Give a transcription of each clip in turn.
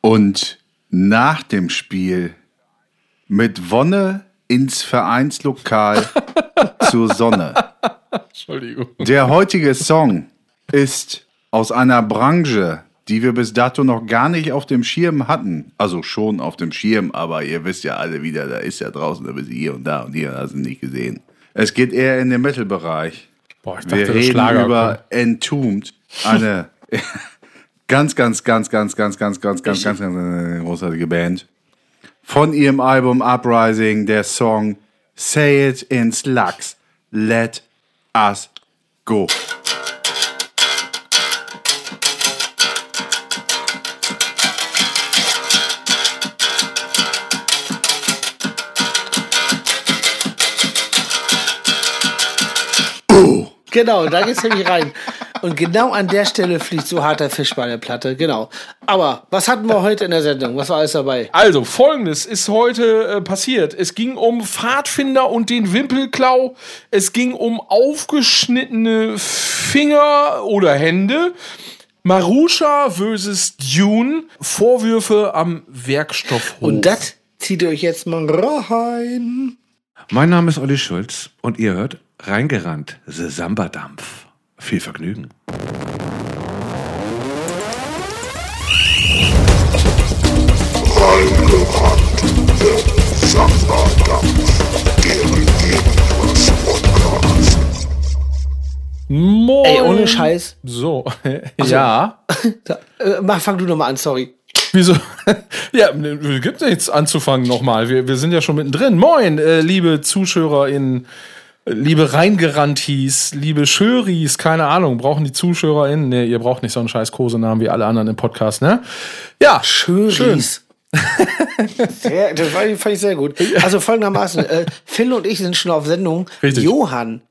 und nach dem Spiel mit Wonne ins Vereinslokal zur Sonne. Entschuldigung. Der heutige Song ist aus einer Branche, die wir bis dato noch gar nicht auf dem Schirm hatten. Also schon auf dem Schirm, aber ihr wisst ja alle wieder, da ist ja draußen, da bist du hier und da und hier, da hast du nicht gesehen. Es geht eher in den Metal-Bereich. Boah, ich Wir dachte, das reden Schlager. über Entombed, eine ganz, ganz, ganz, ganz, ganz, ganz, ganz, ganz, ganz, ganz, ganz großartige Band. Von ihrem Album Uprising der Song Say It in Slugs, Let Us Go. Genau, da geht's nämlich rein. Und genau an der Stelle fliegt so harter Fisch bei der Platte. Genau. Aber was hatten wir heute in der Sendung? Was war alles dabei? Also, folgendes ist heute äh, passiert. Es ging um Pfadfinder und den Wimpelklau. Es ging um aufgeschnittene Finger oder Hände. Marusha versus Dune. Vorwürfe am Werkstoffhof. Und das zieht ihr euch jetzt mal rein. Mein Name ist Olli Schulz und ihr hört Reingerannt, The Samba Dampf. Viel Vergnügen. Moin. Ey, ohne Scheiß. So, ja. Da, äh, mach, fang du nochmal an, sorry. Wieso? ja, ne, gibt nichts anzufangen nochmal. Wir, wir sind ja schon mittendrin. Moin, äh, liebe ZuschauerInnen, Äh, liebe Reingerantis, liebe Schöris, keine Ahnung, brauchen die ZuschauerInnen? Nee, ihr braucht nicht so einen scheiß Kosenamen wie alle anderen im Podcast, ne? Ja, schön. Ries. Ja, das war, fand ich sehr gut. Also folgendermaßen, äh, Phil und ich sind schon auf Sendung. Richtig. Johann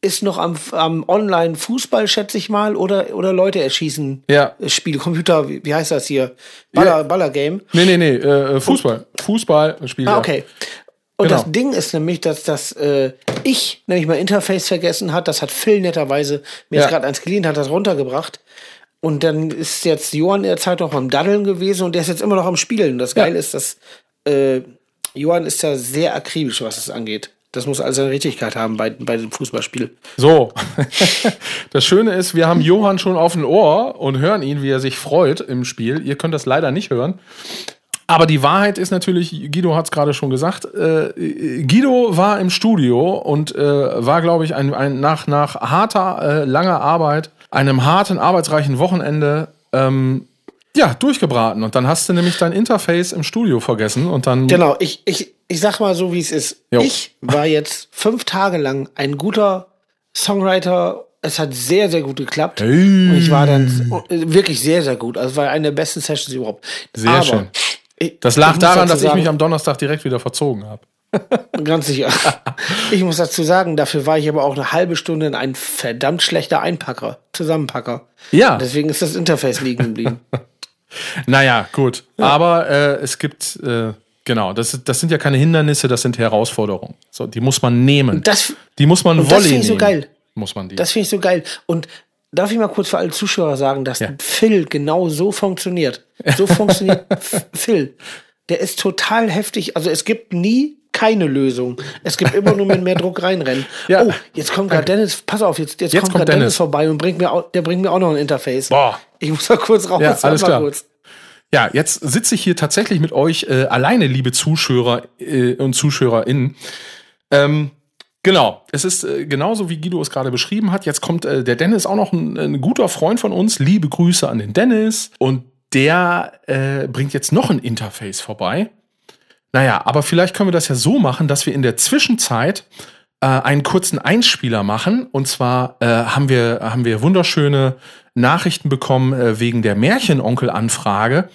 ist noch am, am Online-Fußball, schätze ich mal, oder, oder Leute erschießen. Ja. Spiel, Computer, wie, wie heißt das hier? Baller, Baller Game. Nee, nee, nee, äh, Fußball. Fußball, Spiel. Ah, okay. Und Genau. das Ding ist nämlich, dass das äh, ich nämlich mein Interface vergessen hat. Das hat Phil netterweise mir Ja. jetzt gerade eins geliehen, hat das runtergebracht. Und dann ist jetzt Johann in der Zeit noch beim Daddeln gewesen und der ist jetzt immer noch am Spielen. Das Geile ist, dass äh, Johann ist ja sehr akribisch, was es angeht. Das muss also eine Richtigkeit haben bei, bei dem Fußballspiel. So, das Schöne ist, wir haben Johann schon auf dem Ohr und hören ihn, wie er sich freut im Spiel. Ihr könnt das leider nicht hören. Aber die Wahrheit ist natürlich, Guido hat es gerade schon gesagt, äh, Guido war im Studio und äh, war, glaube ich, ein, ein, nach, nach harter, äh, langer Arbeit, einem harten, arbeitsreichen Wochenende, ähm, ja, durchgebraten. Und dann hast du nämlich dein Interface im Studio vergessen und dann Genau, ich, ich, ich sag mal so, wie es ist. Hm. Jo. Ich war jetzt fünf Tage lang ein guter Songwriter. Es hat sehr, sehr gut geklappt. Und ich war dann äh, wirklich sehr, sehr gut. Also es war eine der besten Sessions überhaupt. Sehr schön. ich- Das lag muss daran, dazu dass ich sagen, mich am Donnerstag direkt wieder verzogen habe. Ganz sicher. ich muss dazu sagen, dafür war ich aber auch eine halbe Stunde in ein verdammt schlechter Einpacker, Zusammenpacker. Ja. Deswegen ist das Interface liegen geblieben. Naja, gut. Aber äh, es gibt, äh, genau, das, das sind ja keine Hindernisse, das sind Herausforderungen. So, die muss man nehmen. Das, die muss man und das Volley finde ich so nehmen. geil. Muss man die. Das finde ich so geil. Und darf ich mal kurz für alle Zuschauer sagen, dass Ja. Phil genau so funktioniert. So funktioniert F- Phil. Der ist total heftig. Also es gibt nie keine Lösung. Es gibt immer nur mit mehr Druck reinrennen. Ja. Oh, jetzt kommt gerade Dennis. Pass auf, jetzt, jetzt, Jetzt kommt kommt gerade Dennis. Dennis. vorbei und bringt mir auch, der bringt mir auch noch ein Interface. Boah. Ich muss da kurz raus. Ja, Warte alles mal klar. Kurz. Ja, jetzt sitze ich hier tatsächlich mit euch äh, alleine, liebe Zuschauer äh, und ZuschauerInnen. Ähm, genau, es ist äh, genauso, wie Guido es gerade beschrieben hat. Jetzt kommt äh, der Dennis auch noch ein, ein guter Freund von uns. Liebe Grüße an den Dennis. Und der äh, bringt jetzt noch ein Interface vorbei. Naja, aber vielleicht können wir das ja so machen, dass wir in der Zwischenzeit äh, einen kurzen Einspieler machen. Und zwar äh, haben, wir, haben wir wunderschöne Nachrichten bekommen äh, wegen der Märchenonkel-Anfrage.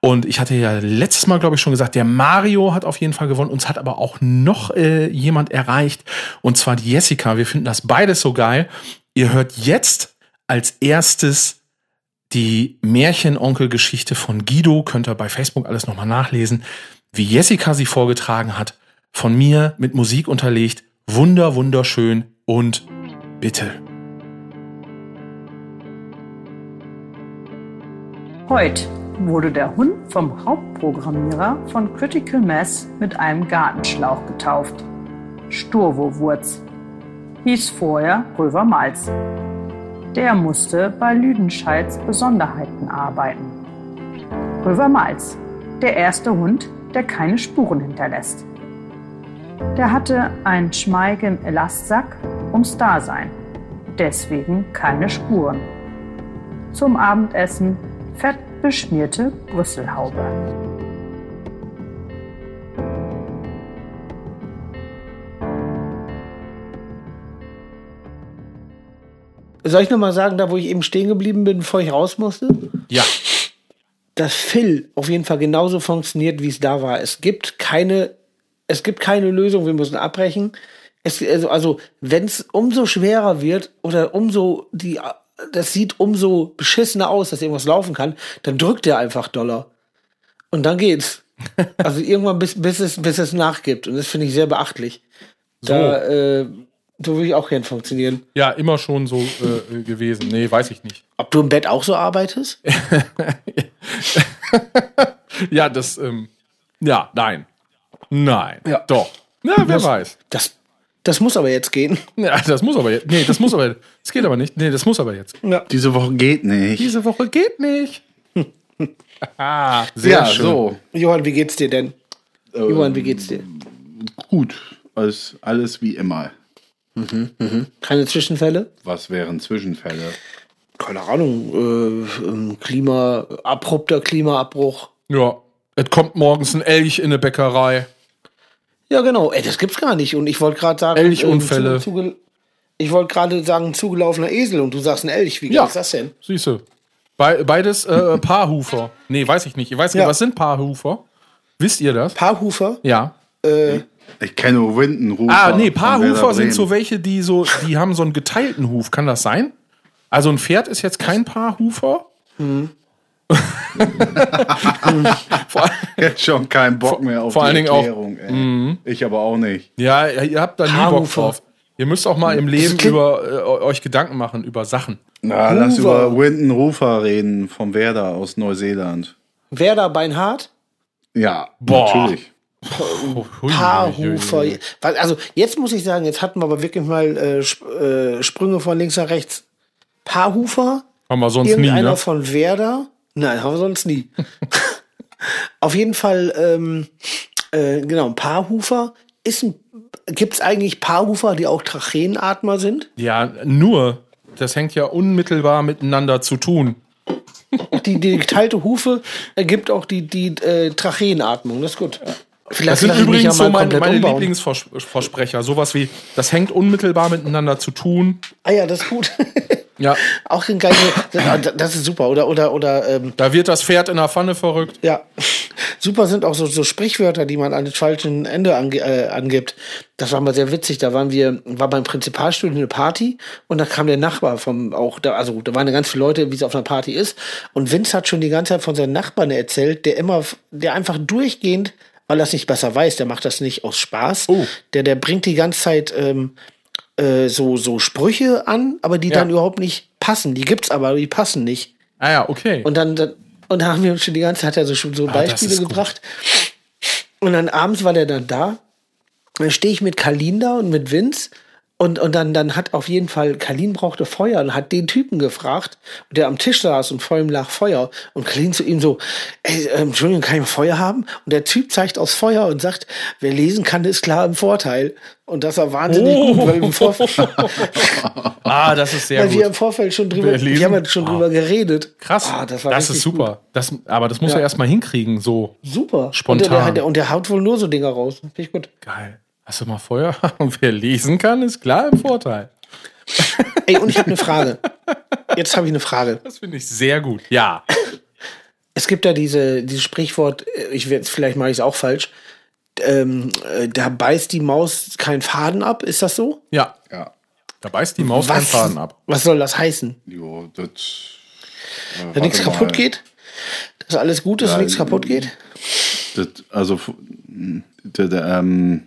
Und ich hatte ja letztes Mal, glaube ich, schon gesagt, der Mario hat auf jeden Fall gewonnen. Uns hat aber auch noch äh, jemand erreicht. Und zwar die Jessica. Wir finden das beides so geil. Ihr hört jetzt als erstes die Märchenonkel-Geschichte von Guido. Könnt ihr bei Facebook alles nochmal nachlesen. Wie Jessica sie vorgetragen hat. Von mir mit Musik unterlegt. Wunder, wunderschön. Und bitte. Heute wurde der Hund vom Hauptprogrammierer von Critical Mass mit einem Gartenschlauch getauft. Sturvowurz. Hieß vorher Röver Malz. Der musste bei Lüdenscheids Besonderheiten arbeiten. Röver Malz, der erste Hund, der keine Spuren hinterlässt. Der hatte einen Schmeig im Elastsack ums Dasein, deswegen keine Spuren. Zum Abendessen fettbeschmierte Brüsselhaube. Soll ich nochmal sagen, da wo ich eben stehen geblieben bin, bevor ich raus musste? Ja. dass Phil auf jeden Fall genauso funktioniert, wie es da war. Es gibt keine, es gibt keine Lösung, wir müssen abbrechen. Es, also, also wenn es umso schwerer wird oder umso die, das sieht umso beschissener aus, dass irgendwas laufen kann, dann drückt er einfach Dollar. Und dann geht's. Also irgendwann bis, bis, es, bis es nachgibt. Und das finde ich sehr beachtlich. Da, äh, so will ich auch gern funktionieren. Ja, immer schon so äh, gewesen. Nee, weiß ich nicht. Ob du im Bett auch so arbeitest? Ja, das, ähm, ja, nein. Nein. Ja. Doch. Na, wer Das- weiß. Das, das muss aber jetzt gehen. Ja, das muss aber jetzt. Nee, das muss aber. Das geht aber nicht. Nee, das muss aber jetzt. Diese Woche geht nicht. Diese Woche geht nicht. ah, sehr Ja, schön. so. Johann, wie geht's dir denn? Johann, wie geht's dir? Gut. Alles, alles wie immer. Keine Zwischenfälle? Was wären Zwischenfälle? Keine Ahnung. Äh, ähm, Klima, abrupter Klimaabbruch. Ja. Es kommt morgens ein Elch in eine Bäckerei. Ja, genau. Ey, das gibt's gar nicht. Und ich wollte gerade sagen, Elchunfälle. ähm, zuge- zuge- ich wollte gerade sagen, zugelaufener Esel und du sagst ein Elch. Wie Ja. geil ist das denn? Siehst du. Be beides äh, Paarhufer. Nee, weiß ich nicht. Ich weiß nicht, Ja. was sind Paarhufer? Wisst ihr das? Paarhufer? Ja. Ich kenne Windenrufer. Ah, von nee, Werder Paarhufer Bremen. sind so welche, die so, die haben so einen geteilten Huf. Kann das sein? Also ein Pferd ist jetzt kein Paarhufer. Mhm. Vor allem- Jetzt schon keinen Bock mehr auf vor die allen Dingen auch- Mhm. Erklärung. ey. Ich aber auch nicht. ja, ihr habt da nie Bock Paarhufer. drauf. Ihr müsst auch mal im Leben klingt- über äh, euch Gedanken machen über Sachen. Na, lass Hoover. über Windenrufer reden vom Werder aus Neuseeland. Werder Beinhardt? Ja, Boah. natürlich. Paarhufer. Was- Also jetzt muss ich sagen, jetzt hatten wir aber wirklich mal äh, Sp äh, Sprünge von links nach rechts. Paarhufer? Haben wir sonst nie, Irgendeiner ne? von Werder? Nein, haben wir sonst nie. Auf jeden Fall, ähm, äh, genau, ein Paarhufer. Ist ein, gibt's eigentlich Paarhufer, die auch Tracheenatmer sind? Ja, nur. Das hängt ja unmittelbar miteinander zu tun. Die, die geteilte Hufe ergibt auch die, die äh, Tracheenatmung. Das ist gut. Vielleicht Das sind lass ich mich übrigens so meine, komplett meine umbauen. Lieblingsversprecher. Sowas wie, das hängt unmittelbar miteinander zu tun. Ah ja, das ist gut. Ja, auch ein geiles. Das ist super. Oder, oder, oder, ähm, da wird das Pferd in der Pfanne verrückt. Ja, super sind auch so, so Sprichwörter, die man an das falschen Ende ange äh, angibt. Das war mal sehr witzig. Da waren wir, war beim Prinzipalstudium eine Party und da kam der Nachbar vom auch, da, also da waren ja ganz viele Leute, wie es auf einer Party ist. Und Vince hat schon die ganze Zeit von seinen Nachbarn erzählt, der immer, der einfach durchgehend, weil er es nicht besser weiß, der macht das nicht aus Spaß. Oh. Der, der bringt die ganze Zeit ähm, äh, so, so Sprüche an, aber die Ja. dann überhaupt nicht passen. Die gibt's aber, aber die passen nicht. Ah ja, okay. Und dann, dann und da haben wir uns schon die ganze Zeit also schon so Ah, das Beispiele ist gut. gebracht. Und dann abends war der dann da. Dann stehe ich mit Kalin da und mit Vince. Und, und dann, dann hat auf jeden Fall, Kalin brauchte Feuer und hat den Typen gefragt, der am Tisch saß und vor ihm lag Feuer. Und Kalin zu ihm so, ey, ähm, Entschuldigung, kann ich Feuer haben? Und der Typ zeigt aufs Feuer und sagt, wer lesen kann, ist klar im Vorteil. Und das war wahnsinnig gut, weil, im Vorfeld, ah, das ist sehr weil wir im Oh. gut. Vorfeld schon Wer drüber, lesen? Ah. wir haben ja schon drüber geredet. Krass. Ah, das das war ist richtig gut. super. Das, aber das muss er erstmal hinkriegen, so. Super. Spontan. Und der, der, und der haut wohl nur so Dinger raus. Finde ich gut. Geil. Hast du mal Feuer? Wer lesen kann, ist klar im Vorteil. Ey, und ich habe eine Frage. Jetzt habe ich eine Frage. Das finde ich sehr gut. Ja. Es gibt ja diese, dieses Sprichwort, äh, ich werd, vielleicht mache ich es auch falsch. Ähm, äh, da beißt die Maus keinen Faden ab, ist das so? Ja. Ja. Da beißt die Maus den Faden ab. Was soll das heißen? Jo, das, Dass nichts warte mal. kaputt geht? Dass alles gut ist Ja, und nichts äh, kaputt geht? das, also, f- der, der, ähm,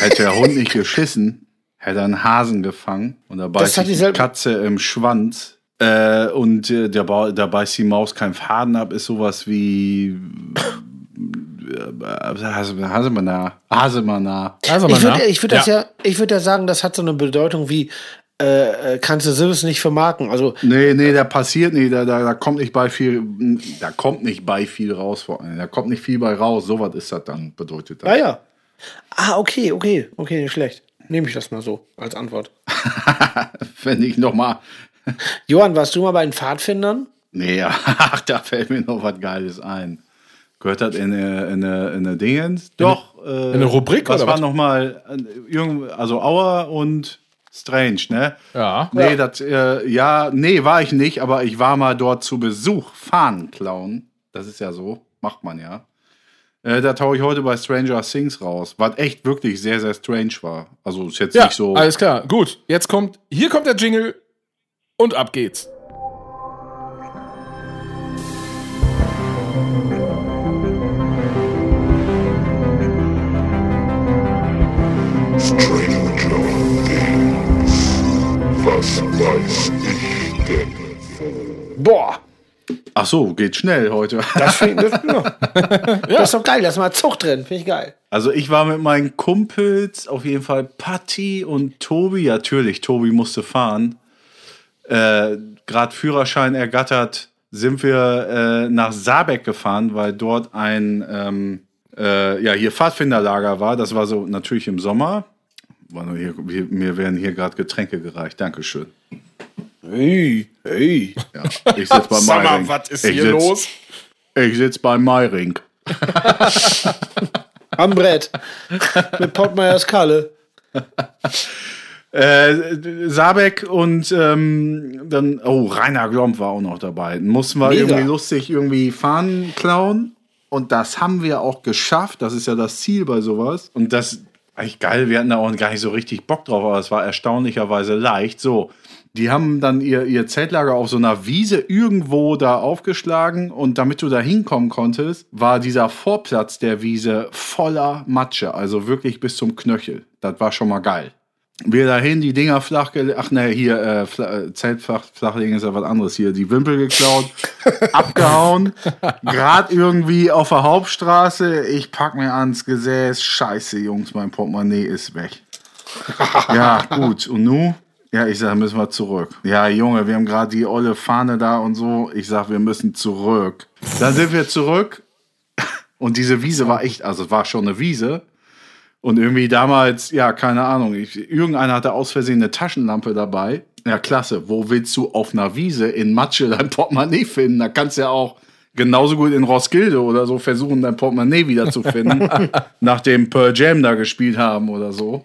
hätte der Hund nicht geschissen, hätte er einen Hasen gefangen und da beißt hat sich die dieselbe- Katze im Schwanz, Äh, und äh, da, ba- da beißt die Maus keinen Faden ab, ist sowas wie. äh, Hase- Hasemana. Hasemana. Also ich würde ich würd das ja. ja, ich würde ja sagen, das hat so eine Bedeutung wie äh, äh, kannst du Service nicht vermarkten. Also Nee, nee, da passiert nicht, da, da, da kommt nicht bei viel, da kommt nicht bei viel raus, vor allem. da kommt nicht viel bei raus, sowas ist das dann, bedeutet das. Ah ja. Ah, okay, okay, okay, nicht schlecht. Nehme ich das mal so als Antwort. Wenn ich nochmal, Johann, warst du mal bei den Pfadfindern? nee, ach, da fällt mir noch was Geiles ein. Gehört das in eine, in eine, in eine Dingens? Doch. äh, eine Rubrik was oder war was? nochmal, also Auer und Strange, ne? Ja. Nee, das, äh, ja, nee, war ich nicht, aber ich war mal dort zu Besuch. Fahnen klauen. Das ist ja so. Macht man ja. Äh, da tauche ich heute bei Stranger Things raus. Was echt wirklich sehr, sehr strange war. Also ist jetzt Ja, nicht so. alles klar. Gut, jetzt kommt, hier kommt der Jingle und ab geht's. Stranger Things. Was weiß ich denn? Boah, Ach so, geht schnell heute. das, find, das, ja. das ist doch geil, da ist mal Zucht drin, finde ich geil. Also ich war mit meinen Kumpels, auf jeden Fall Patti und Tobi, natürlich, Tobi musste fahren. Äh, Gerade Führerschein ergattert, sind wir äh, nach Saarbeck gefahren, weil dort ein ähm, äh, ja, hier Pfadfinderlager war. Das war so natürlich im Sommer. War nur hier, wir, mir werden hier gerade Getränke gereicht. Dankeschön. Hey, hey. Ja, ich sitze bei Sag mal, Meiring. Ich sitz- Ich sitze bei Meiring. Am Brett. Mit Pottmeyers Kalle. Äh, Sabeck und ähm, dann, oh, Rainer Glomp war auch noch dabei. Mussten wir Mega. irgendwie lustig irgendwie Fahnen klauen. Und das haben wir auch geschafft. Das ist ja das Ziel bei sowas. Und das ist eigentlich geil. Wir hatten da auch gar nicht so richtig Bock drauf, aber es war erstaunlicherweise leicht. So, die haben dann ihr, ihr Zeltlager auf so einer Wiese irgendwo da aufgeschlagen. Und damit du da hinkommen konntest, war dieser Vorplatz der Wiese voller Matsche. Also wirklich bis zum Knöchel. Das war schon mal geil. Wir dahin, die Dinger flach gele- Ach ne, hier, äh, Fla- äh, Zeltflach, Flachlegen ist ja was anderes hier. Die Wimpel geklaut, abgehauen, gerade irgendwie auf der Hauptstraße. Ich pack mir ans Gesäß. Scheiße, Jungs, mein Portemonnaie ist weg. ja, gut. Und nu? Ja, ich sag, müssen wir zurück. Ja, Junge, wir haben gerade die olle Fahne da und so. Ich sag, wir müssen zurück. Dann sind wir zurück. Und diese Wiese war echt, also es war schon eine Wiese. Und irgendwie damals, ja, keine Ahnung, ich, irgendeiner hatte aus Versehen eine Taschenlampe dabei. Ja, klasse. Wo willst du auf einer Wiese in Matsche dein Portemonnaie finden? Da kannst du ja auch genauso gut in Roskilde oder so versuchen, dein Portemonnaie wiederzufinden, nachdem Pearl Jam da gespielt haben oder so.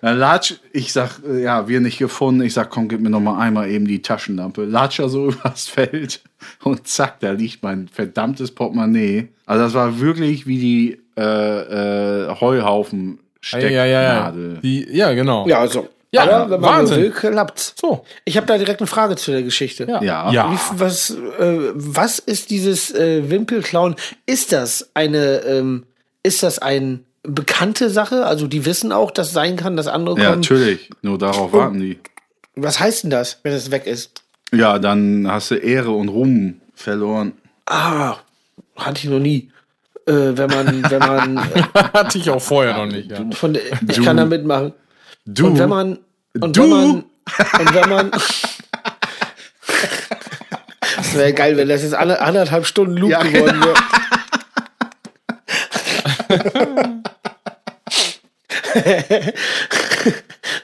Dann latsch, ich sag, äh, ja, wir nicht gefunden. Ich sag, komm, gib mir noch mal einmal eben die Taschenlampe. Latscher so übers Feld und zack, da liegt mein verdammtes Portemonnaie. Also das war wirklich wie die äh, äh, Heuhaufen Ja, ja, ja. Stecknadel. Die, ja, genau. Ja, also. Ja, aber wenn man Wahnsinn. so will, klappt's. So. Ich habe da direkt eine Frage zu der Geschichte. Ja. ja. Wie, was, äh, was ist dieses äh, Wimpelklauen? Ist das eine, ähm, ist das ein bekannte Sache? Also die wissen auch, dass sein kann, dass andere Ja, kommen. natürlich. Nur darauf warten die. Was heißt denn das, wenn es weg ist? Ja, dann hast du Ehre und Ruhm verloren. Ah, hatte ich noch nie. Äh, wenn man, wenn man äh, Hatte ich auch vorher noch nicht. Ja. von, ich kann da mitmachen. Du. Und wenn man, und Du. wenn man, und wenn man, das wäre geil, wenn das jetzt ander- anderthalb Stunden Loop Ja. geworden wäre.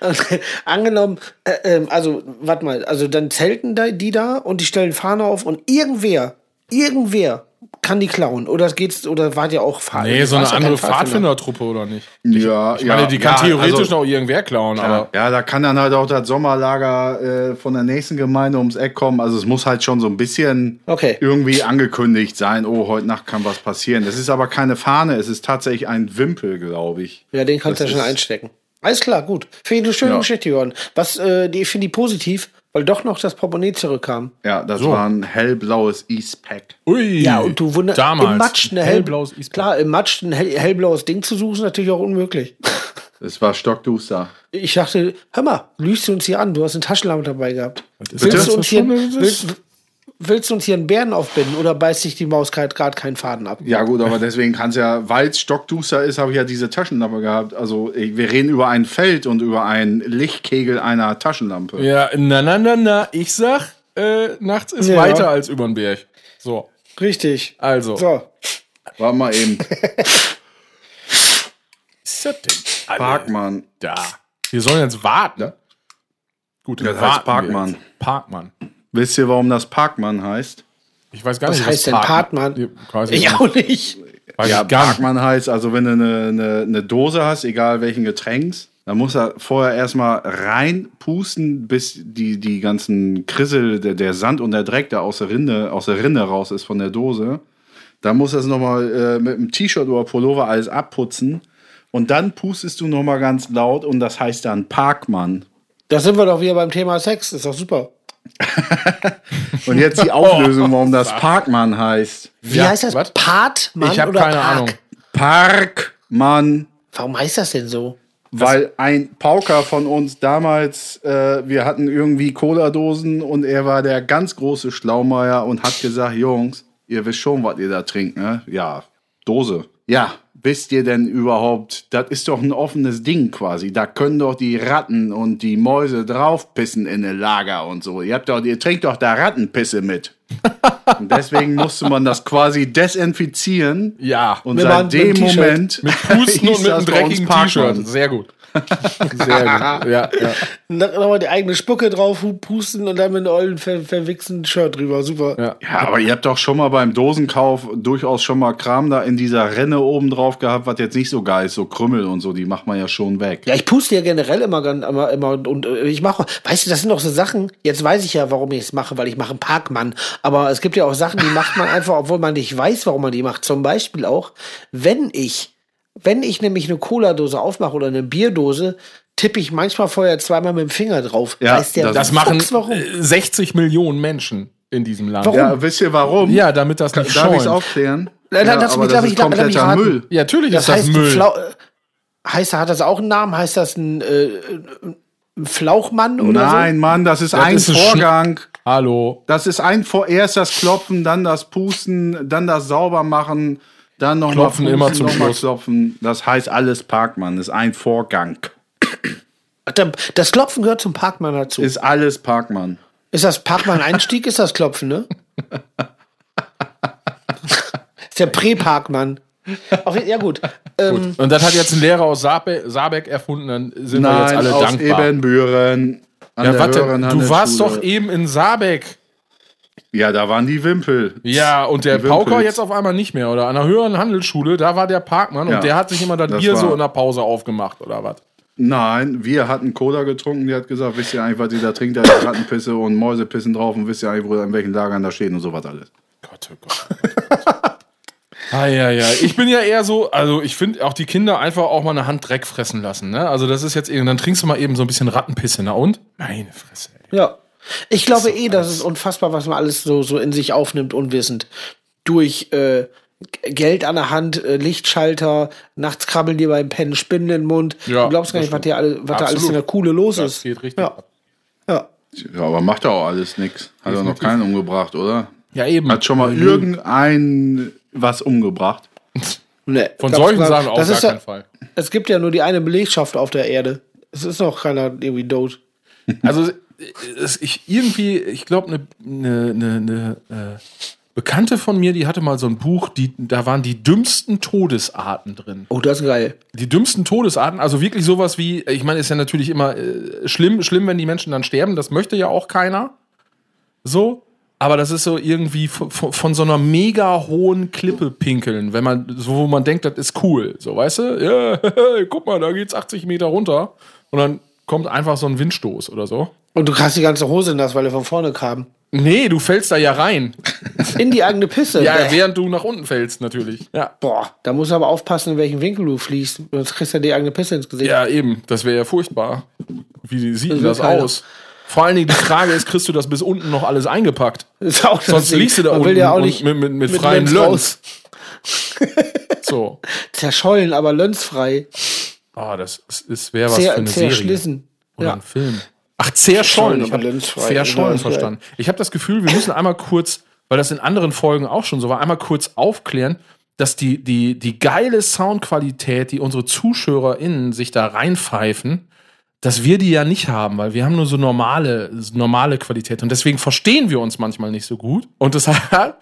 Und Angenommen, äh, ähm, also, warte mal, also dann zelten da, die da und die stellen Fahne auf und irgendwer, irgendwer kann die klauen. Oder es geht's, oder wart ihr auch Fahr- Nee, so eine warst ja kein andere Pfadfindertruppe oder nicht? ja, Ich meine, die kann ja, theoretisch also- noch irgendwer klauen, Ja, aber. ja, da kann dann halt auch das Sommerlager äh, von der nächsten Gemeinde ums Eck kommen. Also es muss halt schon so ein bisschen Okay. irgendwie angekündigt sein, oh, heute Nacht kann was passieren. Es ist aber keine Fahne, es ist tatsächlich ein Wimpel, glaube ich. Ja, den kannst du ja Das schon ist- einstecken. Alles klar, gut. Finde ich eine schöne Ja. Geschichte, Johann. Was, äh, die finde ich positiv, weil doch noch das Portemonnaie zurückkam. Ja, das war ein hellblaues Eastpack. Ui. Ja, und du wunderst, damals. im Matsch ein hell, hellblaues hellblaues Eastpack. Klar, im Matsch ein hell, hellblaues Ding zu suchen, ist natürlich auch unmöglich. Es war stockduster. Ich dachte, hör mal, lügst du uns hier an? Du hast eine Taschenlampe dabei gehabt. ist Willst das? du, uns hier, Was ist das? willst, willst du uns hier einen Bären aufbinden oder beißt dich die Maus gerade keinen Faden ab? Ja, gut, aber deswegen kann es ja, weil es stockduster ist, habe ich ja diese Taschenlampe gehabt. Also, ich, wir reden über ein Feld und über einen Lichtkegel einer Taschenlampe. Ja, na, na, na, na. Ich sag, äh, nachts ist Ja. weiter als über den Berg. So, Richtig. also. So, Warte mal eben. Ist das denn alle Parkmann. Da. Wir sollen jetzt warten. Ja. Gut, Das heißt warten wir Parkmann. jetzt. Parkmann. Wisst ihr, warum das Parkmann heißt? Ich weiß gar Was nicht, heißt denn Partmann? Ich weiß also ich ich nicht. auch nicht. Weiß Ja, ich gar nicht. Parkmann heißt, also wenn du eine, eine, eine Dose hast, egal welchen Getränks, dann muss er vorher erstmal reinpusten, bis die, die ganzen Krissel, der, der Sand und der Dreck, der aus der Rinde, aus der Rinde raus ist von der Dose. Dann muss das nochmal äh, mit einem T-Shirt oder Pullover alles abputzen. Und dann pustest du nochmal ganz laut und das heißt dann Parkmann. Da sind wir doch wieder beim Thema Sex. Ist doch super. Und jetzt die Oh, Auflösung, warum das Parkmann heißt. Wie Ja, heißt das? was? Partmann Ich habe oder keine Park? Ahnung. Parkmann Warum heißt das denn so? Weil ein Pauker von uns damals, äh, wir hatten irgendwie Cola-Dosen und er war der ganz große Schlaumeier und hat gesagt, Jungs, ihr wisst schon, was ihr da trinkt, ne? Ja, Dose. Ja, wisst ihr denn überhaupt, das ist doch ein offenes Ding quasi. Da können doch die Ratten und die Mäuse draufpissen in den Lager und so. Ihr, habt doch, ihr trinkt doch da Rattenpisse mit. und deswegen musste man das quasi desinfizieren. Ja. Und Mit seit einem- mit dem einem T-Shirt. Moment. mit Pusten hieß und mit das einem bei uns dreckigen Parkmann. T-Shirt. Sehr gut. Sehr gut. Ja, ja. Nochmal die eigene Spucke drauf, hu- pusten und dann mit einem ollen, ver verwichsten Shirt drüber. Super. Ja. Ja, aber ihr habt doch schon mal beim Dosenkauf durchaus schon mal Kram da in dieser Renne oben drauf gehabt, was jetzt nicht so geil ist, so Krümmel und so, die macht man ja schon weg. Ja, ich puste ja generell immer, gan- immer, immer und, und äh, ich mache, weißt du, das sind doch so Sachen, jetzt weiß ich ja, warum ich es mache, weil ich mache einen Parkmann. Aber es gibt ja auch Sachen, die macht man einfach, obwohl man nicht weiß, warum man die macht. Zum Beispiel auch, wenn ich, wenn ich nämlich eine Cola-Dose aufmache oder eine Bierdose, tippe ich manchmal vorher zweimal mit dem Finger drauf. Ja, das- Das machen Fuchs, warum? äh, 60 Millionen Menschen in diesem Land. Warum? Ja, wisst ihr warum? Ja, damit das nicht Darf ich es scheuen. aufklären? Na, ja, dann lass aber mich- das darf ist ich- darf- darf ich kompletter raten? Müll. Ja, natürlich Das ist das heißt, Müll. Flau äh, heißt, hat das auch einen Namen? Heißt das ein, äh, ein Flauchmann oder Nein, Mann, das ist ein ist ein Schn- Vorgang. Hallo. Das ist ein Vor erst das Klopfen, dann das Pusten, dann das Saubermachen, dann noch Klopfen mal immer pusten, zum noch mal Schluss. klopfen. Das heißt alles Parkmann, ist ein Vorgang. so? Dann- Das Klopfen gehört zum Parkmann dazu. Ist alles Parkmann. Ist das Parkmann-Einstieg? ist das Klopfen, ne? ist der Prä-Parkmann. Auf jeden- Ja, gut. Ähm, Gut. Und das hat jetzt ein Lehrer aus Saarbe Saarbeck erfunden, dann sind wir jetzt Nein, alle aus dankbar. Ebenbüren. An ja, der warte, höheren du warst Handelsschule. doch eh- eben in Saarbeck. Ja, da waren die Wimpel. Ja, und der Die Wimpels. Pauker jetzt auf einmal nicht mehr. Oder an der höheren Handelsschule, da war der Parkmann Ja, und der hat sich immer das das Bier so war- in der Pause aufgemacht, oder was? Nein, wir hatten Cola getrunken, die hat gesagt, wisst ihr eigentlich, was ihr da trinkt, da ist Rattenpisse und Mäuse pissen drauf und wisst ihr eigentlich, wo in welchen Lagern da stehen und sowas alles. Gott, oh Gott. Ah, ja, ja. Ich bin ja eher so, also ich finde auch die Kinder einfach auch mal eine Hand Dreck fressen lassen. Ne? Also das ist jetzt eben, dann trinkst du mal eben so ein bisschen Rattenpisse. Na und? Meine Fresse. Ey. ja. Ich glaube eh, das ist unfassbar, was man alles so, so in sich aufnimmt, unwissend. Durch äh, G- Geld an der Hand, äh, Lichtschalter, nachts krabbeln dir beim Pennen Spinnen in den Mund. Ja, du glaubst gar nicht, was, das dir alle, was da alles Absolut. in der Kuhle los Das ist. geht richtig Ja, ab. ja. Ja, aber macht doch auch alles nix. Hat doch noch keinen umgebracht, oder? Ja, eben. Hat schon mal irgendein was umgebracht. Nee, Von gab's solchen gar- Sachen auf das gar ist ja, keinen Fall. Es gibt ja nur die eine Belegschaft auf der Erde. Es ist noch keiner irgendwie tot. Also es, ich irgendwie, ich glaube, eine ne, ne, ne, äh, Bekannte von mir, die hatte mal so ein Buch, die, da waren die dümmsten Todesarten drin. Oh, das ist geil. Die dümmsten Todesarten, also wirklich sowas wie, ich meine, ist ja natürlich immer äh, schlimm, schlimm, wenn die Menschen dann sterben, das möchte ja auch keiner. So, aber das ist so irgendwie von, von, von so einer mega hohen Klippe pinkeln, wenn man, so wo man denkt, das ist cool. So, weißt du? Ja, guck mal, da geht's 80 Meter runter. Und dann kommt einfach so ein Windstoß oder so. Und du hast die ganze Hose nass, weil er von vorne kam. Nee, du fällst da ja rein. In die eigene Pisse. Ja, Bäh. während du nach unten fällst, natürlich. Ja. Boah, da musst du aber aufpassen, in welchen Winkel du fliegst. Sonst kriegst du ja die eigene Pisse ins Gesicht. Ja, eben. Das wäre ja furchtbar. Wie sieht denn will das keiner. aus? Vor allen Dingen die Frage ist, kriegst du das bis unten noch alles eingepackt? Ist auch das Sonst Ding. liegst du da Man unten will ja auch und nicht mit, mit, mit, mit freien Lenz Lönz. so. Zerschollen, aber lönzfrei. Ah, das ist, ist wäre was Sehr, für eine sehr Serie. schlissen. Oder Ja. ein Film. Ach, Zerschollen. Zerschollen, Ich aber habe lenzfrei. Zerschollen Genau, verstanden. Ich habe das Gefühl, wir müssen einmal kurz, weil das in anderen Folgen auch schon so war, einmal kurz aufklären, dass die, die, die geile Soundqualität, die unsere ZuschauerInnen sich da reinpfeifen, dass wir die ja nicht haben, weil wir haben nur so normale, normale Qualität. Und deswegen verstehen wir uns manchmal nicht so gut. Und das hat,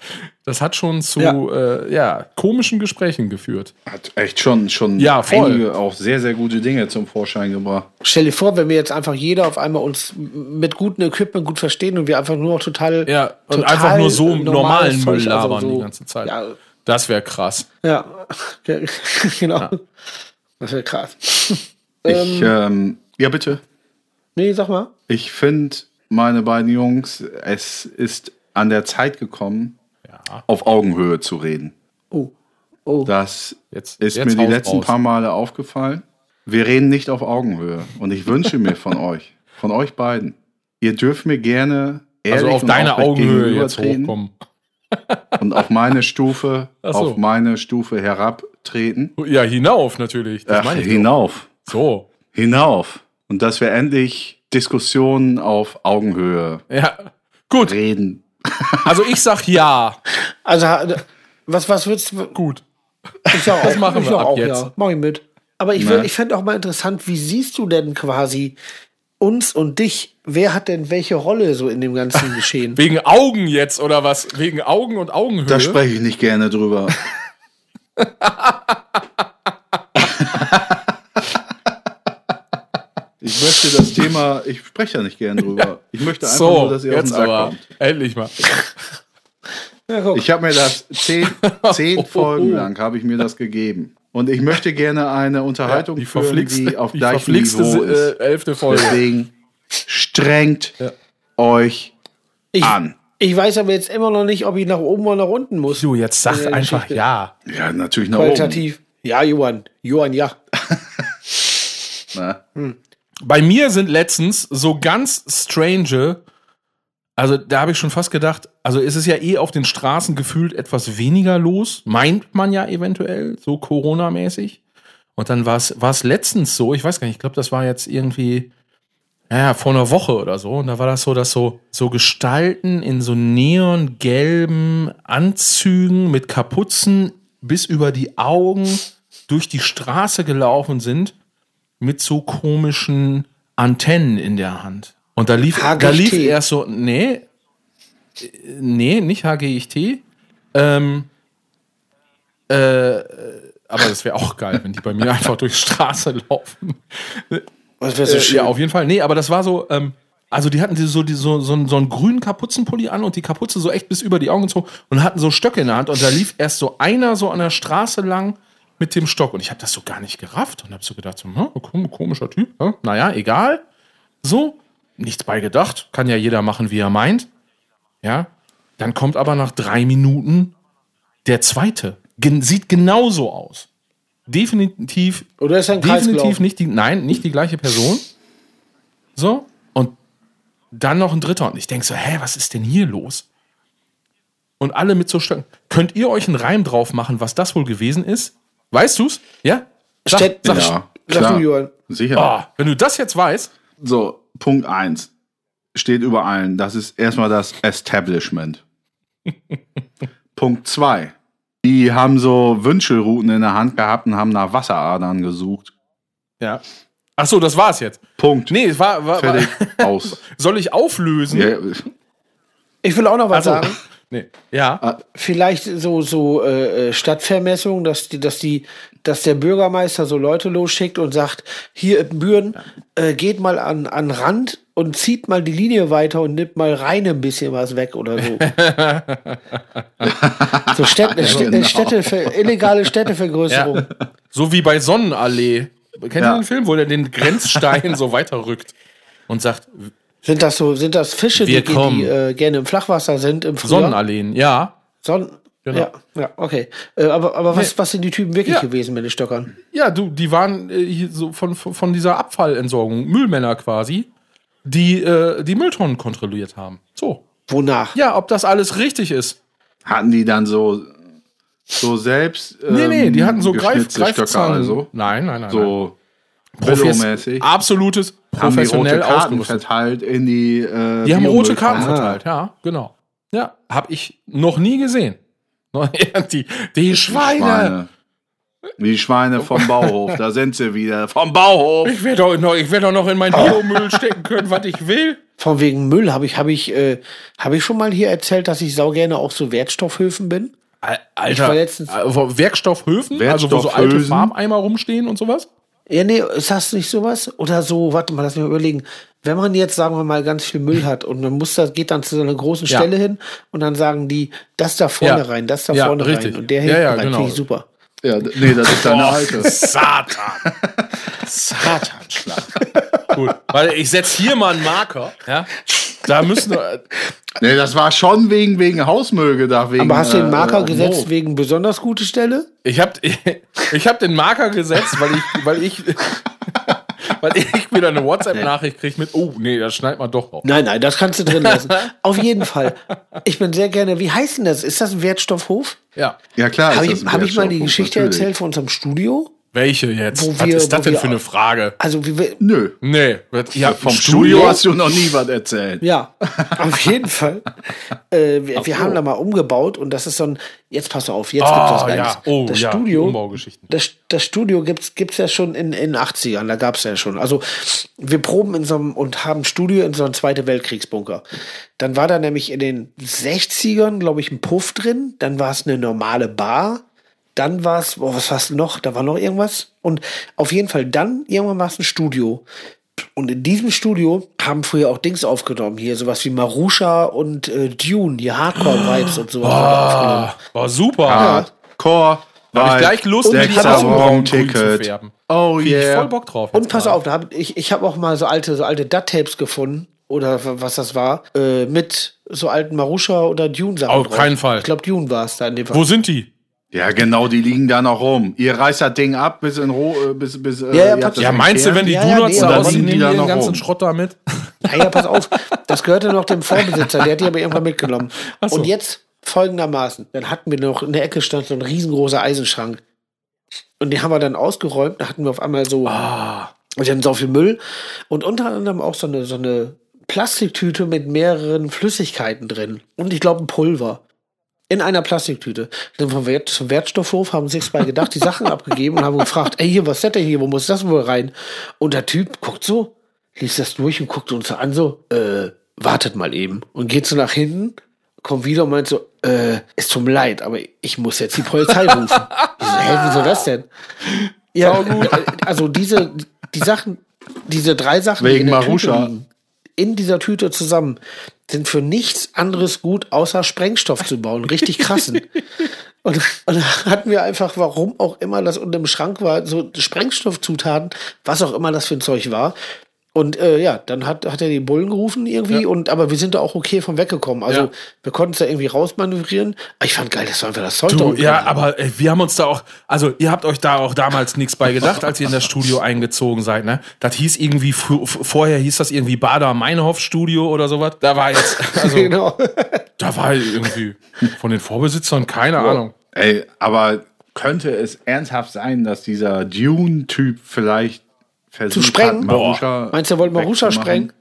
das hat schon zu Ja. Äh, ja, komischen Gesprächen geführt. Hat echt schon, schon Ja, voll. einige auch sehr, sehr gute Dinge zum Vorschein gebracht. Stell dir vor, wenn wir jetzt einfach jeder auf einmal uns m- mit gutem Equipment gut verstehen und wir einfach nur noch total. Ja, und total einfach nur so normales normalen Müll Zeug, also labern so- die ganze Zeit. Ja, Das wäre krass. ja. genau. Das wäre krass. Ich, ähm, ja, bitte. Nee, sag mal. Ich finde, meine beiden Jungs, es ist an der Zeit gekommen, auf Augenhöhe zu reden. Oh. Oh. Das Jetzt- ist jetzt mir die haus letzten raus. paar Male aufgefallen. Wir reden nicht auf Augenhöhe. Und ich wünsche mir von euch, von euch beiden, ihr dürft mir gerne ehrlich Also auf und deine aufrecht Augenhöhe jetzt gegenübertreten hochkommen. Und auf meine Stufe, Ach so. auf meine Stufe herabtreten. Ja, hinauf natürlich. Das Ach, meine ich. hinauf. doch. So. Hinauf. Und dass wir endlich Diskussionen auf Augenhöhe Ja. Gut. reden. Also ich sag ja. Also, ha- was, was würdest du. Gut. Ich sag auch, Das machen ich wir sag ab auch, jetzt. Ja. Mach ich mit. Aber ich, will- ich fände auch mal interessant, wie siehst du denn quasi uns und dich? Wer hat denn welche Rolle so in dem ganzen Geschehen? Wegen Augen jetzt oder was? Wegen Augen und Augenhöhe. Da spreche ich nicht gerne drüber. ich möchte das Thema, ich spreche da nicht gerne drüber. Ich möchte einfach nur, so, dass ihr auf den jetzt Sack aber. kommt. Endlich mal. Ja, guck. Ich habe mir das zehn, Oh. zehn Folgen lang habe ich mir das gegeben. Und ich möchte gerne eine Unterhaltung die führen, verflixte, die auf die gleichem verflixte Niveau äh, ist. elfte Folge. Deswegen strengt euch Ich, an. ich weiß aber jetzt immer noch nicht, ob ich nach oben oder nach unten muss. Du, jetzt sag Äh, Ja, einfach Geschichte. ja. Ja, natürlich nach oben. Qualitativ. Ja, Johann. Johann, ja. Ne? Bei mir sind letztens so ganz strange, also da habe ich schon fast gedacht, also es ist ja eh auf den Straßen gefühlt etwas weniger los, meint man ja eventuell, so Corona-mäßig. Und dann war es war es letztens so, ich weiß gar nicht, ich glaube, das war jetzt irgendwie, naja, vor einer Woche oder so. Und da war das so, dass so, so Gestalten in so neongelben Anzügen mit Kapuzen bis über die Augen durch die Straße gelaufen sind mit so komischen Antennen in der Hand. Und da lief, da HGT. lief erst so, nee, äh, nee, nicht HGIT. Ähm, äh, äh, aber das wäre auch geil, wenn die bei mir einfach durch die Straße laufen. Das wäre so Äh, schön. ja, auf jeden Fall. Nee, aber das war so, ähm, also die hatten die so, die, so, so, einen- so einen grünen Kapuzenpulli an und die Kapuze so echt bis über die Augen gezogen und hatten so Stöcke in der Hand und da lief erst so einer so an der Straße lang mit dem Stock und ich habe das so gar nicht gerafft und habe so gedacht, so, hm, kom- komischer Typ, hm, naja, egal. So, nichts bei gedacht, kann ja jeder machen, wie er meint. Ja, dann kommt aber nach drei Minuten der zweite. Gen sieht genauso aus. Definitiv Oder ist er ein definitiv Definitiv nicht. nicht die, nein, nicht die gleiche Person. So, und dann noch ein dritter. Und ich denke so, hä, was ist denn hier los? Und alle mit so Stöcken. Könnt ihr euch einen Reim drauf machen, was das wohl gewesen ist? Weißt du's? Ja? Sag, Städt- sag, Ja, sag klar. du, Johann. Sicher. oh, wenn du das jetzt weißt, So, Punkt 1 steht über allen. Das ist erstmal das Establishment. Punkt 2. Die haben so Wünschelruten in der Hand gehabt und haben nach Wasseradern gesucht. ja. Ach so, das war's jetzt. Punkt. Nee, es war, war, war Fertig. Aus. soll ich auflösen? Ja, Ich will auch noch was Also, sagen. Nee. Ja. Vielleicht so, so äh, äh, Stadtvermessung, dass die, dass die, dass der Bürgermeister so Leute losschickt und sagt, hier in Büren, äh, geht mal an, an Rand und zieht mal die Linie weiter und nimmt mal rein ein bisschen was weg oder so. so Städte, Städte, Städte illegale Städtevergrößerung. genau. Ja. So wie bei Sonnenallee. Kennt ihr Ja. den Film, wo der den Grenzstein so weiterrückt und sagt, Sind das so, sind das Fische, Wir die, die, kommen. die äh, gerne im Flachwasser sind, im Frühjahr? Sonnenalleen, ja. Sonnen. Genau. Ja, ja, okay. Äh, aber aber was, was sind die Typen wirklich Ja. gewesen mit den Stöckern? Ja, du, die waren äh, hier so von, von von dieser Abfallentsorgung, Müllmänner quasi, die äh, die Mülltonnen kontrolliert haben. So. Wonach? Ja, ob das alles richtig ist. hatten die dann so, so selbst. Nee, nee, die ähm, hatten so Greif, geschnitzte Stöcker, Greifzangen. also. Nein, nein, nein. nein. So Profes Billo-mäßig. absolutes haben die rote professionell Karten ausgerüstet. verteilt in die. Äh, Die haben rote Karten Biomülltonnen. verteilt, ja, genau. Ja, habe ich noch nie gesehen. die, die Schweine. Schweine. Die Schweine vom Bauhof, da sind sie wieder. Vom Bauhof! Ich werde doch, noch- ich werd doch noch in meinen Biomüll stecken können, was ich will. Von wegen Müll habe ich, habe ich, äh, habe ich schon mal hier erzählt, dass ich saugerne auch so Wertstoffhöfen bin. Al- Ich Alter, war letztens- also Werkstoffhöfen, also wo so alte Werkstoffhöfen. Farbeimer rumstehen und sowas. Ja, nee, ist das nicht sowas? Oder so, warte mal, lass mich mal überlegen. Wenn man jetzt, sagen wir mal, ganz viel Müll hat und man muss das, geht dann zu so einer großen Ja. Stelle hin und dann sagen die, das da vorne Ja. rein, das da Ja, vorne richtig. rein und der Ja, hinten ja, rein, genau. finde ich super. Ja, d- nee, das ist deine Oh, alte. Satan. Satanschlag. Gut, weil ich setze hier mal einen Marker. Ja? Da müssen wir, Nee, das war schon wegen, wegen Hausmüll gedacht. Wegen, Aber hast du den äh, Marker äh, gesetzt Moog. wegen besonders gute Stelle? Ich habe ich hab den Marker gesetzt, weil ich, weil ich, weil ich wieder eine WhatsApp-Nachricht kriege mit, oh nee, das schneidet man doch auf. Nein, nein, das kannst du drin lassen. Auf jeden Fall. Ich bin sehr gerne, wie heißt denn das? Ist das ein Wertstoffhof? Ja. Ja, klar. Habe ist ich, das ein hab ich mal die Wertstoffhof, Geschichte natürlich. erzählt von unserem Studio? Welche jetzt? Wo was wir- ist das wo denn wir- für eine Frage? Also, wie wir, Nö. Nee, wird- ja, Vom Studio hast du noch nie was erzählt. Ja, auf jeden Fall. Äh, wir wir haben da mal umgebaut und das ist so ein. Jetzt pass auf, jetzt gibt es was Ah, Geiles. ja. Oh, das ja, Studio, Umbaugeschichten. Das, das Studio gibt's gibt's ja schon in in 80ern, da gab's ja schon. Also wir proben in so einem und haben Studio in so einem Zweite Weltkriegsbunker. Dann war da nämlich in den 60ern, glaube ich, ein Puff drin, dann war es eine normale Bar. Dann war es, boah, was war es noch? Da war noch irgendwas. Und auf jeden Fall dann, irgendwann war es ein Studio. Und in diesem Studio haben früher auch Dings aufgenommen. Hier sowas wie Marusha und äh, Dune, die Hardcore-Vibes und sowas. haben wir aufgenommen. Ah, war super. Core. Hab ich gleich Lust, mir die Augenbrauen grün zu färben. Oh Krieg ich yeah. voll Bock drauf. Und jetzt pass gerade. auf, da hab ich, ich habe auch mal so alte, so alte DAT-Tapes gefunden oder w- was das war, äh, mit so alten Marusha oder Dune-Sachen. Auf drauf. keinen Fall. Ich glaube, Dune war es da in dem Fall. Wo sind die? Ja, genau, die liegen da noch rum. Ihr reißt das Ding ab bis in Ruhe, bis, bis äh, ja, ihr habt pass- das Ja, meinst du, entfernt? wenn die Ja, ja, Donuts nee, da aber aussehen, liegen die nehmen da die den noch ganzen rum? Schrott da mit? Naja, pass auf, das gehörte noch dem Vorbesitzer, der hat die aber irgendwann mitgenommen. so. Und jetzt folgendermaßen, dann hatten wir noch in der Ecke stand so ein riesengroßer Eisenschrank. Und den haben wir dann ausgeräumt, da hatten wir auf einmal so, Ah. wir hatten so viel Müll und unter anderem auch so eine, so eine Plastiktüte mit mehreren Flüssigkeiten drin. Und ich glaube ein Pulver. In einer Plastiktüte. Dann vom Wert zum Wertstoffhof haben sich bei gedacht, die Sachen abgegeben und haben gefragt, ey, hier, was ist das denn hier? Wo muss das wohl rein? Und der Typ guckt so, liest das durch und guckt uns so an, so, äh, wartet mal eben. Und geht so nach hinten, kommt wieder und meint so, äh, es tut mir leid, aber ich muss jetzt die Polizei rufen. Ich so, hä, wieso das denn? Ja, also diese, die Sachen, diese drei Sachen, die Wegen in der Tüte Marusha. liegen, in dieser Tüte zusammen sind für nichts anderes gut, außer Sprengstoff zu bauen. Richtig krassen. Und, und da hatten wir einfach, warum auch immer das unter dem Schrank war, so Sprengstoffzutaten, was auch immer das für ein Zeug war. Und äh, ja, dann hat, hat er die Bullen gerufen irgendwie, und aber wir sind da auch okay von weggekommen. Also Ja. wir konnten es da irgendwie rausmanövrieren. Aber ich fand geil, das war einfach das Zeug. da Du, unten ja, drin war. aber ey, wir haben uns da auch, also ihr habt euch da auch damals nichts bei gedacht, als ihr in das Studio eingezogen seid, ne? Das hieß irgendwie, fu- f- vorher hieß das irgendwie Bader-Meinhof-Studio oder sowas. Da war jetzt, also, genau. da war irgendwie von den Vorbesitzern keine Ahnung. Ey, aber könnte es ernsthaft sein, dass dieser Dune-Typ vielleicht versucht sprengen? hat, Marusha Meinst du, er wollte Marusha wegzumachen? sprengen?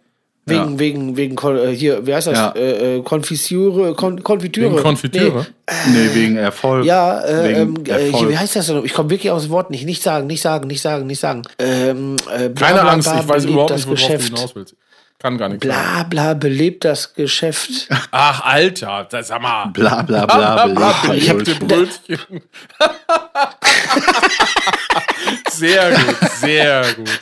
Wegen, wegen, wegen, Kon- äh, hier, wie heißt das? Ja. Äh, äh, Konfisure, Kon Konfitüre. Wegen Konfitüre. Nee, wegen Erfolg. Ja, äh, ähm, wegen äh, hier, Erfolg. wie heißt das denn? Ich komme wirklich aus dem Wort nicht. Nicht sagen, nicht sagen, nicht sagen, nicht sagen. Ähm, äh, bla, Keine bla, Angst, bla, ich weiß belebt überhaupt nicht, das worauf du Geschäft. hinaus willst. Kann gar nicht sein. Bla bla belebt das Geschäft. Ach, Alter, das- sag mal. bla bla bla bla. ich hab- Brötchen. Brötchen. sehr gut, sehr gut.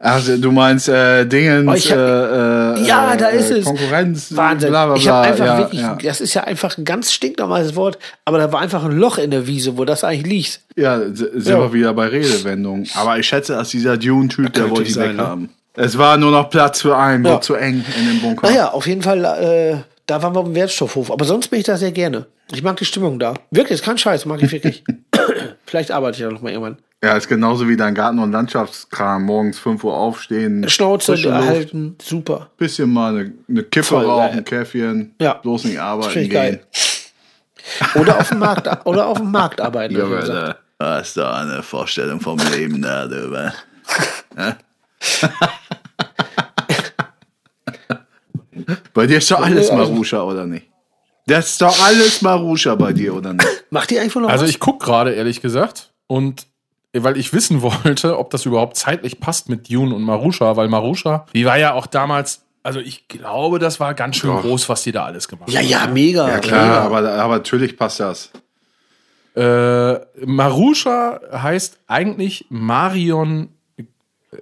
Also du meinst äh, Dingens, Oh, ich hab- äh, äh, Ja, äh, da ist äh, es. Konkurrenz, Wahnsinn. bla bla bla. ich habe einfach ja, wirklich, ja. das ist ja einfach ein ganz stinknormales Wort, aber da war einfach ein Loch in der Wiese, wo das eigentlich liegt. Ja, s- sind Ja. wir wieder bei Redewendungen. Aber ich schätze, dass dieser Dune-Typ, der wollte ihn sein, ne? weghaben. Es war nur noch Platz für einen, Ja. war zu eng in dem Bunker. Naja, auf jeden Fall, äh, da waren wir auf dem Wertstoffhof. Aber sonst bin ich da sehr gerne. Ich mag die Stimmung da. Wirklich, ist kein Scheiß, mag ich wirklich. Vielleicht arbeite ich da noch mal irgendwann. Ja, ist genauso wie dein Garten- und Landschaftskram. Morgens 5 Uhr aufstehen, Schnauze frische Luft, erhalten, super. bisschen mal eine, eine Kippe Voll rauchen, geil. Käffchen, Ja. bloß nicht arbeiten Finde ich gehen. geil. Oder auf dem Markt, oder auf dem Markt arbeiten. hab ich gesagt. Geil. Hast du eine Vorstellung vom Leben ne, darüber? bei dir ist doch alles Maruscha, oder nicht? Das ist doch alles Maruscha bei dir, oder nicht? Macht ihr einfach noch Also was? ich gucke gerade, ehrlich gesagt, und äh, weil ich wissen wollte, ob das überhaupt zeitlich passt mit Dune und Marusha, weil Marusha, die war ja auch damals, also ich glaube, das war ganz schön groß, was die da alles gemacht ja, ja, mega. Ja, klar, aber, aber natürlich passt das. Äh, Marusha heißt eigentlich Marion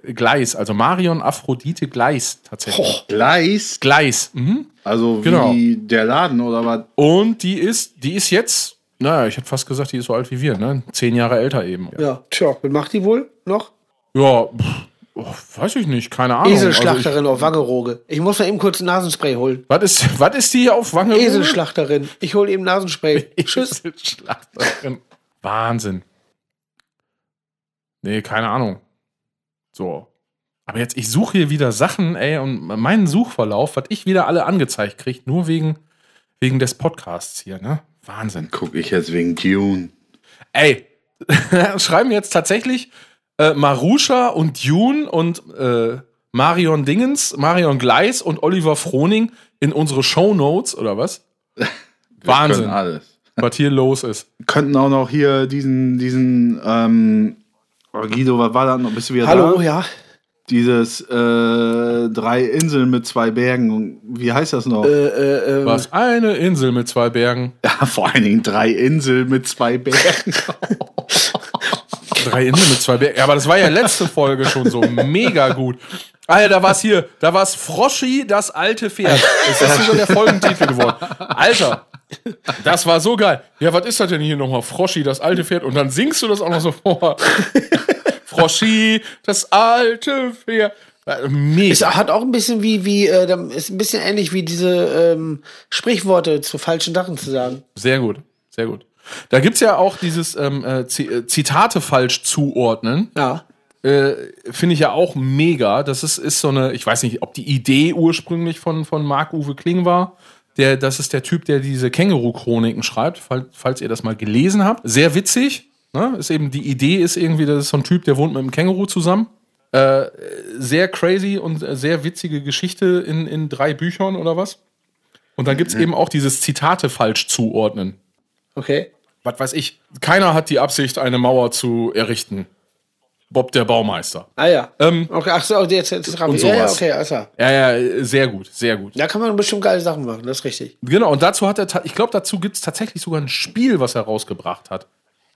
Gleis, also Marion Aphrodite Gleis tatsächlich. Gleis, Gleis. Mhm. also Genau. wie der Laden oder was? Und die ist, die ist jetzt, naja, ich hätte fast gesagt, die ist so alt wie wir, ne? Zehn Jahre älter eben. Ja, Ja, tja, was macht die wohl noch? pff, oh, weiß ich nicht, keine Ahnung. also Eselschlachterin auf Wangerooge. Ich muss mal eben kurz Nasenspray holen. Was ist, was ist die auf Wange? Eselschlachterin. Ich hole eben Nasenspray. Tschüss. Eselschlachterin. Wahnsinn. Nee, keine Ahnung. So. Aber jetzt, ich suche hier wieder Sachen, ey, und meinen Suchverlauf, was ich wieder alle angezeigt kriege, nur wegen, wegen des Podcasts hier, ne? Wahnsinn. Guck ich jetzt wegen Dune. Ey, schreiben jetzt tatsächlich äh, Marusha und Dune und äh, Marion Dingens, Marion Gleis und Oliver Froning in unsere Shownotes, oder was? Wir Wahnsinn. können alles. Was hier los ist. Könnten auch noch hier diesen, diesen, ähm, oh, Guido, was war das noch? Bist du wieder da? Hallo, ja. Dieses äh, drei Inseln mit zwei Bergen. Und Wie heißt das noch? Äh, äh, äh, Was? Eine Insel mit zwei Bergen. Ja, vor allen Dingen drei Inseln mit zwei Bergen. Drei Inseln mit zwei Bergen. Ja, aber das war ja letzte Folge schon so mega gut. Alter, da war's hier. Da war's Froschi, das alte Pferd. Das ist sogar der Folgentitel geworden. Alter, das war so geil. Ja, was ist das denn hier nochmal? Froschi, das alte Pferd. Und dann singst du das auch noch so vor. Froschi, das alte Pferd. Es Mega. hat auch ein bisschen wie, wie, äh, dann ist ein bisschen ähnlich wie diese ähm, Sprichworte zu falschen Sachen zu sagen. Sehr gut. Sehr gut. Da gibt's ja auch dieses ähm, äh, Z- äh, Zitate falsch zuordnen. Ja. äh, finde ich ja auch mega. Das ist, ist so eine, ich weiß nicht, ob die Idee ursprünglich von, von Marc-Uwe Kling war. Der, das ist der Typ, der diese Känguru-Chroniken schreibt, falls, falls ihr das mal gelesen habt. Sehr witzig. Ne? Ist eben, die Idee ist irgendwie, das ist so ein Typ, der wohnt mit einem Känguru zusammen. Äh, sehr crazy und sehr witzige Geschichte in, in drei Büchern oder was. Und dann gibt es eben auch dieses Zitate falsch zuordnen. Okay. Was weiß ich. Keiner hat die Absicht, eine Mauer zu errichten. Bob der Baumeister. Ah ja. Ähm, okay, ach so, jetzt, jetzt, jetzt und ja, ja, sowas. okay, also. Ja, ja, sehr gut, sehr gut. Da kann man bestimmt geile Sachen machen, das ist richtig. Genau, und dazu hat er, ta- ich glaube, dazu gibt es tatsächlich sogar ein Spiel, was er rausgebracht hat.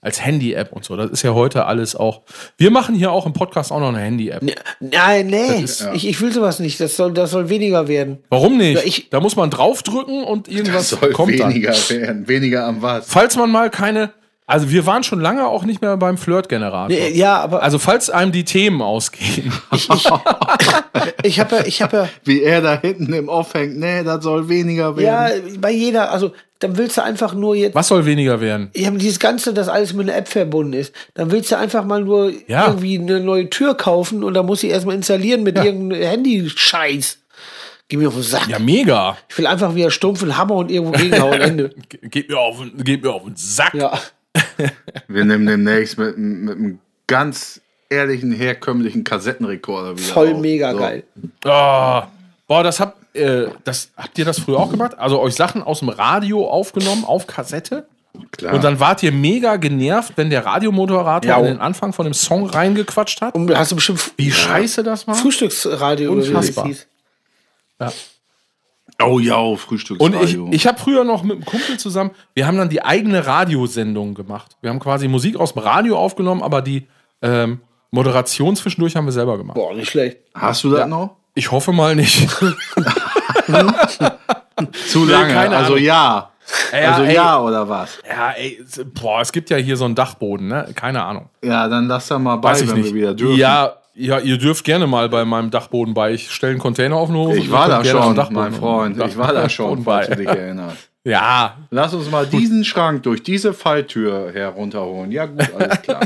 Als Handy-App und so. Das ist ja heute alles auch. Wir machen hier auch im Podcast auch noch eine Handy-App. Ja, Nein, nee. Das ist- ich, ich will sowas nicht. Das soll, das soll weniger werden. Warum nicht? Ja, ich- da muss man draufdrücken und irgendwas Soll kommt dann. weniger werden. Weniger am was? Falls man mal keine. Also, wir waren schon lange auch nicht mehr beim Flirt-Generator. Nee, Äh, ja, aber Also, falls einem die Themen ausgehen. ich, ich, ich habe ja, ich habe ja. Wie er da hinten im Off hängt. Nee, das soll weniger Ja, werden. bei jeder, also dann willst du einfach nur jetzt. Was soll weniger werden? Ja, aber dieses Ganze, dass alles mit einer App verbunden ist, dann willst du einfach mal nur Ja. irgendwie eine neue Tür kaufen und dann musst du die erstmal installieren mit irgendeinem Handy-Scheiß. Geh mir auf den Sack. Ja, mega. Ich will einfach wieder stumpfen Hammer und irgendwo gegenhauen. Ende. Ge geht, mir auf, den- geht mir auf den Sack. Ja. Wir nehmen demnächst mit, einem- mit einem ganz ehrlichen, herkömmlichen Kassettenrekorder wieder. Voll auf. mega So. geil. Ah, boah, das habt, äh, das, habt ihr das früher auch gemacht? Also euch Sachen aus dem Radio aufgenommen, auf Kassette? Klar. Und dann wart ihr mega genervt, wenn der Radiomoderator an den Anfang von dem Song reingequatscht hat? Und hast du bestimmt F- Wie scheiße das war? Frühstücksradio Unfassbar. oder wie das hieß. oh ja, Frühstücksradio. Und ich, ich habe früher noch mit einem Kumpel zusammen, wir haben dann die eigene Radiosendung gemacht. Wir haben quasi Musik aus dem Radio aufgenommen, aber die ähm, Moderation zwischendurch haben wir selber gemacht. Boah, nicht schlecht. Hast du das noch? Ich hoffe mal nicht. Zu lange. keine also Ahnung. ja. ja, also ey. ja oder was? ja, ey, boah, es gibt ja hier so einen Dachboden, ne? Keine Ahnung. Ja, dann lass da mal bei, Weiß ich wenn nicht. wir wieder dürfen. Ja, ja, ihr dürft gerne mal bei meinem Dachboden bei. Ich stelle einen Container auf den Hof. Ich und war ihr da könnt Also gerne am schon, Dachboden- mein Freund. Ich war da schon, Dachboden falls du dich bei. erinnerst. Ja, Lass uns mal diesen Schrank durch diese Falltür herunterholen. Ja, gut, alles klar.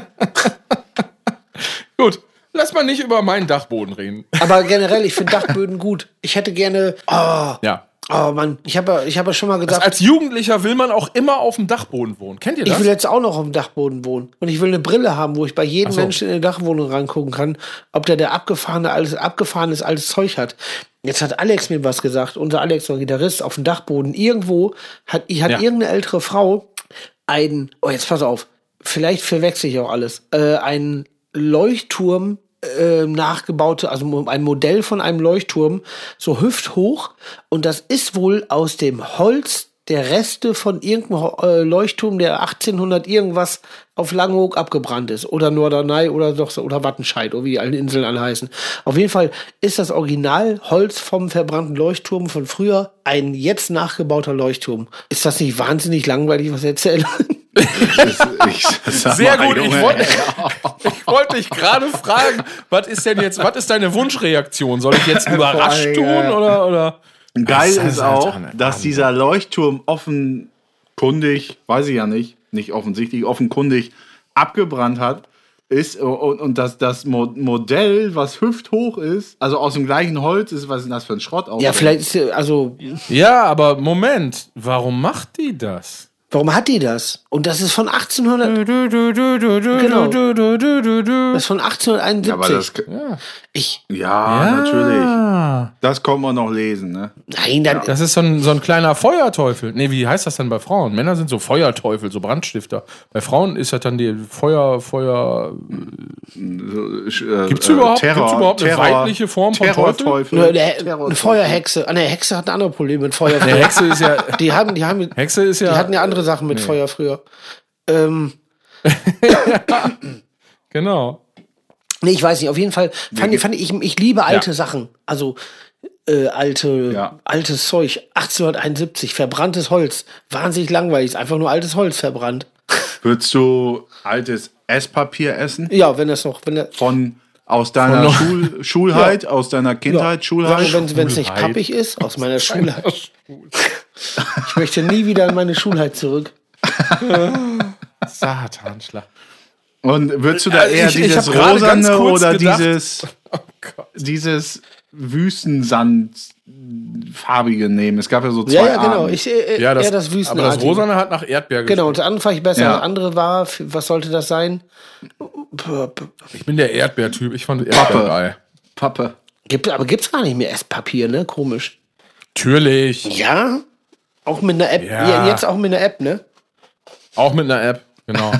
gut. Lass mal nicht über meinen Dachboden reden. Aber generell, ich finde Dachböden gut. Ich hätte gerne. Oh, Ja. Oh Mann, ich habe ja, ich hab ja schon mal gedacht, Als Jugendlicher will man auch immer auf dem Dachboden wohnen. Kennt ihr das? ich will jetzt auch noch auf dem Dachboden wohnen. Und ich will eine Brille haben, wo ich bei jedem so. Menschen in der Dachwohnung rangucken kann, ob der der abgefahrene, alles abgefahrenes, alles Zeug hat. Jetzt hat Alex mir was gesagt, unser Alex, unser Gitarrist, auf dem Dachboden. Irgendwo hat, hat Ja. irgendeine ältere Frau einen, oh jetzt pass auf, vielleicht verwechsel ich auch alles, äh, einen Leuchtturm äh, nachgebaute, also mo- ein Modell von einem Leuchtturm, so hüfthoch. Und das ist wohl aus dem Holz der Reste von irgendeinem Ho- äh, Leuchtturm, der 1800 irgendwas auf Langeoog abgebrannt ist. Oder Norderney oder, doch so- oder Wattenscheid, oder wie die allen Inseln alle heißen. Auf jeden Fall ist das Original Holz vom verbrannten Leuchtturm von früher ein jetzt nachgebauter Leuchtturm. Ist das nicht wahnsinnig langweilig, was ich erzähle? Ich sag Sehr mal, gut. Ich Junge, wollte ich wollte dich gerade fragen, was ist denn jetzt, was ist deine Wunschreaktion? Soll ich jetzt überrascht tun oder, oder? Geil Das ist ist halt auch, eine dass dieser Leuchtturm offenkundig, weiß ich ja nicht, nicht offensichtlich, offenkundig abgebrannt hat, ist und, und das, das Mo- Modell, was hüfthoch ist, also aus dem gleichen Holz ist, was ist denn das für ein Schrott aus? ja, vielleicht ist, sie- also, Ja, aber Moment, warum macht die das? warum hat die das? Und das ist von Mhm. 1800, Genau. das ist von ja, aber 1871. das, ich, ja, natürlich. Das kommt man noch lesen, ne? nein, dann, Das ist so ein, so ein kleiner Feuerteufel. Nee, wie heißt das denn bei Frauen? Männer sind so Feuerteufel, so Brandstifter. Bei Frauen ist das dann die Feuer, Feuer. Gibt's Gibt's überhaupt- gibt's überhaupt eine weibliche Form von Teufel? Nö, der, äh, eine Feuerhexe. Ah, ne, Hexe hat ein anderes Problem mit Feuer. Nee, Hexe ist ja. Die haben, die haben, Hexe ist die ne- ja. hatten ja andere Sachen mit Feuer früher. Ähm, Genau. nee, ich weiß nicht. Auf jeden Fall fand, ich- fand ich, ich liebe alte Sachen. Also äh, alte, Ja. altes Zeug. 1871, verbranntes Holz. Wahnsinnig langweilig. Ist einfach nur altes Holz verbrannt. Würdest du altes Esspapier essen? Ja, wenn das noch, wenn das, Von aus deiner Schul Schulheit, aus deiner Kindheit, Schulheit? wenn es nicht pappig ist, aus meiner Schulheit. Ich möchte nie wieder in meine Schulheit zurück. Satanschlag. Und würdest du da Äh, eher ich- ich dieses hab gerade ganz rosane kurz oder gedacht- Oh dieses, dieses Wüstensandfarbige nehmen? Es gab ja so zwei Ja, ja, genau. Arten. Ich, äh, Ja, das, eher das aber das Wüstenartige. Rosane hat nach Erdbeer Genau, geschmeckt. und das andere fand ich besser. Ja. Das andere war, f- was sollte das sein? Ich bin der Erdbeertyp. Ich fand Erdbeer Pappe. geil. Pappe. Gibt, aber gibt's gar nicht mehr Esspapier, ne? Komisch. Natürlich. Ja? Auch mit einer App. Ja. Ja, Jetzt auch mit einer App, ne? Auch mit einer App. Genau.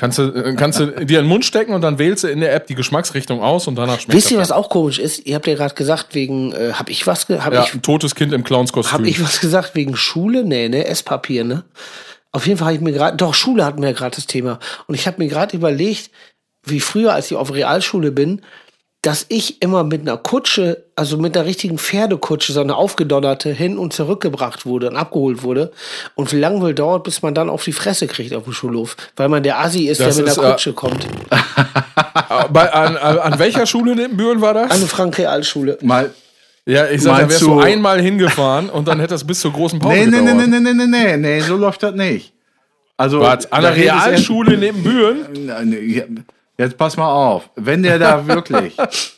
kannst, du, äh, kannst du dir in den Mund stecken und dann wählst du in der App die Geschmacksrichtung aus und danach schmeckt Wisst ihr, das was auch komisch ist? Ihr habt ja gerade gesagt, wegen, äh, hab ich was, ge hab, dann. Ja, ich, ein totes Kind im Clownskostüm. hab ich was gesagt wegen Schule? Nee, ne? Esspapier, ne? Auf jeden Fall habe ich mir gerade, doch, Schule hatten wir ja gerade das Thema. Und ich habe mir gerade überlegt, wie früher, als ich auf Realschule bin, dass ich immer mit einer Kutsche, also mit einer richtigen Pferdekutsche, so eine aufgedonnerte, hin und zurückgebracht wurde und abgeholt wurde. Und wie lange wohl dauert, bis man dann auf die Fresse kriegt auf dem Schulhof, weil man der Assi ist, Das der mit ist, der äh, Kutsche kommt. Ah, Bei, an, an, an welcher Schule in Büren war das? Anne Frank Realschule. Mal. ja, ich sag, da Meinst wärst du du- einmal hingefahren und dann hätte das bis zur großen Pause Nee, nee, gedauert. nee, nee, nee, nee, nee, nee, nee, so läuft das nicht. Also, Was? An der da redet es- Realschule neben Büren? Nein, nee, ja, Jetzt pass mal auf. Wenn der da wirklich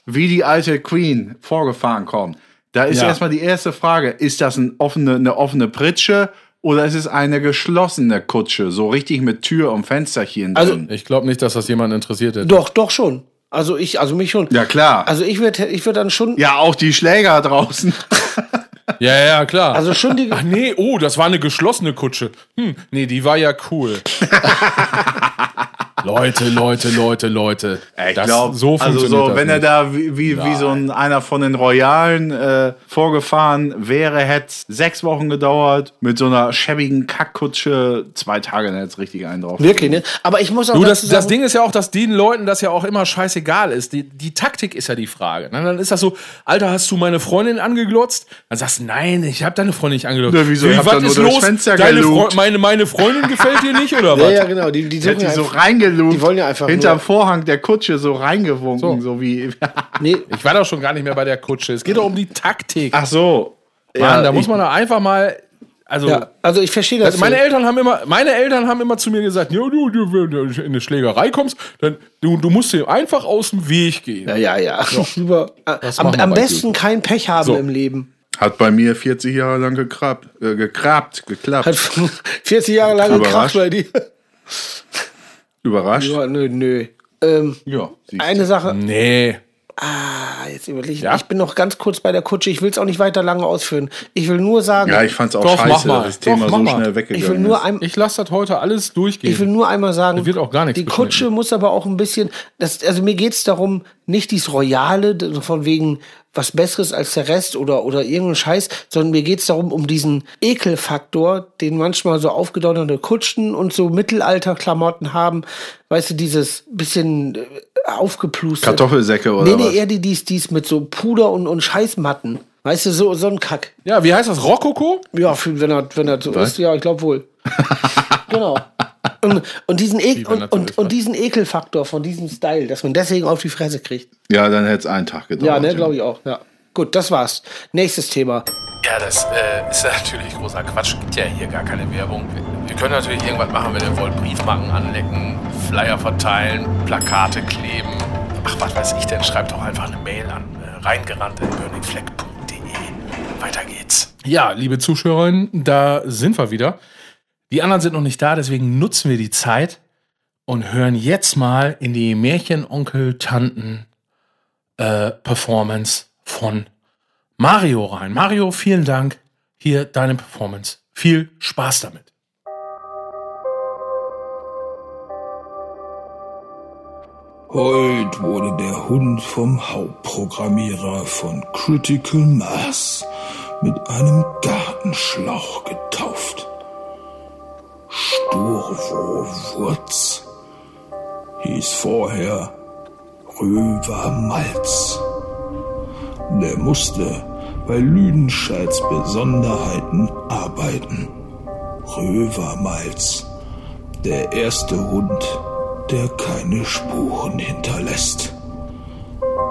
wie die alte Queen vorgefahren kommt, da ist Ja. erstmal die erste Frage: Ist das ein offene, eine offene Pritsche oder ist es eine geschlossene Kutsche? So richtig mit Tür und Fensterchen Also- drin. Ich glaube nicht, dass das jemand interessiert hätte. Doch, doch schon. Also ich, also mich schon. Ja, klar. Also ich würde ich würd dann schon, ja, auch die Schläger draußen. Ja, ja, klar. also schon die, Ach nee, oh, das war eine geschlossene Kutsche. Hm, nee, die war ja cool. Leute, Leute, Leute, Leute. Ich glaube, so also funktioniert so, das wenn er nicht. da wie, wie, wie so ein, einer von den Royalen äh, vorgefahren wäre, hätte es sechs Wochen gedauert. Mit so einer schäbigen Kackkutsche zwei Tage, dann hätte es richtig einen drauf. wirklich, ne? Aber ich muss auch Du, das, dazu das Ding ist ja auch, dass den Leuten das ja auch immer scheißegal ist. Die, die Taktik ist ja die Frage. Na, dann ist das so, Alter, hast du meine Freundin angeglotzt? Dann sagst du, nein, ich habe deine Freundin nicht angeglotzt. Na, wieso? Ich hab was da nur ist durchs los? Fenster Deine gelugt. Freu- meine, meine Freundin gefällt dir nicht, oder Ja, was? ja, genau. Die, die suchen Hätte sie so einfach- reingelugt. Die wollen ja einfach Hinterm nur- Vorhang der Kutsche so reingewunken, so, wie. Nee, Ich war doch schon gar nicht mehr bei der Kutsche. Es geht doch um die Taktik. Ach so. Mann, da ich- muss man doch einfach mal. Also, ja, also ich verstehe das. Also meine nicht. Eltern haben immer, meine Eltern haben immer zu mir gesagt, "Jo, du, du, wenn du in eine Schlägerei kommst, dann du, du musst dir einfach aus dem Weg gehen. ja, ja, ja. Über, am machen wir am bei besten kein Pech haben So. im Leben. Hat bei mir 40 Jahre lang gekrabt, äh, gekrabt, geklappt. Hat 40 Jahre lang Überrascht. gekracht bei dir. Überrascht. Ja, nö, nö. Ähm, Ja. siehst du. eine Sache, Nee. ah, jetzt überlege ich, Hm. Ja? ich bin noch ganz kurz bei der Kutsche, ich will es auch nicht weiter lange ausführen. Ich will nur sagen, Ja, ich fand's auch Doch, mach scheiße, mal. dass das Thema Doch, mach so mal. schnell weggegangen ich will nur ist. ein, Ich lasse das heute alles durchgehen. Ich will nur einmal sagen, Da wird auch gar nichts die Kutsche beschnitten. muss aber auch ein bisschen, das, also mir geht's darum, nicht dies Royale, d- von wegen was Besseres als der Rest oder, oder irgendeinen Scheiß, sondern mir geht's darum, um diesen Ekelfaktor, den manchmal so aufgedonnerte Kutschen und so Mittelalterklamotten haben. Weißt du, dieses bisschen äh, aufgeplustert. Kartoffelsäcke Nee, oder nee, was? eher die, dies, dies mit so Puder und, und Scheißmatten. Weißt du, so, so ein Kack. ja, wie heißt das? Rokoko? Ja, für, wenn er, wenn er so ist, ja, ich glaube wohl. genau. Und, und, diesen Ek wenn er und, so und, ist, und diesen Ekelfaktor von diesem Style, dass man deswegen auf die Fresse kriegt. Ja, dann hätte es einen Tag gedauert. Ja, ne, glaube ich auch. Ja. Gut, das war's. Nächstes Thema. Ja, das äh, ist natürlich großer Quatsch. Gibt ja hier gar keine Werbung. Wir- Wir können natürlich irgendwas machen, wenn ihr wollt. Briefmarken anlecken, Flyer verteilen, Plakate kleben. Ach, was weiß ich denn? Schreibt doch einfach eine Mail an äh, reingerannt.burningfleck.de. Weiter geht's. Ja, liebe Zuschauerinnen, da sind wir wieder. Die anderen sind noch nicht da, deswegen nutzen wir die Zeit und hören jetzt mal in die Märchen-Onkel-Tanten-Performance von Mario rein. Mario, vielen Dank. Hier deine Performance. Viel Spaß damit. Heut wurde der Hund vom Hauptprogrammierer von Critical Mass mit einem Gartenschlauch getauft. Sturwurz hieß vorher Rövermalz. Der musste bei Lüdenscheids Besonderheiten arbeiten. Rövermalz der erste Hund, der keine Spuren hinterlässt.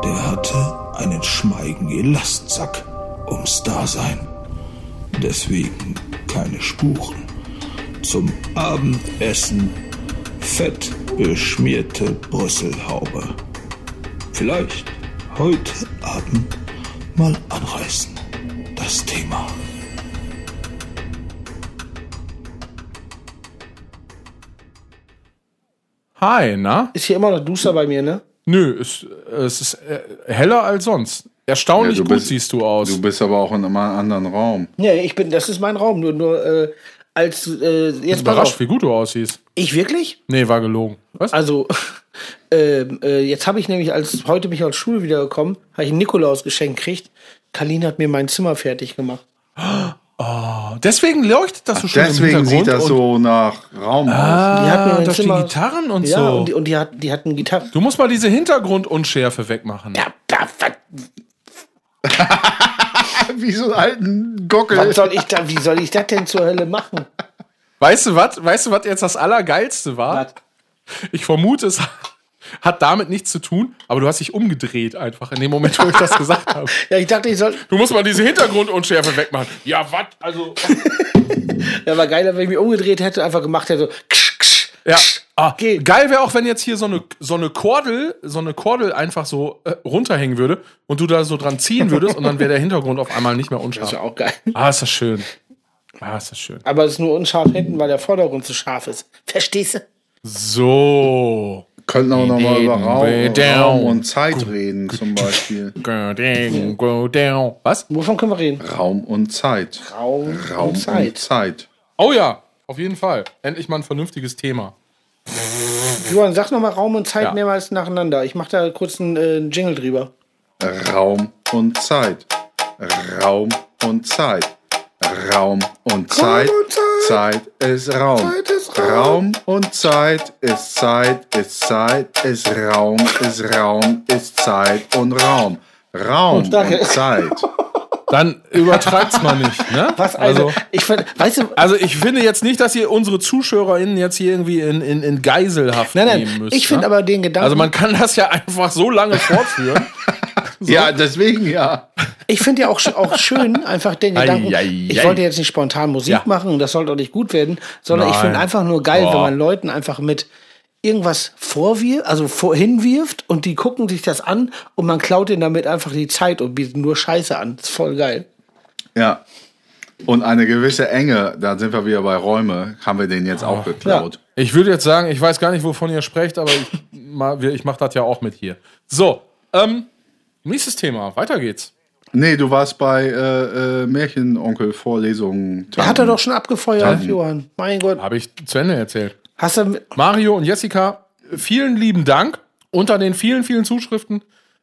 Der hatte einen schmeigen Elastsack ums Dasein. Deswegen keine Spuren. Zum Abendessen fett beschmierte Brüsselhaube. Vielleicht heute Abend mal anreißen. Das Thema. Hi, na? Ist hier immer noch duster bei mir, ne? Nö, es, es ist äh, heller als sonst. Erstaunlich gut siehst du aus. Du bist aber auch in einem anderen Raum. Nee, ich bin, das ist mein Raum. Nur, nur äh, als, äh, jetzt pass Überrascht, auf. wie gut du aussiehst. Ich wirklich? Nee, war gelogen. Was? Ah. Also, ähm, äh, jetzt habe ich nämlich, als heute bin ich aus Schule wiedergekommen, habe ich ein Nikolausgeschenk gekriegt. Kaline hat mir mein Zimmer fertig gemacht. deswegen leuchtet das so schön im Deswegen Hintergrund. sieht das so nach Raum aus. Die hat mir mein durch die Zimmer- Ah, Gitarren und ja, so. Und die, und die, hat, die hatten Gitarren. Du musst mal diese Hintergrundunschärfe wegmachen. Ja, da, was, Wie so einen alten Gockel. was soll ich da, wie soll ich das denn zur Hölle machen? Weißt du was? Weißt du was jetzt das Allergeilste war? Was? Ich vermute, es hat damit nichts zu tun, aber du hast dich umgedreht einfach in dem Moment, wo ich das gesagt habe. Ja, ich dachte, ich soll. Du musst mal diese Hintergrundunschärfe wegmachen. Ja, was? Also. Ja, war geiler, wenn ich mich umgedreht hätte, einfach gemacht hätte. So, ksch, ksch, Ja. ksch. Ah, Geh. Geil wäre auch, wenn jetzt hier so eine, so eine Kordel, so eine Kordel einfach so äh, runterhängen würde und du da so dran ziehen würdest und dann wäre der Hintergrund auf einmal nicht mehr Das unscharf. ist auch geil. Ah, ist das schön. Ah, ist das schön. Aber es ist nur unscharf hinten, weil der Vordergrund zu scharf ist. Verstehst du? So. Könnten auch noch mal über Way Raum, down. Raum und Zeit reden, zum Beispiel. Go down, go down. Was? Wovon können wir reden? Raum und Zeit. Raum, Raum und Zeit. Oh ja, auf jeden Fall. Endlich mal ein vernünftiges Thema. Johann, sag nochmal Raum und Zeit Ja. mehrmals nacheinander. Ich mache da kurz einen äh, Jingle drüber. Raum und Zeit. Raum und Zeit. Raum und Zeit. Zeit ist Raum. Raum und Zeit ist Zeit, ist Zeit, ist Raum, ist Raum, ist Zeit und Raum. Raum und, danke. Zeit. Dann übertreibt's mal nicht, ne? Was also? Also, ich find, weißt du, also ich finde jetzt nicht, dass ihr unsere ZuschauerInnen jetzt hier irgendwie in, in, in Geiselhaft nein, nehmen nein, müsst. ich finde ne? aber den Gedanken, Also man kann das ja einfach so lange fortführen. Ja, deswegen ja. ich finde ja auch, sch- auch schön einfach den Gedanken, Ei, ei, ich ei. wollte jetzt nicht spontan Musik Ja. machen und das sollte auch nicht gut werden, sondern ich Nein. finde einfach nur geil, wenn Boah. man Leuten einfach mit irgendwas vorwirft, also vorhinwirft und die gucken sich das an und man klaut ihnen damit einfach die Zeit und bietet nur Scheiße an. Das ist voll geil. Ja. Und eine gewisse Enge, da sind wir wieder bei Räume, haben wir den jetzt auch geklaut. Ich würde jetzt sagen, ich weiß gar nicht, wovon ihr sprecht, aber ich, ma- wir- ich mache das ja auch mit hier. So, ähm, nächstes Thema. Weiter geht's. Nee, du warst bei äh, äh, Märchenonkel Vorlesungen. Da hat er doch schon abgefeuert, Johann. Mein Gott. Habe ich zu Ende erzählt. Hast du. Mario und Jessica, vielen lieben Dank. Unter den vielen, vielen Zuschriften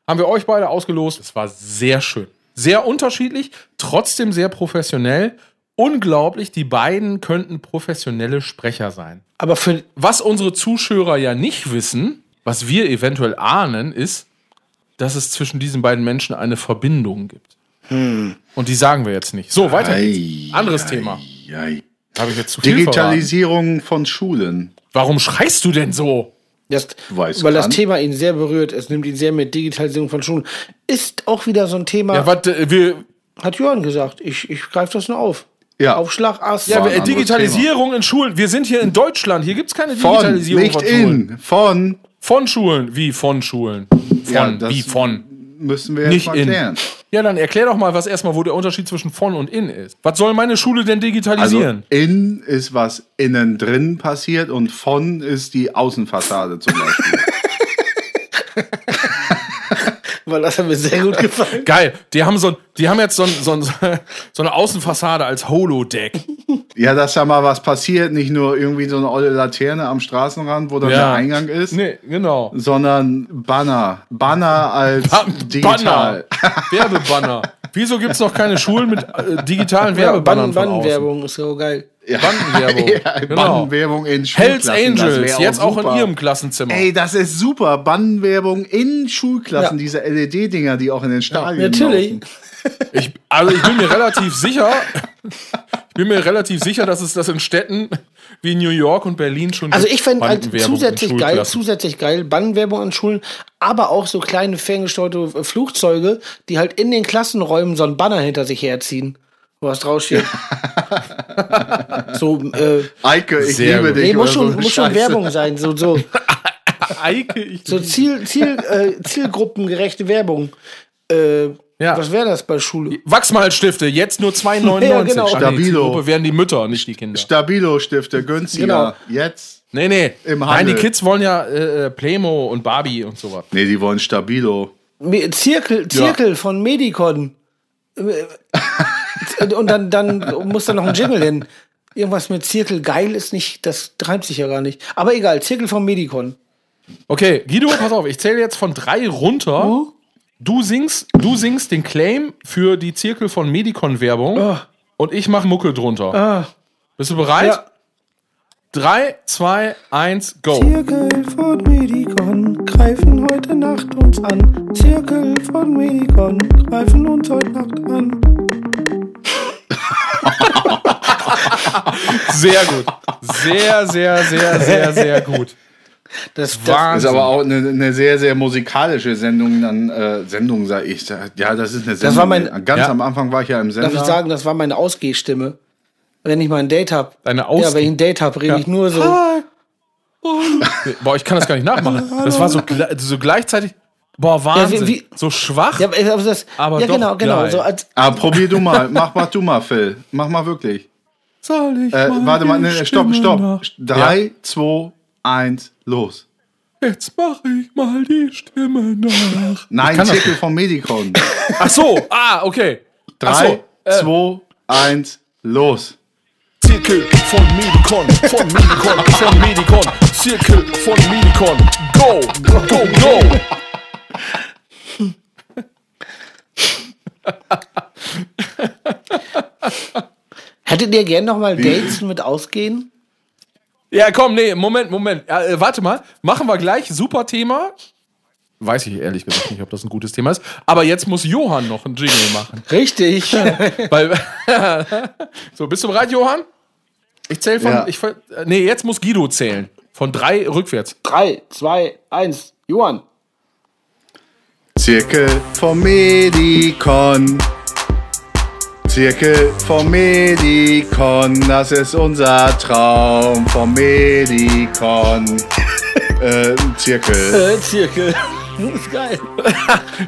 haben wir euch beide ausgelost. Es war sehr schön. Sehr unterschiedlich, trotzdem sehr professionell. Unglaublich, die beiden könnten professionelle Sprecher sein. Aber für. Was unsere Zuschauer ja nicht wissen, was wir eventuell ahnen, ist, dass es zwischen diesen beiden Menschen eine Verbindung gibt. Hm. Und die sagen wir jetzt nicht. So, weiter geht's. Anderes Thema. Ei. Habe ich jetzt zu viel verraten. Digitalisierung von Schulen. Warum schreist du denn so? Das, Weiß weil das kann. Thema ihn sehr berührt. Es nimmt ihn sehr mit Digitalisierung von Schulen. Ist auch wieder so ein Thema, Ah. Ja, warte, äh, wir, hat Johann gesagt. Ich, ich greife das nur auf. Ja. Aufschlag Ass. ja, wir anderes Digitalisierung in Schulen. Wir sind hier in Deutschland. Hier gibt's keine Von, Digitalisierung nicht von Schulen. in, von Von Schulen. Wie von Schulen? Von, Ja, das- wie von. müssen wir jetzt Nicht mal in. klären. Ja, dann erklär doch mal, was erstmal, wo der Unterschied zwischen von und in ist. Was soll meine Schule denn Also digitalisieren? in ist was innen drin passiert und von ist die Außenfassade zum Beispiel. Weil das hat mir sehr gut gefallen. Geil, die haben, so, die haben jetzt so, ein- so, ein- so eine Außenfassade als Holodeck. ja, dass da mal was passiert, nicht nur irgendwie so eine olle Laterne am Straßenrand, wo dann der Eingang ist, Nee, genau. sondern Banner. Banner als Ba- digital. Banner. Werbebanner. Wieso gibt es noch keine Schulen mit äh, digitalen Werbebannern? von außen? Bannenwerbung ist so geil. Bandenwerbung. Ja, genau. Bannenwerbung in Hells Schulklassen, das Angels, wär jetzt auch in super. ihrem Klassenzimmer. Ey, das ist super. Bannenwerbung in Schulklassen, Ja. diese LED-Dinger, die auch in den Stadien Natürlich. laufen. Ich, also ich bin mir relativ sicher, ich bin mir relativ sicher, dass es das in Städten wie New York und Berlin schon Also gibt. ich fände halt Bandenwerbung in zusätzlich geil, Schulklassen. zusätzlich geil, Bannwerbung an Schulen, aber auch so kleine ferngesteuerte äh, Flugzeuge, die halt in den Klassenräumen so einen Banner hinter sich herziehen, wo was draufsteht. so, äh, Eike, ich Sehr liebe gut. dich. nee, oder so muss schon, eine muss schon Scheiße. Werbung sein, so, so, Ah, Eike, ich so Ziel, Ziel, äh, zielgruppengerechte Werbung. Äh, Ja. Was wäre das bei Schule? Wachsmalstifte, jetzt nur 2,99. Ja, genau. Statt der Stabilo. Zielgruppe werden die Mütter, nicht die Kinder. Stabilo-Stifte, günstiger. Jetzt. nee, nee. Im Nein, die Handel. Kids wollen ja äh, äh, Playmo und Barbie und sowas. Nee, die wollen Stabilo. Me- Zirkel, Zirkel von Medicon. Äh, Und dann, dann muss da noch ein Jingle hin. Irgendwas mit Zirkel geil ist nicht, das treibt sich ja gar nicht. Aber egal, Zirkel von Medicon. Okay, Guido, pass auf, ich zähle jetzt von drei runter. Du singst, du singst den Claim für die Zirkel von Medicon-Werbung und ich mache Mucke drunter. Bist du bereit? Ja. Drei, zwei, eins, go. Zirkel von Medicon greifen heute Nacht uns an. Zirkel von Medicon greifen uns heute Nacht an. Sehr gut. Sehr, sehr, sehr, sehr, sehr gut. Das, das, Ist Wahnsinn. aber auch eine, eine sehr, sehr musikalische Sendung. Dann, äh, Sendung, sag ich. Ja, das ist eine Sendung. war mein- Ganz Ja. am Anfang war ich ja im Sender. darf ich sagen, das war meine Ausgehstimme. Wenn ich mal ein Date hab. Deine Ja, wenn ich Ausgeh- ein Date hab, rede Ja. ich nur so. Boah, ich kann das gar nicht nachmachen. Das war so, gle- so gleichzeitig. Boah, Wahnsinn. wie- so schwach. Ja, aber, das, Aber ja doch genau, genau. geil. So als, Ah, probier du mal. Mach, mach du mal, Phil. Mach mal wirklich. Soll ich Äh, meine warte mal, nee, nee, stopp, Stimme stopp. nach- Drei, zwei, eins, los. Jetzt mache ich mal die Stimme nach. Nein, kann das Zirkel von Medicon. Ach so, Äh. ah, okay. Ach so, Drei, zwei, eins, los. Zirkel von Medicon, von Medicon, von Medicon, Zirkel von Medicon. Go, go, go. Hättet ihr gern nochmal Dates mit ausgehen? Ja, komm, nee, Moment, Moment. Ja, äh, warte mal, machen wir gleich. Super Thema. Weiß ich ehrlich gesagt nicht, ob das ein gutes Thema ist. Aber jetzt muss Johann noch einen Jingle machen. Richtig. Weil, so, bist du bereit, Johann? Ich zähle von. Ja. Ich, ver- äh, nee, jetzt muss Guido zählen. Von drei rückwärts. Drei, zwei, eins. Johann. Zirkel vom Medicon. Zirkel vom Medicon, das ist unser Traum vom Medicon. äh, Zirkel. Zirkel. ist geil.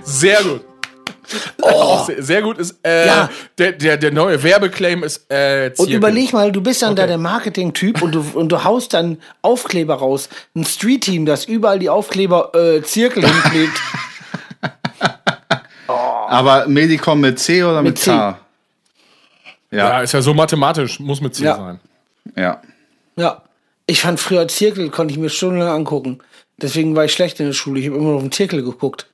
Sehr gut. Auch sehr, sehr gut ist. Äh, Oh. Ja. der, der, der neue Werbeclaim ist äh, Und Zirkel. überleg mal, du bist dann da der Marketing-Typ und du, und du haust dann Aufkleber raus. Ein Street-Team, das überall die Aufkleber äh, Zirkel hinklebt. Aber Medicom mit C oder mit, Mit C. K? Ja, Ja, ist ja so mathematisch, muss mit Ziel Ja. sein. ja. Ja. Ich fand früher Zirkel, konnte ich mir stundenlang angucken. Deswegen war ich schlecht in der Schule. Ich habe immer nur auf den Zirkel geguckt.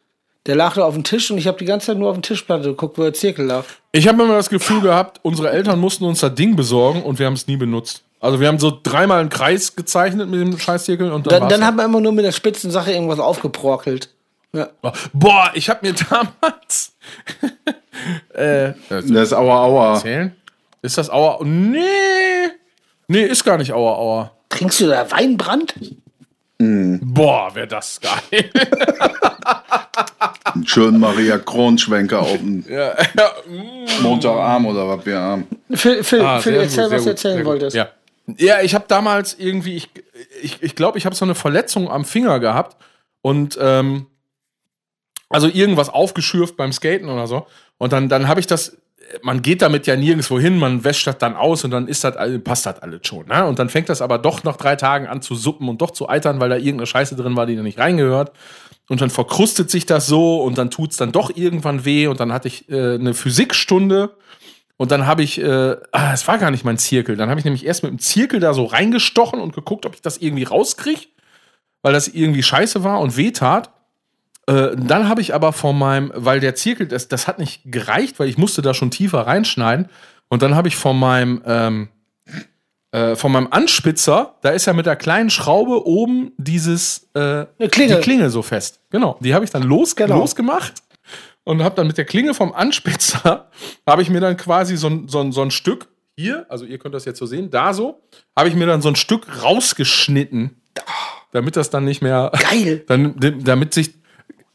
Der lag da auf dem Tisch und ich habe die ganze Zeit nur auf den Tischplatte geguckt, wo der Zirkel lag. Ich habe immer das Gefühl gehabt, unsere Eltern mussten uns das Ding besorgen und wir haben es nie benutzt. Also wir haben so dreimal einen Kreis gezeichnet mit dem Scheißzirkel und dann, Dann, war's dann das. hat man immer nur mit der spitzen Sache irgendwas aufgebrokelt. Ja. Boah, ich habe mir damals Das ist Aua Aua. Zählen? Ist das Auer? Nee. Nee, ist gar nicht Auer Auer. Trinkst du da Weinbrand? Boah, wäre das geil. Schön Maria Kronschwenker auf dem Äh, Montagabend oder was wir haben. Phil, Phil, Ah, Phil sehr erzähl, gut, sehr was du gut, sehr erzählen gut. wolltest. Ja, ja ich habe damals irgendwie, ich ich, ich, glaube, ich habe so eine Verletzung am Finger gehabt und ähm, also irgendwas aufgeschürft beim Skaten oder so. Und dann, dann habe ich das, man geht damit ja nirgendwo hin, man wäscht das dann aus und dann ist das, all- passt das alles schon. Ne? Und dann fängt das aber doch nach drei Tagen an zu suppen und doch zu eitern, weil da irgendeine Scheiße drin war, die da nicht reingehört. Und dann verkrustet sich das so und dann tut's dann doch irgendwann weh. Und dann hatte ich äh, eine Physikstunde und dann habe ich, äh, ah, es war gar nicht mein Zirkel. Dann habe ich nämlich erst mit dem Zirkel da so reingestochen und geguckt, ob ich das irgendwie rauskriege, weil das irgendwie scheiße war und weh tat. Äh, dann habe ich aber von meinem, weil der Zirkel, das, das hat nicht gereicht, weil ich musste da schon tiefer reinschneiden. Und dann habe ich von meinem, ähm, äh, von meinem Anspitzer, da ist ja mit der kleinen Schraube oben dieses, äh, Eine Klinge. die Klinge so fest. Genau, die habe ich dann los, Genau. losgemacht und habe dann mit der Klinge vom Anspitzer, habe ich mir dann quasi so, ein- so, ein- so ein Stück hier, also ihr könnt das jetzt so sehen, da so, habe ich mir dann so ein Stück rausgeschnitten, damit das dann nicht mehr, Geil. dann, damit sich,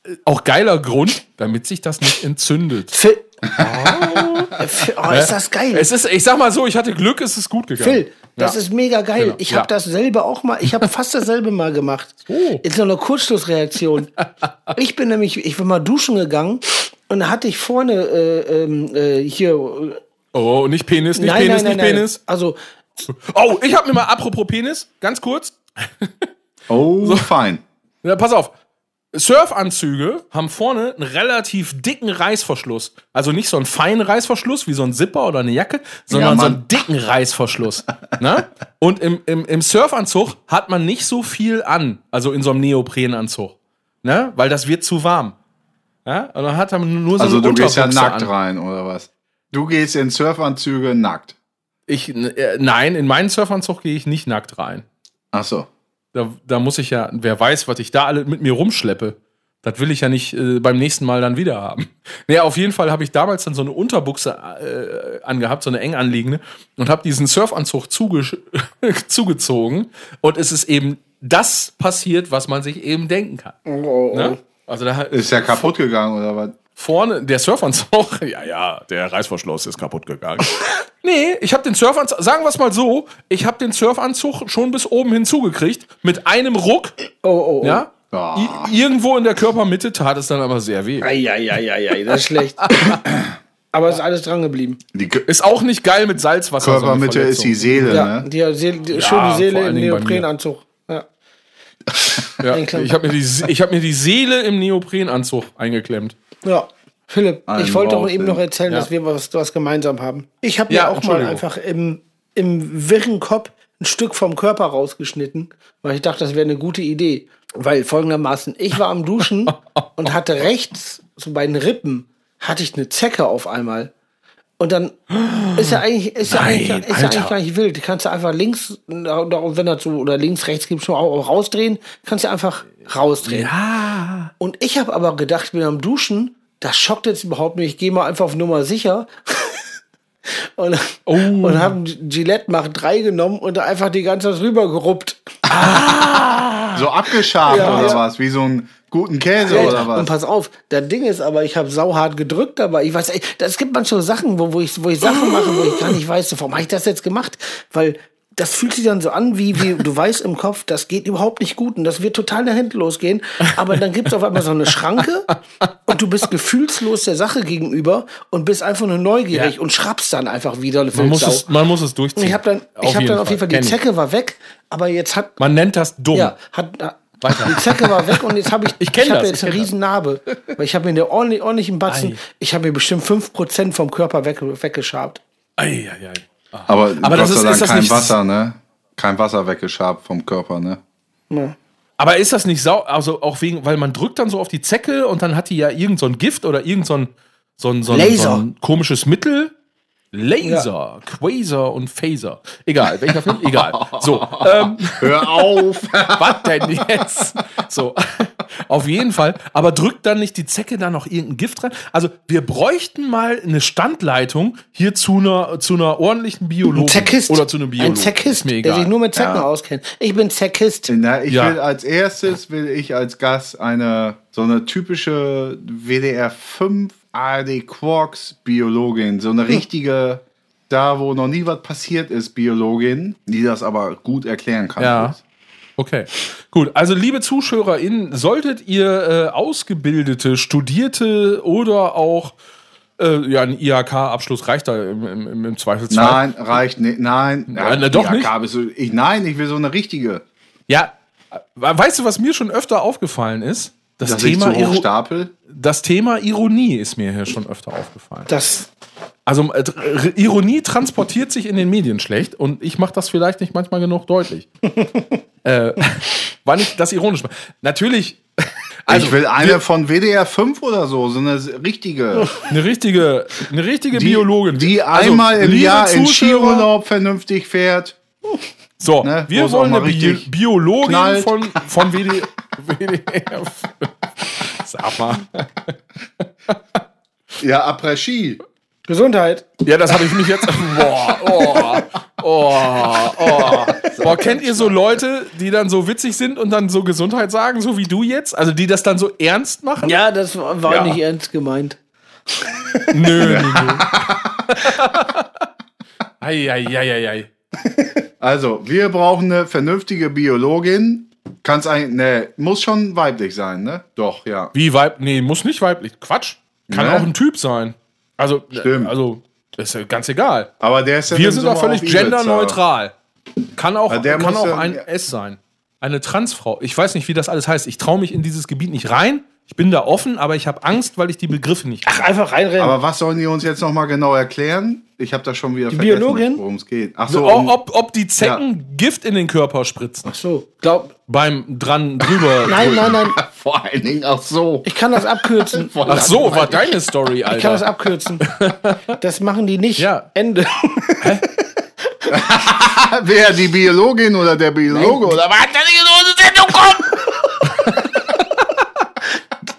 äh, auch geiler Grund, damit sich das nicht entzündet. Phil. Phil, oh ist das geil. Es Ah. ist, ich sag mal so, ich hatte Glück, es ist gut gegangen. Phil, das Ja. ist mega geil. Genau, Ich habe ja. dasselbe auch mal, ich habe fast dasselbe mal gemacht. Oh. In so einer Kurzschlussreaktion. ich bin nämlich, ich bin mal duschen gegangen und da hatte ich vorne äh, ähm, äh, hier. Oh, nicht Penis, nicht Penis, nicht Penis. Also, Oh, ich habe mir mal, apropos Penis, ganz kurz, Oh, so fein. Ja, pass auf. Surfanzüge haben vorne einen relativ dicken Reißverschluss. Also nicht so einen feinen Reißverschluss wie so ein Zipper oder eine Jacke, sondern Ja, so Mann. einen dicken Reißverschluss. ne? Und im, im, im Surfanzug hat man nicht so viel an, also in so einem Neoprenanzug. Ne? Weil das wird zu warm. Ja? Und dann hat man nur so Also einen du gehst ja Unterbuchse nackt an. rein oder was? Du gehst in Surfanzüge nackt. Ich, äh, nein, in meinen Surfanzug gehe ich nicht nackt rein. Ach so. Da, da muss ich ja, wer weiß, was ich da alle mit mir rumschleppe. Das will ich ja nicht äh, beim nächsten Mal dann wieder haben. Naja, auf jeden Fall habe ich damals dann so eine Unterbuchse äh, angehabt, so eine eng anliegende, und habe diesen Surfanzug zugesch- zugezogen. Und es ist eben das passiert, was man sich eben denken kann. Ne? Also da Ist ja kaputt gegangen oder was? vorne der Surfanzug, ja, ja, der Reißverschluss ist kaputt gegangen. nee, ich habe den Surfanzug, sagen wir es mal so, ich habe den Surfanzug schon bis oben hinzugekriegt, mit einem Ruck. oh, oh, oh. Ja? Ja. I irgendwo in der Körpermitte tat es dann aber sehr weh. Eieieiei, das ist schlecht. Aber es ist alles dran geblieben. Die K Ist auch nicht geil mit Salzwasser. so eine Körpermitte ist Verletzung. die Seele, Ja, ne? die, Seele, die schöne vor Seele allen im Dingen bei mir. Neoprenanzug. Ja. Ja, ich habe mir, die Se- ich hab mir die Seele im Neoprenanzug eingeklemmt. Ja. Philipp, Ein ich wollte doch Wahnsinn. eben noch erzählen, Ja. dass wir was, was gemeinsam haben. Ich habe Ja, mir auch mal Entschuldigung. einfach im, im wirren Kopf ein Stück vom Körper rausgeschnitten, weil ich dachte, das wäre eine gute Idee. Weil folgendermaßen, ich war am Duschen und hatte rechts, so bei den Rippen, hatte ich eine Zecke auf einmal. Und dann ist ja eigentlich, ist ja eigentlich, Nein, ist ja Alter. eigentlich gar nicht wild. Die Kannst du einfach links, na, na, wenn dazu, oder links, rechts gibt schon auch rausdrehen, kannst du einfach rausdrehen. Und ich habe aber gedacht, ich bin am Duschen, das schockt jetzt überhaupt nicht, ich gehe mal einfach auf Nummer sicher. und und haben Gillette Mach 3 genommen und da einfach die ganze Zeit rüber geruppt. So abgeschabt Ja, oder ja. was? Wie so einen guten Käse oder Und was? pass auf, das Ding ist aber, ich habe sauhart gedrückt dabei. Ich weiß, ey, das gibt manchmal Sachen, wo, wo, ich, wo ich Sachen mache, wo ich gar nicht weiß, warum habe ich das jetzt gemacht? Weil das fühlt sich dann so an, wie, wie du weißt im Kopf, das geht überhaupt nicht gut und das wird total nach hinten losgehen. Aber dann gibt es auf einmal so eine Schranke und du bist gefühlslos der Sache gegenüber und bist einfach nur neugierig Ja. und schrappst dann einfach wieder. eine Man muss, Wildsau. es, man muss es und durchziehen. ich habe dann, ich hab dann auf jeden Fall, die Kenn ich. Zecke war weg, aber jetzt hat, Man nennt das dumm. ja, hat, Weiter. die Zecke war weg und jetzt habe ich, Ich kenn hab das, jetzt ich eine kenn riesen Narbe. Weil ich habe mir eine ordentlich, ordentlichen Batzen, Ei. ich habe mir bestimmt 5% vom Körper weg, weggeschabt. Ei, ei, ei. Aber, Aber Gott das ist- sei Dank ist das kein nicht- Wasser, ne? Kein Wasser weggeschabt vom Körper, ne? Aber ist das nicht sau, also auch wegen, weil man drückt dann so auf die Zecke und dann hat die ja irgend so ein Gift oder irgend so ein, so ein, so ein, Laser. So ein komisches Mittel. Laser, Quasar und Phaser. Egal, welcher Film? Egal. So, ähm, Hör auf! was denn jetzt? So, auf jeden Fall. Aber drückt dann nicht die Zecke da noch irgendein Gift rein? Also, wir bräuchten mal eine Standleitung hier zu einer, zu einer ordentlichen Biologin. Ein Zeckist. Oder zu einem Biologen. Ein Zeckist, Ist mir der egal. sich nur mit Zecken auskennt. Ich bin Zeckist. Na, ich Ja. will als erstes will ich als Gast eine so eine typische WDR 5 ARD Quarks Biologin, so Hm. eine richtige da wo noch nie was passiert ist Biologin, die das aber gut erklären kann. Ja. Okay, gut. Also liebe ZuschauerInnen, solltet ihr äh, ausgebildete, studierte oder auch äh, ja, ein IHK-Abschluss reicht da im, im, im Zweifelsfall. Nein, reicht nicht. Nein, Ja, na doch Ja, nicht. Gabe, bist du, ich, nein, ich will so eine richtige, Ja, äh, weißt du, was mir schon öfter aufgefallen ist? Das, dass ich Thema zu hoch Iro- stapel. das Thema Ironie ist mir hier schon öfter aufgefallen. Das, Also äh, tr- Ironie transportiert sich in den Medien schlecht und ich mache das vielleicht nicht manchmal genug deutlich. äh, wann ich das ironisch mache. Natürlich. also ich will eine von WDR 5 oder so, so eine richtige, Eine richtige, eine richtige Biologin. die Also, einmal im liebe Jahr in Zuschauer, Skiurlaub vernünftig fährt. So, ne, wo wir es wollen auch mal eine Bi richtig Biologin knallt. von, von WD, WDR. Sag mal. Ja, après Ski. Gesundheit. Ja, das habe ich mich jetzt. Boah, oh, oh, oh. Boah, kennt ihr so Leute, die dann so witzig sind und dann so Gesundheit sagen, so wie du jetzt? Also die das dann so ernst machen? Ja, das war nicht ernst gemeint. Nö, nö, nö. Eieieiei. Also, wir brauchen eine vernünftige Biologin. Kann's eigentlich, ne, muss schon weiblich sein, ne? Doch, ja. Wie weib? Nee, muss nicht weiblich. Quatsch. Kann Ne? auch ein Typ sein. Also, Stimmt. also ist ja ganz egal. Aber der ist ja Wir im sind Sommer doch völlig auf Ibiza. genderneutral. Kann auch, Ja, der kann muss auch ja- ein S sein. Eine Transfrau. Ich weiß nicht, wie das alles heißt. Ich traue mich in dieses Gebiet nicht rein. Ich bin da offen, aber ich habe Angst, weil ich die Begriffe nicht. Ach, einfach reinrennen. Aber was sollen die uns jetzt nochmal genau erklären? Ich habe das schon wieder Biologin? vergessen, worum es geht. Ach so, um- Also, ob, ob, ob die Zecken Gift in den Körper spritzen. so, glaub. Beim dran drüber. Nein, nein, nein. um- vor allen Dingen auch so. Ich kann das abkürzen. Ach so, war deine Story, Alter. Ich kann das abkürzen. Das machen die nicht. Ja. Ende. Wer, die Biologin oder der Biologe oder was?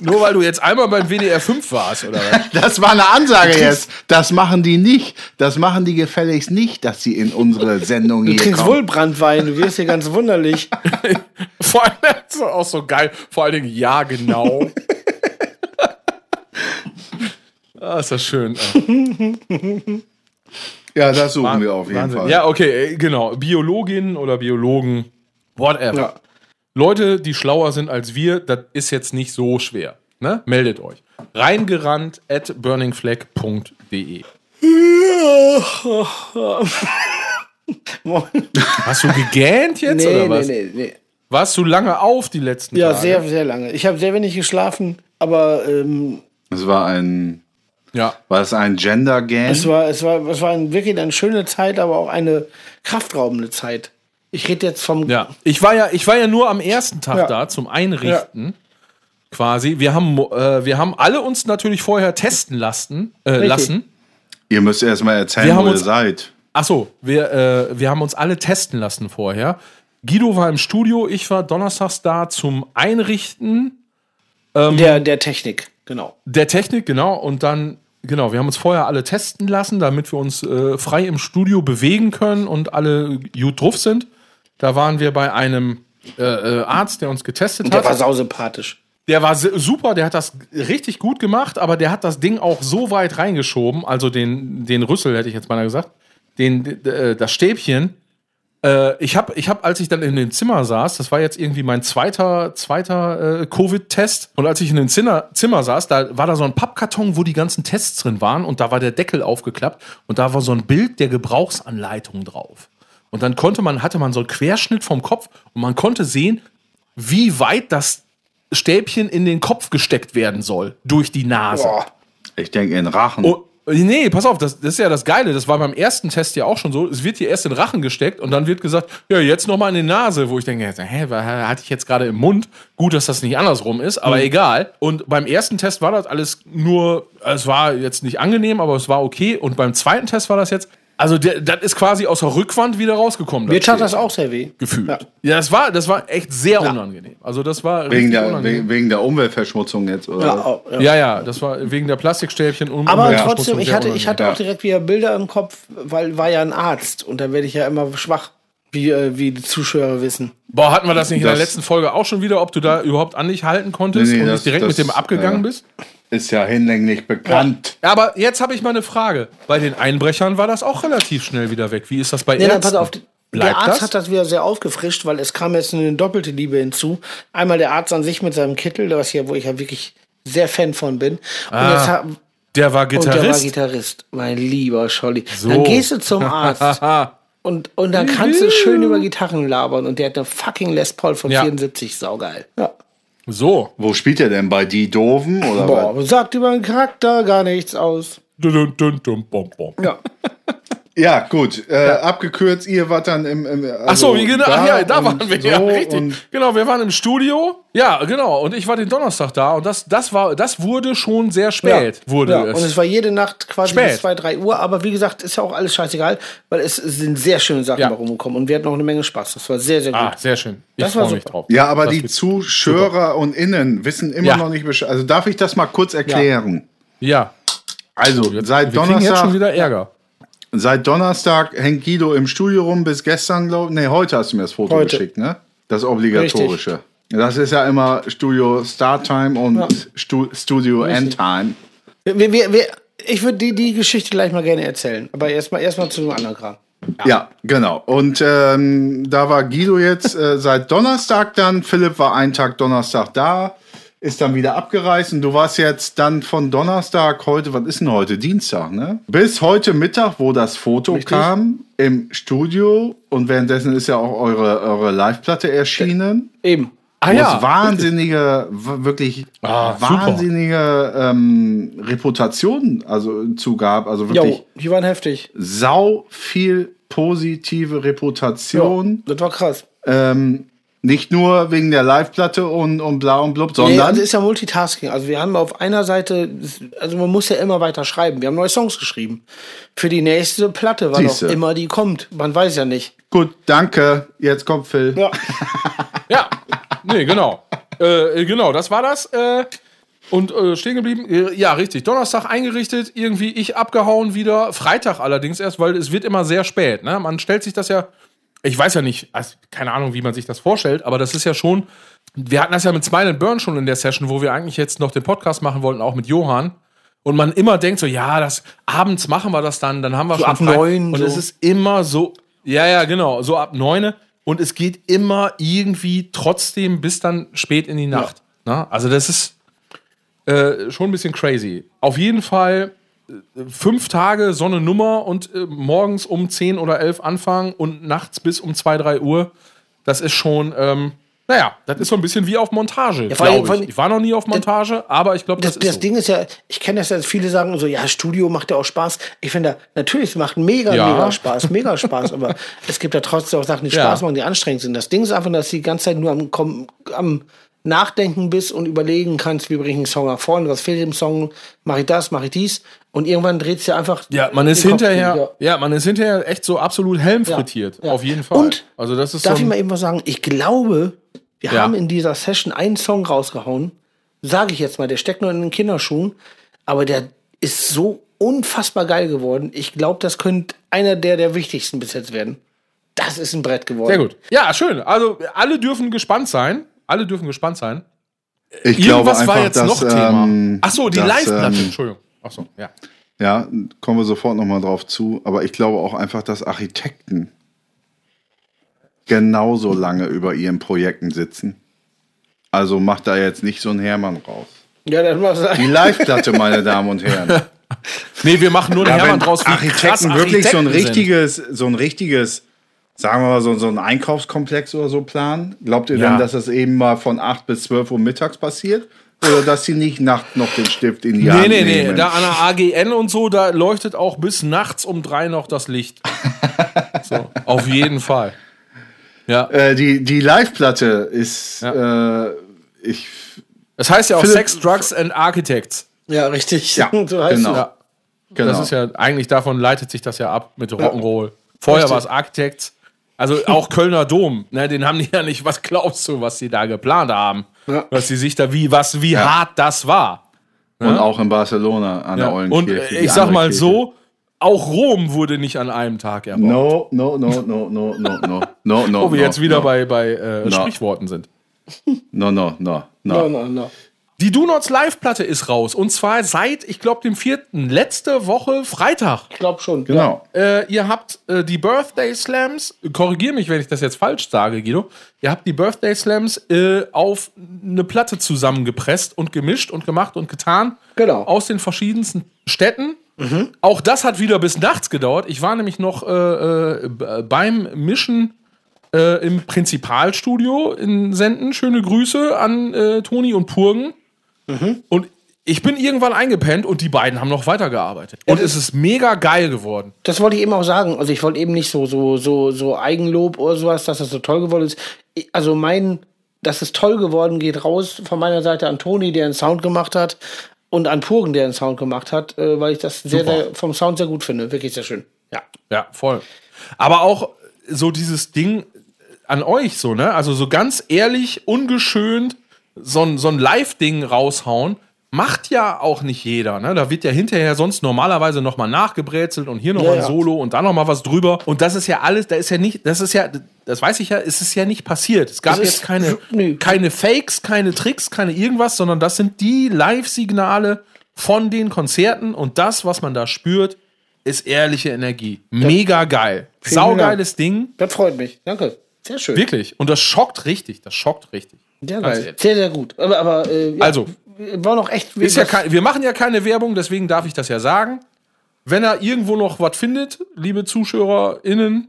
Nur weil du jetzt einmal beim WDR 5 warst, oder was? Das war eine Ansage jetzt. Das machen die nicht. Das machen die gefälligst nicht, dass sie in unsere Sendung Du hier trinkst kommen. Wohlbrandwein. Du wirst hier ganz wunderlich. Vor allem, das ist auch so geil. Vor allen Dingen, ja, genau. ah, ist das schön. Ja, das suchen wir auf jeden Wahnsinn. Fall. Ja, okay, äh, genau. Biologinnen oder Biologen, whatever. Ja. Leute, die schlauer sind als wir, das ist jetzt nicht so schwer. Ne? Meldet euch. Reingerannt at burningflag.de. Hast du gegähnt jetzt Nee, oder nee, was? nee, nee. Warst du lange auf die letzten Ja, Tage? sehr, sehr lange. Ich habe sehr wenig geschlafen, aber ähm, Es war ein, Ja. war es ein Gender-Game? Es war, es war, es war ein, wirklich eine schöne Zeit, aber auch eine kraftraubende Zeit. Ich rede jetzt vom. Ja, ich war ja, ich war ja nur am ersten Tag Ja. da zum Einrichten. Quasi. Wir haben, äh, wir haben alle uns natürlich vorher testen lassen. Äh, Richtig. lassen. Ihr müsst erst mal erzählen, Wir haben wo ihr uns- seid. Ach so, wir, äh, wir haben uns alle testen lassen vorher. Guido war im Studio, ich war donnerstags da zum Einrichten Der, der Technik, genau. ähm, der Technik, genau. Und dann, genau, wir haben uns vorher alle testen lassen, damit wir uns äh, frei im Studio bewegen können und alle gut drauf sind. Da waren wir bei einem äh, äh, Arzt, der uns getestet Der hat. war sausympathisch. Der war si- super, der hat das richtig gut gemacht, aber der hat das Ding auch so weit reingeschoben, also den, den Rüssel, hätte ich jetzt mal gesagt, den, d- äh, das Stäbchen, Äh, ich habe, ich hab, als ich dann in dem Zimmer saß, das war jetzt irgendwie mein zweiter, zweiter äh, Covid-Test. Und als ich in dem Zimmer, Zimmer saß, da war da so ein Pappkarton, wo die ganzen Tests drin waren. Und da war der Deckel aufgeklappt. Und da war so ein Bild der Gebrauchsanleitung drauf. Und dann konnte man, hatte man so einen Querschnitt vom Kopf. Und man konnte sehen, wie weit das Stäbchen in den Kopf gesteckt werden soll. Durch die Nase. Ich denke in Rachen. Oh, nee, pass auf, das, das ist ja das Geile. Das war beim ersten Test ja auch schon so. Es wird hier erst in den Rachen gesteckt und dann wird gesagt, ja, jetzt nochmal in die Nase, wo ich denke, hä, wa- hatte ich jetzt gerade im Mund? Gut, dass das nicht andersrum ist, Mhm. aber egal. Und beim ersten Test war das alles nur, es war jetzt nicht angenehm, aber es war okay. Und beim zweiten Test war das jetzt, also der, das ist quasi aus der Rückwand wieder rausgekommen. Mir tat Stäbchen. das auch sehr weh. gefühlt. Ja. Ja. das war, das war echt sehr unangenehm. Also das war Wegen richtig der, unangenehm. wegen, wegen der Umweltverschmutzung jetzt, oder? Ja, auch, ja. ja, ja, das war wegen der Plastikstäbchen und Aber und der trotzdem, Verschmutzung ich sehr hatte, ich unangenehm. hatte Ja. auch direkt wieder Bilder im Kopf, weil war ja ein Arzt und da werde ich ja immer schwach, wie, äh, wie die Zuschauer wissen. Boah, hatten wir das nicht in der Das- letzten Folge auch schon wieder, ob du da überhaupt an dich halten konntest Nee, nee, und das- nicht direkt das- mit dem abgegangen ja. bist? Ist ja hinlänglich bekannt. Ja, aber jetzt habe ich mal eine Frage. Bei den Einbrechern war das auch relativ schnell wieder weg. Wie ist das bei Nee, dann Ärzten? pass auf. Der Bleibt Arzt das? hat das wieder sehr aufgefrischt, weil es kam jetzt eine doppelte Liebe hinzu. Einmal der Arzt an sich mit seinem Kittel, was hier, wo ich ja wirklich sehr Fan von bin. Und jetzt ha- der war Ah, Gitarrist. Und der war Gitarrist, mein lieber Scholli. Dann gehst du zum Arzt und, und dann kannst du schön über Gitarren labern und der hat eine fucking Les Paul von Ja. 74, saugeil. Ja. so. Wo spielt er denn? Bei die Doofen? Oder Boah, bei, aber sagt über den Charakter gar nichts aus. Dun, dun, dun, dun, bom, bom. Ja. ja, gut. Äh, Abgekürzt, ihr wart dann im. im also Ach so, wie genau, ach ja, da und waren wir so ja richtig. und- Genau, wir waren im Studio. Ja, genau. Und ich war den Donnerstag da und das, das war, das wurde schon sehr spät. Wurde ja. es. Und es war jede Nacht quasi Spät. bis 2, 3 Uhr, aber wie gesagt, ist ja auch alles scheißegal, weil es sind sehr schöne Sachen Ja. da rumgekommen und wir hatten auch eine Menge Spaß. Das war sehr, sehr gut. ah, sehr schön. Ich Das war freue mich super. drauf. Ja, aber Das die wird- Zuschauer und Innen wissen immer Ja. noch nicht Bescheid. Also darf ich das mal kurz erklären? Ja, Also, wir seit kriegen jetzt schon Donnerstag, wieder Ärger. seit Donnerstag hängt Guido im Studio rum, bis gestern, glaube ich. Nee, heute hast du mir das Foto Heute. geschickt, ne? Das obligatorische. Das ist ja immer Studio Start Time und Stu Studio End Time. Wir, wir, wir, ich würde die, die Geschichte gleich mal gerne erzählen, aber erstmal erstmal zu dem anderen Kram. Ja, genau. Und ähm, da war Guido jetzt äh, seit Donnerstag dann. Philipp war einen Tag Donnerstag da, ist dann wieder abgereist. Und du warst jetzt dann von Donnerstag heute, was ist denn heute? Dienstag, ne? Bis heute Mittag, wo das Foto kam, im Studio. Und währenddessen ist ja auch eure, eure Live-Platte erschienen. Eben. Ah Wo es wahnsinnige, w- wirklich Ah, super. wahnsinnige ähm, Reputation also zugab. Also wirklich Jo, die waren heftig. sau viel positive Reputation. das war krass. Ähm, nicht nur wegen der Live-Platte und, und bla und blub, Nee, sondern also ist ja Multitasking. Also wir haben auf einer Seite, also man muss ja immer weiter schreiben. Wir haben neue Songs geschrieben. Für die nächste Platte, wann auch Siehste. immer die kommt. Man weiß ja nicht. gut, danke. Jetzt kommt Phil. Ja. Ja, nee, genau. Äh, äh, genau, das war das. Äh, und äh, stehen geblieben. Äh, Ja, richtig. Donnerstag eingerichtet, irgendwie ich abgehauen wieder. Freitag allerdings erst, weil es wird immer sehr spät. Ne? Man stellt sich das ja, ich weiß ja nicht, also keine Ahnung, wie man sich das vorstellt, aber das ist ja schon, wir hatten das ja mit Smile and Burn schon in der Session, wo wir eigentlich jetzt noch den Podcast machen wollten, auch mit Johann. Und man immer denkt so, ja, das abends machen wir das dann, dann haben wir So schon ab frei. neun, Und so. es ist immer so, ja, ja, genau, so ab neun. Und es geht immer irgendwie trotzdem bis dann spät in die Nacht. Na, also das ist äh, schon ein bisschen crazy. Auf jeden Fall äh, fünf Tage so eine Nummer und äh, morgens um 10 oder 11 anfangen und nachts bis um 2, 3 Uhr. Das ist schon, ähm, naja, das ist so ein bisschen wie auf Montage. vor allem- glaub vor ich. allem- ich war noch nie auf Montage, aber ich glaube, das, Das, das ist so. Ding ist ja, ich kenne das ja, viele sagen so, ja, Studio macht ja auch Spaß. Ich finde, natürlich, es macht mega, Ja. mega Spaß, mega Spaß, aber es gibt ja trotzdem auch Sachen, die Ja. Spaß machen, die anstrengend sind. Das Ding ist einfach, dass du die ganze Zeit nur am, Kom- am Nachdenken bist und überlegen kannst, wie bringe ich einen Song nach vorne, was fehlt dem Song, mache ich das, mache ich dies und irgendwann dreht es ja einfach. Ja, man ist den Kopf hinterher, um. ja. man ist hinterher echt so absolut Helm Ja, frittiert. ja. Auf jeden Fall. Und also das ist Darf so ich ein- mal eben was sagen? Ich glaube, wir Ja. haben in dieser Session einen Song rausgehauen. Sage ich jetzt mal, der steckt nur in den Kinderschuhen, aber der ist so unfassbar geil geworden. Ich glaube, das könnte einer der der wichtigsten bis jetzt werden. Das ist ein Brett geworden. sehr gut. Ja, schön. Also alle dürfen gespannt sein. Alle dürfen gespannt sein. Ich Irgendwas war jetzt noch Thema. ähm, Ach so, die dass, Live-Platte. ähm, Entschuldigung. Ach so, ja. ja, kommen wir sofort nochmal drauf zu. Aber ich glaube auch einfach, dass Architekten genauso lange über ihren Projekten sitzen. Also macht da jetzt nicht so einen Hermann raus. Ja, dann mach's. Die Live-Platte, meine Damen und Herren. Nee, wir machen nur einen Ja, Hermann wenn draus, wie krass Architekten wirklich so ein Architekten sind. richtiges, so ein richtiges, sagen wir mal, so, so ein Einkaufskomplex oder so planen. Glaubt ihr Ja. denn, dass das eben mal von 8 bis 12 Uhr mittags passiert? Oder dass sie nicht nachts noch den Stift in die Hand Nee, nee, nee. nehmen? Da an der AGN und so, da leuchtet auch bis nachts um drei noch das Licht. So, auf jeden Fall. Ja. äh, die die Live-Platte ist, äh, ich, Das heißt ja auch Philipp- Sex, Drugs and Architects. Ja, richtig. ja, so heißt genau. es. Ja. genau. Das ist ja eigentlich davon leitet sich das ja ab mit Rock'n'Roll. Vorher war es Architects. Also auch Kölner Dom, ne, den haben die ja nicht, was glaubst du, was die da geplant haben? Ja. Was die sich da wie, was, wie hart das war. Und auch in Barcelona an ne? Ja. der Und Eulenkirche. äh, die ich sag andere mal Kirche. so, auch Rom wurde nicht an einem Tag erbaut. No, no, no, no, no, no, no, no, no. no, Wo wir Oh, jetzt wieder no, bei, bei äh, No. Sprichworten sind. No, no, no, no. No, no, no. Die Do Nots Live-Platte ist raus. Und zwar seit, ich glaube, dem vierten, letzte Woche Freitag. Ich glaube schon. Genau. äh, ihr habt äh, die Birthday Slams, korrigier mich, wenn ich das jetzt falsch sage, Guido, ihr habt die Birthday Slams äh, auf eine Platte zusammengepresst und gemischt und gemacht und getan. Genau. Aus den verschiedensten Städten. Auch das hat wieder bis nachts gedauert. Ich war nämlich noch äh, äh, b- beim Mischen äh, im Prinzipalstudio in Senden. Schöne Grüße an äh, Toni und Purgen. Und ich bin irgendwann eingepennt und die beiden haben noch weitergearbeitet. Und es ist mega geil geworden. Das wollte ich eben auch sagen. Also ich wollte eben nicht so, so, so, so Eigenlob oder sowas, dass das so toll geworden ist. Ich- Also mein, dass es toll geworden geht raus von meiner Seite an Toni, der einen Sound gemacht hat und an Purgen, der einen Sound gemacht hat, äh, weil ich das sehr, sehr vom Sound sehr gut finde. Wirklich sehr schön. Ja. Ja, voll. Aber auch so dieses Ding an euch so, ne? Also so ganz ehrlich, ungeschönt so ein, so ein Live-Ding raushauen, macht ja auch nicht jeder, ne? Da wird ja hinterher sonst normalerweise nochmal nachgebrätselt und hier Ja, nochmal ein ja. Solo und da nochmal was drüber. Und das ist ja alles, da ist ja nicht, das ist ja, das weiß ich ja, es ist ja nicht passiert. Es gab Es ist- jetzt keine, nö. keine Fakes, keine Tricks, keine irgendwas, sondern das sind die Live-Signale von den Konzerten und das, was man da spürt, ist ehrliche Energie. Mega geil. Dank. Saugeiles Ding. Das freut mich. Danke. Sehr schön. Wirklich. Und das schockt richtig. Das schockt richtig. Sehr Ganz geil. ehrlich. Sehr, sehr gut. Aber, aber äh, ja, Also, war noch echt ist ja kein, wir machen ja keine Werbung, deswegen darf ich das ja sagen. Wenn er irgendwo noch was findet, liebe ZuschauerInnen,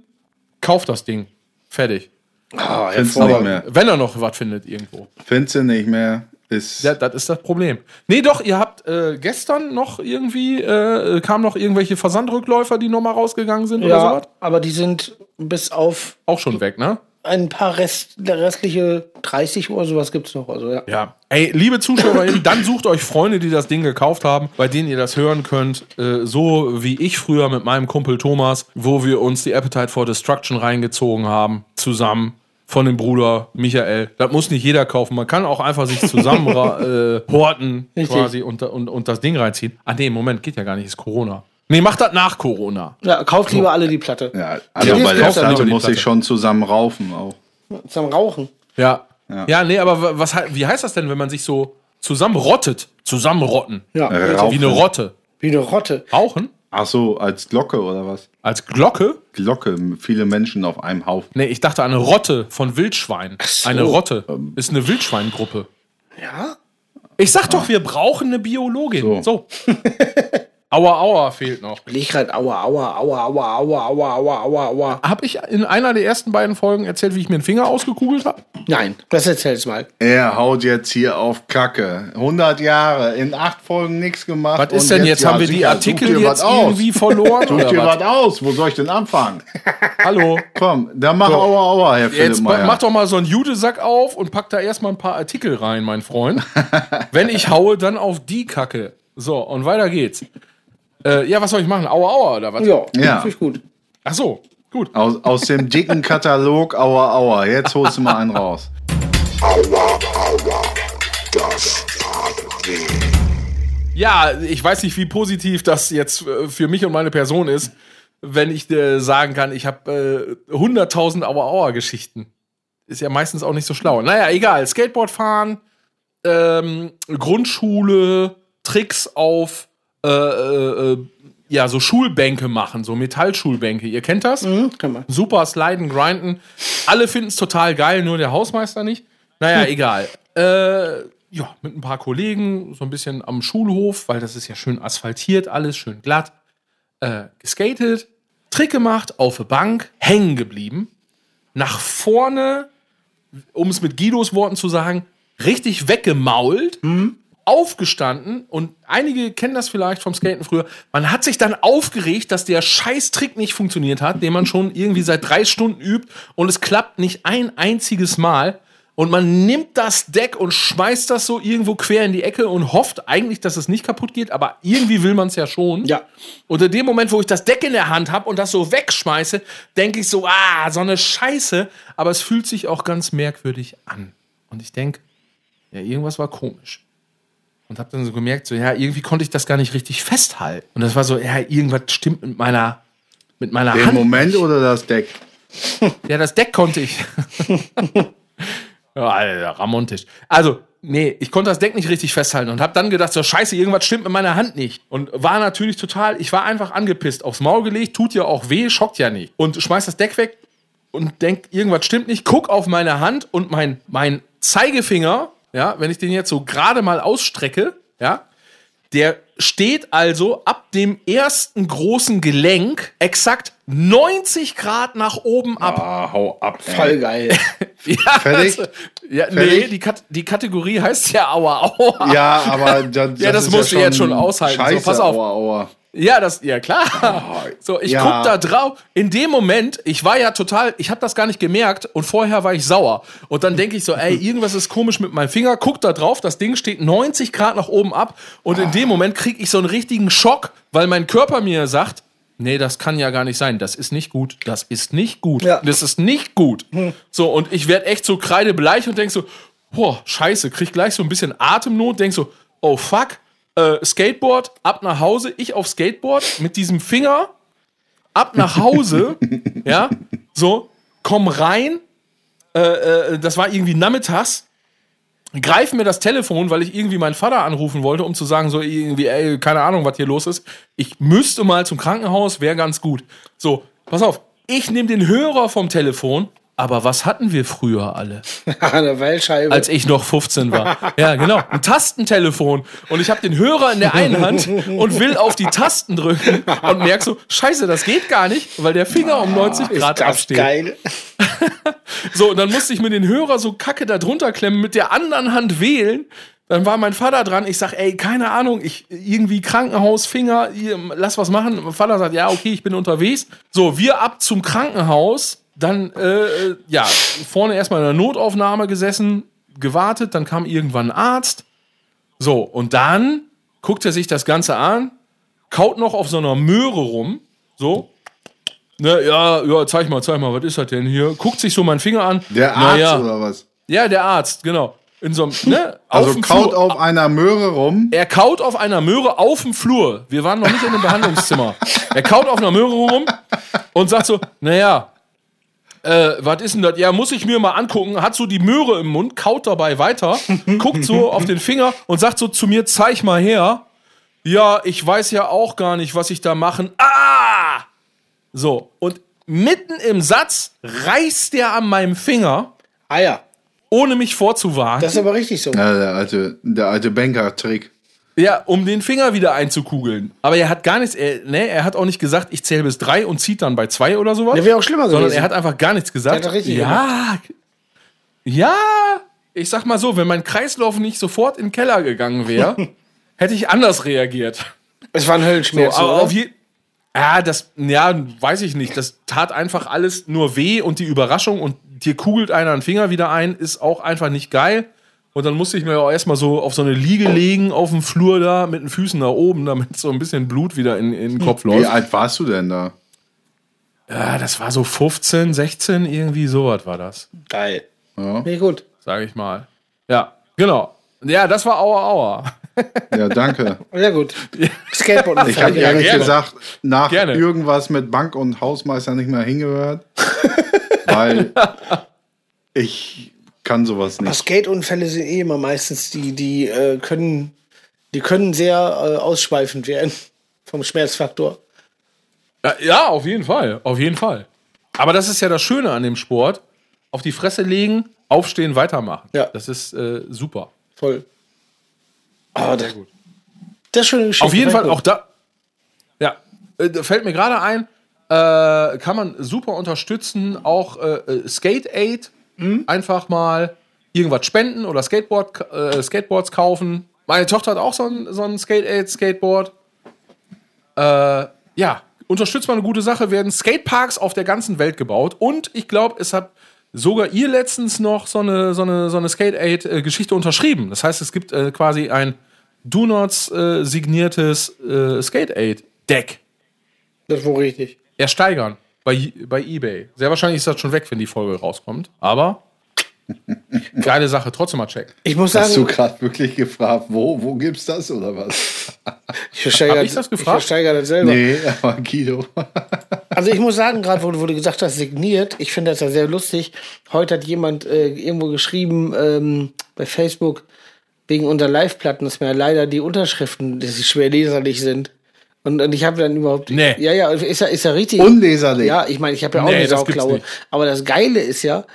kauft das Ding. Fertig. Ah, Findest du hervorragend. nicht mehr. Wenn er noch was findet irgendwo. Findest du nicht mehr. Ist, Ja, das ist das Problem. Nee, doch, ihr habt äh, gestern noch irgendwie, äh, kamen noch irgendwelche Versandrückläufer, die nochmal rausgegangen sind oder ja, sowas. aber die sind bis auf Auch schon weg, ne? ein paar Rest, restliche 30 Uhr sowas gibt's noch. Also ja. Ja. Ey, liebe ZuschauerInnen, dann sucht euch Freunde, die das Ding gekauft haben, bei denen ihr das hören könnt. Äh, so wie ich früher mit meinem Kumpel Thomas, wo wir uns die Appetite for Destruction reingezogen haben, zusammen von dem Bruder Michael. Das muss nicht jeder kaufen. Man kann auch einfach sich zusammen ra- äh, horten Richtig. quasi und, da- und, und das Ding reinziehen. Ah nee, Moment, geht ja gar nicht, ist Corona. Nee, macht das nach Corona. Ja, kauft lieber alle die Platte. Ja, also Ja, bei das der kauft dann Platte nur die muss Platte. ich schon zusammen raufen auch. Zum Rauchen. Ja. Ja, nee, aber wa- was, he- wie heißt das denn, wenn man sich so zusammenrottet? Zusammenrotten. Ja, Äh, Wie eine Rotte. wie eine Rotte. Rauchen? Ach so, als Glocke oder was? Als Glocke? Glocke, viele Menschen auf einem Haufen. Nee, ich dachte eine Rotte von Wildschwein. Eine Rotte Ähm. ist eine Wildschweingruppe. Ja? Ich sag doch, wir brauchen eine Biologin. Ah. So. So. aua, aua fehlt noch. Leg rein, aua, aua, aua, aua, aua, aua, aua, aua, aua. Hab ich in einer der ersten beiden Folgen erzählt, wie ich mir den Finger ausgekugelt habe? Nein, das erzähl jetzt mal. Er haut jetzt hier auf Kacke. 100 Jahre, in acht Folgen nichts gemacht. Was ist und denn jetzt? ja, Haben wir die sicher, such Artikel dir jetzt was aus. irgendwie verloren? Such oder dir was? was aus, wo soll ich denn anfangen? Hallo. Komm, dann mach aua aua, Herr Philipp Jetzt ma- Meier. mach doch mal so einen Jutesack auf und pack da erstmal ein paar Artikel rein, mein Freund. Wenn ich haue, dann auf die Kacke. So, und weiter geht's. Äh, ja, was soll ich machen? Aua, aua oder was? Ja, Ja. finde ich gut. Ach so, gut. Aus, aus dem dicken Katalog aua aua, jetzt holst du mal einen raus. Aua, aua, das tat weh. Ja, ich weiß nicht, wie positiv das jetzt äh, für mich und meine Person ist, wenn ich äh, sagen kann, ich habe äh, 100.000 Aua-Aua-Geschichten. Ist ja meistens auch nicht so schlau. Naja, egal. Skateboard fahren, ähm, Grundschule, Tricks auf äh, äh, äh, ja, so Schulbänke machen, so Metallschulbänke. Ihr kennt das? Hm, Kann man. Super sliden, grinden. Alle finden es total geil, nur der Hausmeister nicht. Naja, egal. Äh, ja, mit ein paar Kollegen, so ein bisschen am Schulhof, weil das ist ja schön asphaltiert, alles schön glatt. Äh, geskatet, Trick gemacht, auf der Bank, hängen geblieben. Nach vorne, um es mit Guidos Worten zu sagen, richtig weggemault aufgestanden und einige kennen das vielleicht vom Skaten früher. Man hat sich dann aufgeregt, dass der Scheißtrick nicht funktioniert hat, den man schon irgendwie seit drei Stunden übt und es klappt nicht ein einziges Mal. Und man nimmt das Deck und schmeißt das so irgendwo quer in die Ecke und hofft eigentlich, dass es nicht kaputt geht, aber irgendwie will man es ja schon. Ja. Und in dem Moment, wo ich das Deck in der Hand habe und das so wegschmeiße, denke ich so, ah, so eine Scheiße. Aber es fühlt sich auch ganz merkwürdig an. Und ich denke, ja, irgendwas war komisch und habe dann so gemerkt, so ja, irgendwie konnte ich das gar nicht richtig festhalten. Und das war so, ja, irgendwas stimmt mit meiner mit meiner Den Hand. Moment oder das Deck? Ja, das Deck konnte ich. ja, Alter, Ramontisch. Also, nee, ich konnte das Deck nicht richtig festhalten und habe dann gedacht, so scheiße, irgendwas stimmt mit meiner Hand nicht. Und war natürlich total, ich war einfach angepisst, aufs Maul gelegt, tut ja auch weh, schockt ja nicht. Und schmeiß das Deck weg und denk, irgendwas stimmt nicht, guck auf meine Hand und mein, mein Zeigefinger, ja, wenn ich den jetzt so gerade mal ausstrecke, ja, der steht also ab dem ersten großen Gelenk exakt 90 Grad nach oben ab. Ah, hau ab. ey. Voll geil. Ja, Fertig? also, ja, nee, Fertig? die, Kat die Kategorie heißt ja Aua, Aua. Ja, aber dann, Ja, das ist musst du jetzt schon aushalten. So, Scheiße, pass auf. Aua, aua. Ja, das, ja klar. So, ich Oh, ja. guck da drauf. In dem Moment, ich war ja total, ich habe das gar nicht gemerkt und vorher war ich sauer. Und dann denke ich so, ey, irgendwas ist komisch mit meinem Finger. Guck da drauf, das Ding steht 90 Grad nach oben ab und in dem Moment kriege ich so einen richtigen Schock, weil mein Körper mir sagt, nee, das kann ja gar nicht sein. Das ist nicht gut. Das ist nicht gut. Ja. Das ist nicht gut. So, und ich werd echt so kreidebleich und denk so, boah, scheiße, krieg gleich so ein bisschen Atemnot, denk so, oh fuck, äh, Skateboard, ab nach Hause, ich auf Skateboard mit diesem Finger, ab nach Hause, ja, so, komm rein, äh, äh, das war irgendwie nachmittags, greif mir das Telefon, weil ich irgendwie meinen Vater anrufen wollte, um zu sagen, so irgendwie, ey, keine Ahnung, was hier los ist. Ich müsste mal zum Krankenhaus, wäre ganz gut. So, pass auf, ich nehme den Hörer vom Telefon, aber was hatten wir früher alle? Eine Weilscheibe. als ich noch 15 war. Ja, genau. Ein Tastentelefon. Und ich habe den Hörer in der einen Hand und will auf die Tasten drücken und merk so, scheiße, das geht gar nicht, weil der Finger um 90 Grad das absteht. geil. So, und dann musste ich mir den Hörer so kacke da drunter klemmen, mit der anderen Hand wählen. Dann war mein Vater dran. Ich sag, ey, keine Ahnung, ich irgendwie Krankenhaus, Finger, ihr, lass was machen. Mein Vater sagt, ja, okay, ich bin unterwegs. So, wir ab zum Krankenhaus. Dann, äh, äh, ja, vorne erstmal in der Notaufnahme gesessen, gewartet. Dann kam irgendwann ein Arzt. So, und dann guckt er sich das Ganze an, kaut noch auf so einer Möhre rum. So, ne, ja, ja, zeig mal, zeig mal, was ist das denn hier? Guckt sich so meinen Finger an. Der Na Arzt ja. oder was? Ja, der Arzt, genau. In so einem, ne? auf Also dem kaut Flur. auf einer Möhre rum. Er kaut auf einer Möhre auf dem Flur. Wir waren noch nicht in dem Behandlungszimmer. er kaut auf einer Möhre rum und sagt so, naja, äh, was ist denn das? Ja, muss ich mir mal angucken. Hat so die Möhre im Mund, kaut dabei weiter, guckt so auf den Finger und sagt so zu mir, zeig mal her. Ja, ich weiß ja auch gar nicht, was ich da machen. Ah! So, und mitten im Satz reißt er an meinem Finger, Ah ja, ohne mich vorzuwarnen. das ist aber richtig so. Ja, der alte, der alte Banker-Trick. Ja, um den Finger wieder einzukugeln. Aber er hat gar nichts, er, ne, er hat auch nicht gesagt, ich zähle bis drei und zieht dann bei zwei oder sowas. Der wäre auch schlimmer sondern gewesen. er hat einfach gar nichts gesagt. Der hat doch richtig ja, ja, ich sag mal so, wenn mein Kreislauf nicht sofort in den Keller gegangen wäre, hätte ich anders reagiert. es war ein Höllenschmerz. Aber oder? auf je ja, das, ja, weiß ich nicht. Das tat einfach alles nur weh und die Überraschung und dir kugelt einer einen Finger wieder ein, ist auch einfach nicht geil. Und dann musste ich mir auch erstmal so auf so eine Liege legen, auf dem Flur da, mit den Füßen nach oben, damit so ein bisschen Blut wieder in, in den Kopf Hm. Wie läuft. alt warst du denn da? Ja, das war so 15, 16, irgendwie sowas war das, geil. Nee, gut. sage ich mal. Ja, genau. Ja, das war Aua Aua. Ja, danke. Sehr gut. Skateboard. Ich habe ehrlich gerne. gesagt nach Gerne. irgendwas mit Bank und Hausmeister nicht mehr hingehört, weil ich kann sowas Aber nicht. Skateunfälle sind eh immer meistens die, die äh, können, die können sehr äh, ausschweifend werden vom Schmerzfaktor. Ja, ja, auf jeden Fall, auf jeden Fall. Aber das ist ja das Schöne an dem Sport. Auf die Fresse legen, aufstehen, weitermachen. Ja. Das ist äh, super. Voll. Aber das, das ist schon eine Geschichte. Auf jeden Sehr Fall gut. auch da. Ja, äh, da fällt mir gerade ein, äh, kann man super unterstützen. Auch äh, äh, Skate Aid, einfach mal irgendwas spenden oder Skateboard, äh, Skateboards kaufen. Meine Tochter hat auch so ein, so ein Skate Aid Skateboard. Äh, ja, unterstützt mal eine gute Sache. Werden Skateparks auf der ganzen Welt gebaut und ich glaube, es hat sogar ihr letztens noch so eine, so eine, so eine Skate Aid äh, Geschichte unterschrieben. Das heißt, es gibt äh, quasi ein Do Nots äh, signiertes äh, Skate Aid Deck Das ist wohl richtig. ersteigern bei, bei eBay. Sehr wahrscheinlich ist das schon weg, wenn die Folge rauskommt. Aber geile Sache, trotzdem mal checken. Ich muss Hast du sagen, gerade wirklich gefragt, wo, wo gibt's das oder was? ich versteigere, Hab ich das gefragt? Ich versteigere das selber. Nee, aber Guido. Also ich muss sagen, gerade wo, du- wo du gesagt hast, signiert, ich finde das ja sehr lustig. Heute hat jemand äh, irgendwo geschrieben ähm, bei Facebook, wegen unserer Live-Platten, dass mir leider die Unterschriften dass sie schwer leserlich sind. Und, und ich habe dann überhaupt. Nee. Ja, ja, ist ja, ist ja richtig. Unleserlich. Ja, ich meine, ich habe ja auch Nee, eine das gibt's Sauklaue. nicht. Aber das Geile ist ja,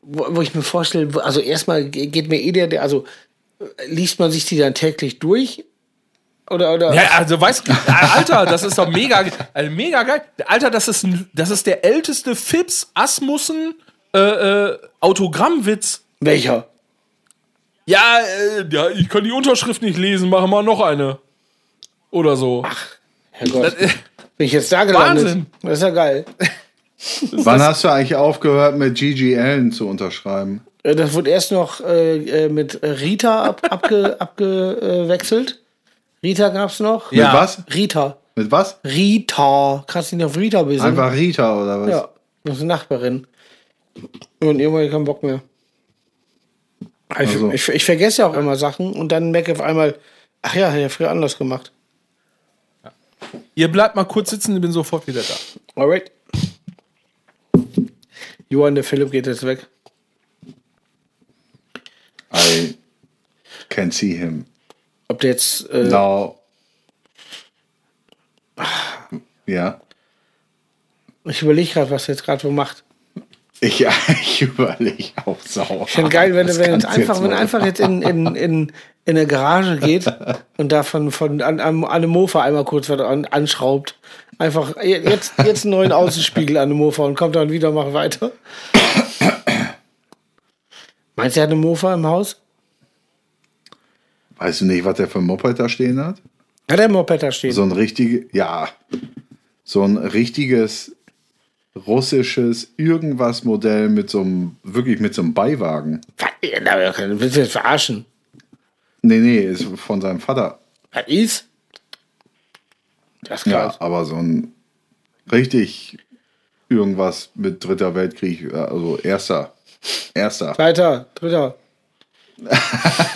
wo, wo ich mir vorstelle, wo- also erstmal ge- geht mir eh der, der, also äh, liest man sich die dann täglich durch? Oder, oder? Ja, also weißt du, Alter, das ist doch mega, also mega geil. Alter, das ist, ein- das ist der älteste Fips Asmussen äh, äh, Autogrammwitz. Welcher? Ja, äh, ja, ich kann die Unterschrift nicht lesen, machen wir noch eine. Oder so. Herrgott. äh, Bin ich jetzt da gelandet? Wahnsinn. Das ist ja geil. Wann hast du eigentlich aufgehört, mit Gigi Allen zu unterschreiben? Äh, Das wurde erst noch äh, äh, mit Rita ab, abge, abgewechselt. Rita gab's noch. Mit was? Rita. Mit was? Rita. Kannst du nicht auf Rita Also- besinnen? Einfach Rita oder was? Ja, das ist eine Nachbarin. Und irgendwann keinen Bock mehr. Ich, Also. ich, ich vergesse ja auch immer Sachen und dann merke ich auf einmal, ach ja, hätte ich ja früher anders gemacht. Ihr bleibt mal kurz sitzen, ich bin sofort wieder da. Alright. Johann, der Philipp geht jetzt weg. I can see him. Ob der jetzt. Äh, Now. Ja. Ich überlege gerade, was er jetzt gerade wo macht. Ich, ich überlege auch sauer. Ich finde geil, wenn, Das wenn jetzt kannst du einfach, wenn mal- einfach jetzt in, in, in, in eine Garage geht und da von, von an, an, an einem Mofa einmal kurz was an, anschraubt. Einfach je- jetzt, jetzt einen neuen Außenspiegel an dem Mofa und kommt dann wieder, macht weiter. Meinst du, er hat einen Mofa im Haus? Weißt du nicht, was der für ein Moped da stehen hat? Hat er einen Moped da stehen? So ein richtiges, ja, so ein richtiges russisches irgendwas Modell mit so einem, wirklich mit so einem Beiwagen. Was? Na, Du willst mich jetzt verarschen. Nee, nee, ist von seinem Vater. Was ist? Das ist Ja, krass. aber so ein richtig irgendwas mit Dritter Weltkrieg, also erster, erster. Weiter, dritter. Ach,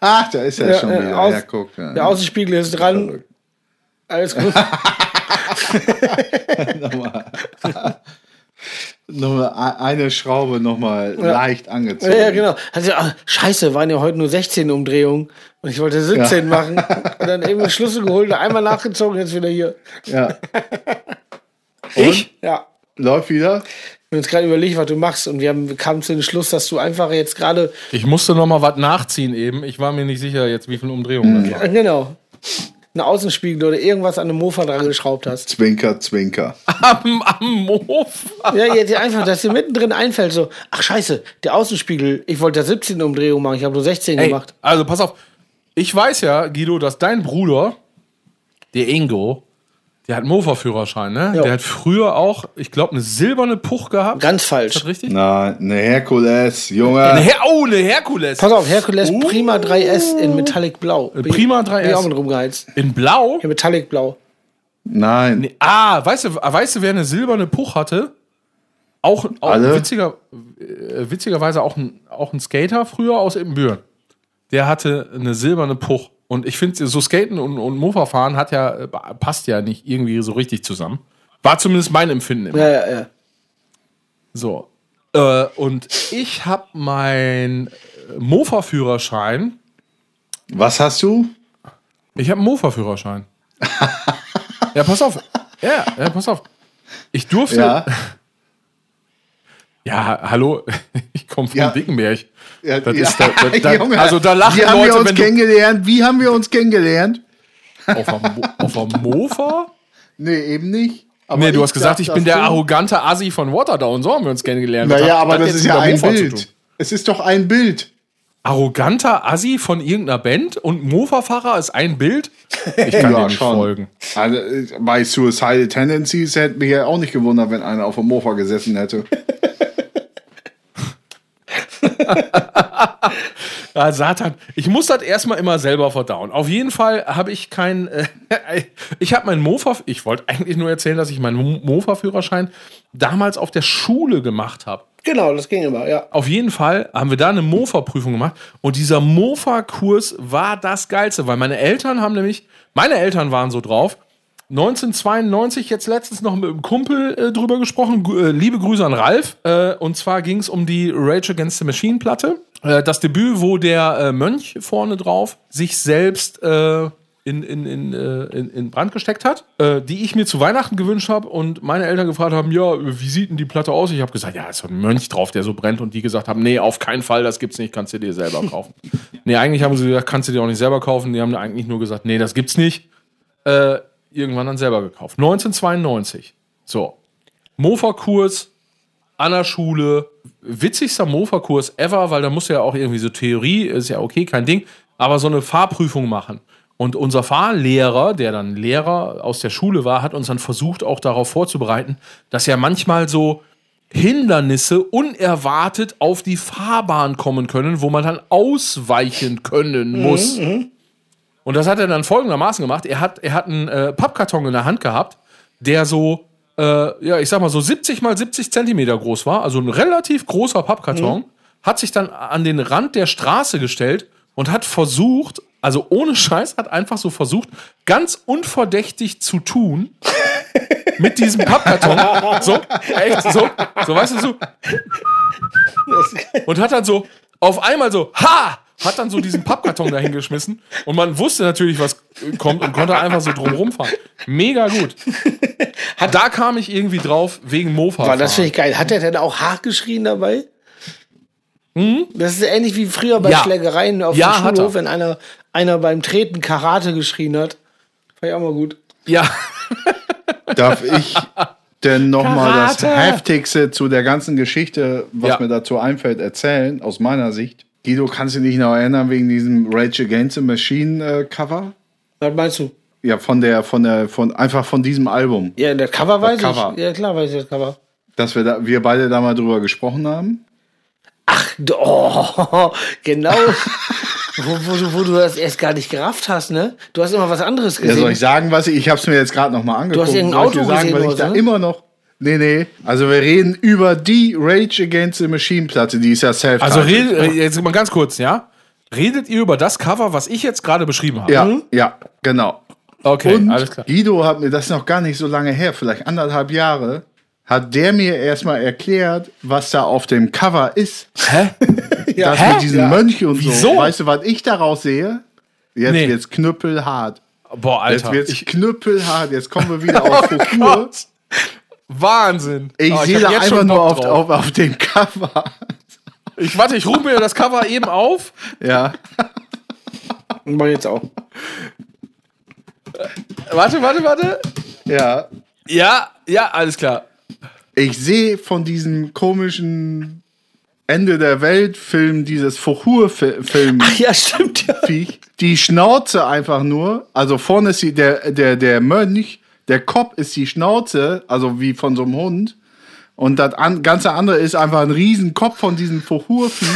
Ah, da ist er Ja, schon äh, wieder. aus- ja, guck. Ja, Der Außenspiegel ist dran. verrückt. Alles gut. Nochmal e- eine Schraube nochmal leicht angezogen. Ähm. Ja, ja, genau. Also, ah, scheiße, waren ja heute nur 16 Umdrehungen und ich wollte 17 machen. Und dann eben den Schlüssel geholt, einmal nachgezogen, jetzt wieder hier. Ja. Ich? Ja. Läuft wieder. Wir haben uns gerade überlegt, was du machst und wir, haben, wir kamen zu dem Schluss, dass du einfach jetzt gerade. Ich musste noch mal was nachziehen eben. Ich war mir nicht sicher jetzt, wie viele Umdrehungen das waren. Äh, Genau. Einen Außenspiegel oder irgendwas an einem Mofa dran geschraubt hast. Zwinker, Zwinker. Am, am Mofa. Ja, jetzt einfach, dass dir mittendrin einfällt, so, ach scheiße, der Außenspiegel, ich wollte ja 17 Umdrehungen machen, ich habe nur 16 Ey, gemacht. also pass auf. Ich weiß ja, Guido, dass dein Bruder, der Ingo, der hat einen Mofa-Führerschein, ne? Jo. Der hat früher auch, ich glaube, eine silberne Puch gehabt. Ganz Ist falsch. das richtig? Na, ne Herkules, Junge. Eine Her oh, eine Herkules. Pass auf, Herkules Prima 3S in Metallic Blau. Bin- Uh. Äh, Prima 3S. Bin ich auch mit rumgeheizt. In blau? In Metallic Blau. Nein, Ah, weißt du, weißt du, wer eine silberne Puch hatte? Auch, auch Alle? witziger, äh, witzigerweise auch ein, auch ein Skater früher aus Ibbenbüren. Der hatte eine silberne Puch. Und ich finde, so Skaten und, und Mofa fahren hat ja, äh, passt ja nicht irgendwie so richtig zusammen. War zumindest mein Empfinden. Immer. Ja, ja, ja. So. Äh, und ich habe mein äh, Mofa-Führerschein. was hast du? Ich habe einen Mofa-Führerschein. ja, pass auf. Ja, ja, pass auf. Ich durfte. Ja. Ja, hallo, ich komme von Ja. Wickenberg. Ja, das ja. ist da, da, da, Junge, also da lachen wie haben wir Leute, uns wenn kennengelernt? Wie haben wir uns kennengelernt? du auf einem, Mo- auf einem Mofa? Nee, eben nicht. Aber Nee, du ich hast gesagt, dachte, ich bin dass der du- arrogante Assi von Waterdown. So haben wir uns kennengelernt. Was Naja, hat aber das jetzt ist ja mit ein Mofa zu tun? Bild. Es ist doch ein Bild. Arroganter Assi von irgendeiner Band und Mofa-Fahrer ist ein Bild? Ich kann dir nicht schon. folgen. Also, äh, bei Suicidal Tendencies hätte mich ja auch nicht gewundert, wenn einer auf dem Mofa gesessen hätte. Ah, Satan. Ich muss das erstmal immer selber verdauen. Auf jeden Fall habe ich keinen. Äh, ich habe meinen Mofa. Ich wollte eigentlich nur erzählen, dass ich meinen Mo- Mofa-Führerschein damals auf der Schule gemacht habe. Genau, das ging immer, ja. Auf jeden Fall haben wir da eine Mofa-Prüfung gemacht und dieser Mofa-Kurs war das Geilste, weil meine Eltern haben nämlich, meine Eltern waren so drauf. 1992, jetzt letztens noch mit einem Kumpel äh, drüber gesprochen. Gu- äh, liebe Grüße an Ralf. Äh, und zwar ging es um die Rage Against the Machine Platte. Äh, das Debüt, wo der äh, Mönch vorne drauf sich selbst äh, in, in, in, äh, in, in Brand gesteckt hat, äh, die ich mir zu Weihnachten gewünscht habe und meine Eltern gefragt haben, ja, wie sieht denn die Platte aus? Ich habe gesagt, ja, ist so ein Mönch drauf, der so brennt und die gesagt haben, nee, auf keinen Fall, das gibt's nicht, kannst du dir selber kaufen. nee, eigentlich haben sie gesagt, kannst du dir auch nicht selber kaufen. Die haben eigentlich nur gesagt, nee, das gibt's nicht. Äh, irgendwann dann selber gekauft. 1992. So. Mofa-Kurs, an der Schule, witzigster Mofa-Kurs ever, weil da musst du ja auch irgendwie so Theorie, ist ja okay, kein Ding, aber so eine Fahrprüfung machen. Und unser Fahrlehrer, der dann Lehrer aus der Schule war, hat uns dann versucht, auch darauf vorzubereiten, dass ja manchmal so Hindernisse unerwartet auf die Fahrbahn kommen können, wo man dann ausweichen können muss. Und das hat er dann folgendermaßen gemacht. Er hat, er hat einen äh, Pappkarton in der Hand gehabt, der so, äh, ja, ich sag mal so 70 mal 70 Zentimeter groß war, also ein relativ großer Pappkarton, hat sich dann an den Rand der Straße gestellt und hat versucht, also ohne Scheiß, hat einfach so versucht, ganz unverdächtig zu tun mit diesem Pappkarton. So, echt, so, so, weißt du, so, und hat dann so auf einmal so, ha! Hat dann so diesen Pappkarton dahin geschmissen und man wusste natürlich, was äh, kommt und konnte einfach so drum rumfahren. Mega gut. da kam ich irgendwie drauf wegen Mofa. War fahren. das finde ich geil. Hat der denn auch hart geschrien dabei? Das ist ähnlich wie früher bei Ja. Schlägereien auf Ja, dem hat Schulhof, er. wenn einer, einer beim Treten Karate geschrien hat. War ja auch mal gut. Ja, Darf ich denn nochmal das Karate! Heftigste zu der ganzen Geschichte, was Ja. mir dazu einfällt, erzählen, aus meiner Sicht? Guido, kannst du dich noch erinnern wegen diesem Rage Against the Machine äh, Cover? Was meinst du? Ja, von der, von der, von einfach von diesem Album, Ja, der Cover weiß Cover. ich. Ja, klar weiß ich das Cover. dass wir da, wir beide da mal drüber gesprochen haben. Oh, genau. wo, wo, du- wo du das erst gar nicht gerafft hast, ne? Du hast immer was anderes Ja, gesehen. soll ich sagen, was ich, ich hab's mir jetzt gerade nochmal angeguckt. hast irgendein Soll ich dir Auto sagen, gesehen weil ich oder da so? immer noch, nee, nee, also wir reden über die Rage Against the Machine Platte, die ist ja self also redet, jetzt mal ganz kurz, ja? Redet ihr über das Cover, was ich jetzt gerade beschrieben habe? Ja, ja, genau. Okay, Und alles klar. Guido hat mir das noch gar nicht so lange her, vielleicht anderthalb Jahre, hat der mir erstmal erklärt, was da auf dem Cover ist. Hä? Ja. Das Hä? mit diesen Mönchen und so. Wieso? Weißt du, was ich daraus sehe? Jetzt Nee. wird's knüppelhart. Boah, Jetzt Alter. wird's Ich, knüppelhart. Jetzt kommen wir wieder Oh auf Futur. Wahnsinn. Ich Oh, sehe hab da jetzt schon einfach nur Bock auf, drauf. auf, auf dem Cover. Ich warte, ich rufe mir das Cover eben auf. Ja. Mach ich jetzt auch. Warte, warte, warte. Ja. Ja, ja, alles klar. Ich sehe von diesem komischen Ende der Welt-Film, dieses Fuchur-Film. Ja, stimmt. Ja. Viech, die Schnauze einfach nur. Also vorne ist die, der, der, der Mönch, der Kopf ist die Schnauze, also wie von so einem Hund. Und das an, ganze andere ist einfach ein riesen Kopf von diesem Fuchurfen.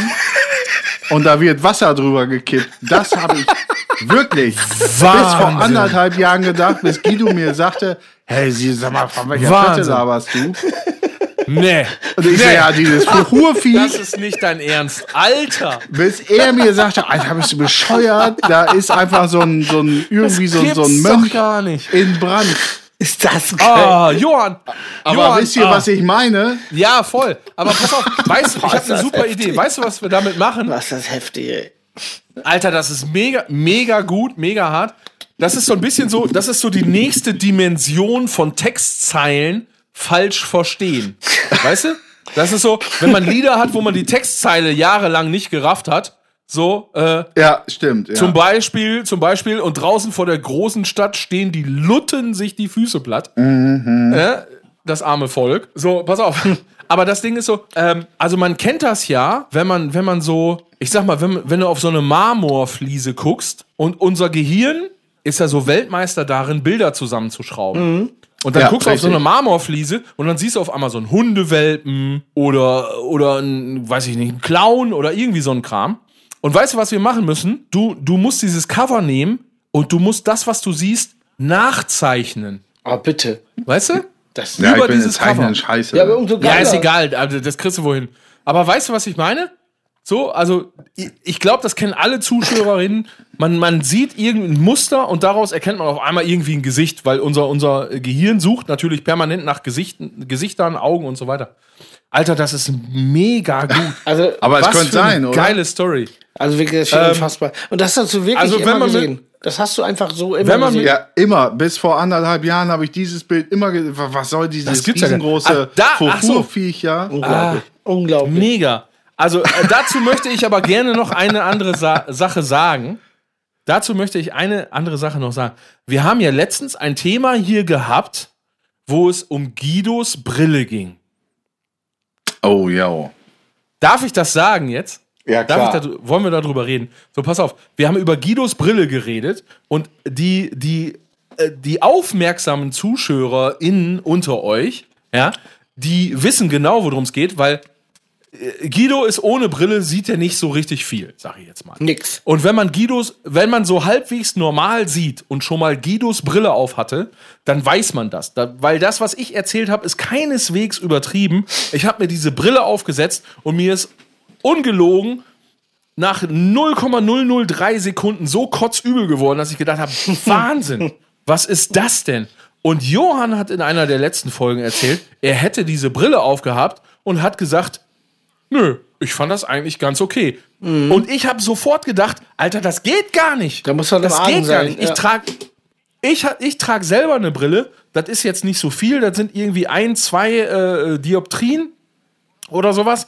Und da wird Wasser drüber gekippt. Das habe ich wirklich bis vor Wahnsinn. anderthalb Jahren gedacht, bis Guido mir sagte, hey, sie sag mal, von welcher Platte Wahnsinn. laberst du? Nee. Und ich so, ja, dieses Fuchurvieh. Das ist nicht dein Ernst. Alter! Bis er mir sagte, Alter, bist du bescheuert? Da ist einfach so ein, so ein irgendwie so, ein- so ein gibt's doch Mönch gar nicht. in Brand. Ist das geil? Ah, Johann! Aber Johann, wisst ihr, ah. was ich meine? Ja, voll. Aber pass auf, weißt du, ich habe eine super Idee. Weißt du, was wir damit machen? Was ist das heftig, ey. Alter, das ist mega, mega gut, mega hart. das ist so ein bisschen so, das ist so die nächste Dimension von Textzeilen falsch verstehen. Weißt du? Das ist so, wenn man Lieder hat, wo man die Textzeile jahrelang nicht gerafft hat, so, äh, Ja, stimmt. Ja. zum Beispiel, zum Beispiel, und draußen vor der großen Stadt stehen die Lutten sich die Füße platt. Äh, das arme Volk. So, pass auf. Aber das Ding ist so, ähm, also man kennt das ja, wenn man, wenn man so, ich sag mal, wenn, wenn du auf so eine Marmorfliese guckst und unser Gehirn ist ja so Weltmeister darin, Bilder zusammenzuschrauben. Und dann Ja, guckst du auf so richtig. eine Marmorfliese und dann siehst du auf einmal so einen Hundewelpen oder, oder ein, weiß ich nicht, einen Clown oder irgendwie so ein Kram. Und weißt du, was wir machen müssen? Du, du musst dieses Cover nehmen und du musst das, was du siehst, nachzeichnen. Oh, bitte. Weißt du? Das ja, über ich bin in dieses Cover. Zeichnen scheiße. ja, aber umso Ja, geiler. ist egal, also das kriegst du wohin. Aber weißt du, was ich meine? So, also ich, ich glaube, das kennen alle Zuschauerinnen. Man, man sieht irgendein Muster und daraus erkennt man auf einmal irgendwie ein Gesicht, weil unser, unser Gehirn sucht natürlich permanent nach Gesichten, Gesichtern, Augen und so weiter. Alter, das ist mega gut. Also, aber es Was könnte für eine sein, oder? Geile Story. also wirklich, das ist unfassbar. Und das hast du wirklich Ähm, also, wenn immer man mit- gesehen. Das hast du einfach so immer Wenn man gesehen. mit- Ja, immer. Bis vor anderthalb Jahren habe ich dieses Bild immer ge wa- Was soll dieses gibt's ja gar nicht. riesengroße Ah, da- ach so. Oh. Vorfuhrviech, ja? Unglaublich. Unglaublich. Mega. Also äh, dazu möchte ich aber gerne noch eine andere Sa Sache sagen. Dazu möchte ich eine andere Sache noch sagen. Wir haben ja letztens ein Thema hier gehabt, wo es um Guidos Brille ging. Oh, ja. Darf ich das sagen jetzt? Ja, Darf ich da, wollen wir darüber reden? So, pass auf. Wir haben über Guidos Brille geredet und die, die, äh, die aufmerksamen ZuschauerInnen unter euch, ja, die wissen genau, worum es geht, weil äh, Guido ist ohne Brille, sieht er nicht so richtig viel, sag ich jetzt mal. Nix. Und wenn man Guidos, wenn man so halbwegs normal sieht und schon mal Guidos Brille auf hatte, dann weiß man das. Da, weil das, was ich erzählt habe, ist keineswegs übertrieben. Ich habe mir diese Brille aufgesetzt und mir ist ungelogen nach 0,003 Sekunden so kotzübel geworden, dass ich gedacht habe, Wahnsinn, was ist das denn? Und Johann hat in einer der letzten Folgen erzählt, er hätte diese Brille aufgehabt und hat gesagt, nö, ich fand das eigentlich ganz okay. Und ich habe sofort gedacht, Alter, das geht gar nicht. Mhm. Da muss man das im Argen geht gar sein, nicht. ja. Ich trage ich, ha- ich trage selber eine Brille, das ist jetzt nicht so viel, das sind irgendwie ein, zwei äh, Dioptrien oder sowas.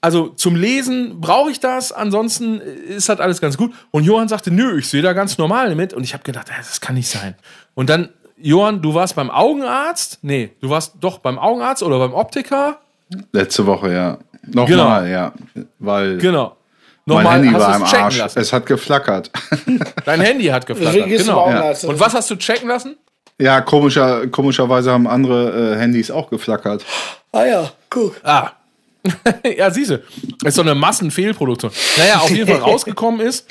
Also zum Lesen brauche ich das, ansonsten ist das alles ganz gut. Und Johann sagte, nö, ich sehe da ganz normal mit. Und ich habe gedacht, äh, das kann nicht sein. Und dann, Johann, du warst beim Augenarzt? Nee, du warst doch beim Augenarzt oder beim Optiker? Letzte Woche, ja. Genau. Nochmal, ja. Weil Genau. mein Handy hast war du's im checken Arsch. Lassen. Es hat geflackert. Dein Handy hat geflattert. Deswegen gehst du Genau. beim Augenarzt. Und was hast du checken lassen? ja, komischer, komischerweise haben andere äh, Handys auch geflackert. Ah ja, guck. Ah. ja, siehste. Ist so eine Massenfehlproduktion. Naja, auf jeden Fall rausgekommen ist,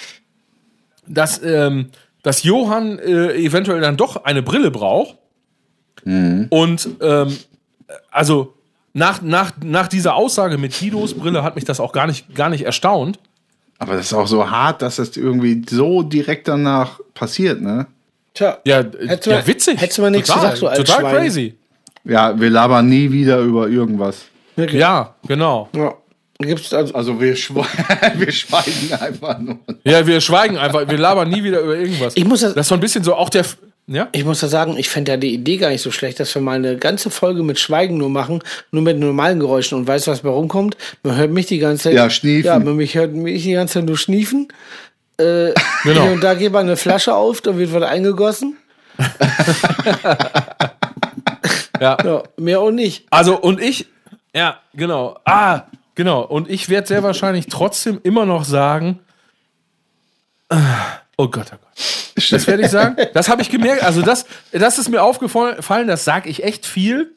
dass, ähm, dass Johann äh, eventuell dann doch eine Brille braucht. Und ähm, also nach, nach, nach dieser Aussage mit Kidos Brille hat mich das auch gar nicht, gar nicht erstaunt. Aber das ist auch so hart, dass das irgendwie so direkt danach passiert, ne? Tja. Ja, äh, Hättest du ja mal- witzig. hättest du mal nichts Total, gesagt, du altes Total Schwein. crazy. Ja, wir labern nie wieder über irgendwas. Wirklich. Ja, genau. ja. Gibt's also, Also wir, schwe wir schweigen einfach nur. Ja, wir schweigen einfach, wir labern nie wieder über irgendwas. Ich muss das- das ist so ein bisschen so auch der. F- Ja? ich muss ja sagen, ich fände ja die Idee gar nicht so schlecht, dass wir mal eine ganze Folge mit Schweigen nur machen, nur mit normalen Geräuschen und weißt, was bei rumkommt? Man hört mich die ganze Zeit. Ja, schniefen. Ja, man mich hört mich die ganze Zeit nur schniefen. Äh, Genau. Hier und da geht mal eine Flasche auf, dann wird was eingegossen. Ja. Ja, mehr auch nicht. Also und ich, ja, genau. Ah, genau. Und ich werde sehr wahrscheinlich trotzdem immer noch sagen. ah, Oh Gott, oh Gott. Das werde ich sagen. Das habe ich gemerkt. Also das, das ist mir aufgefallen. Das sage ich echt viel.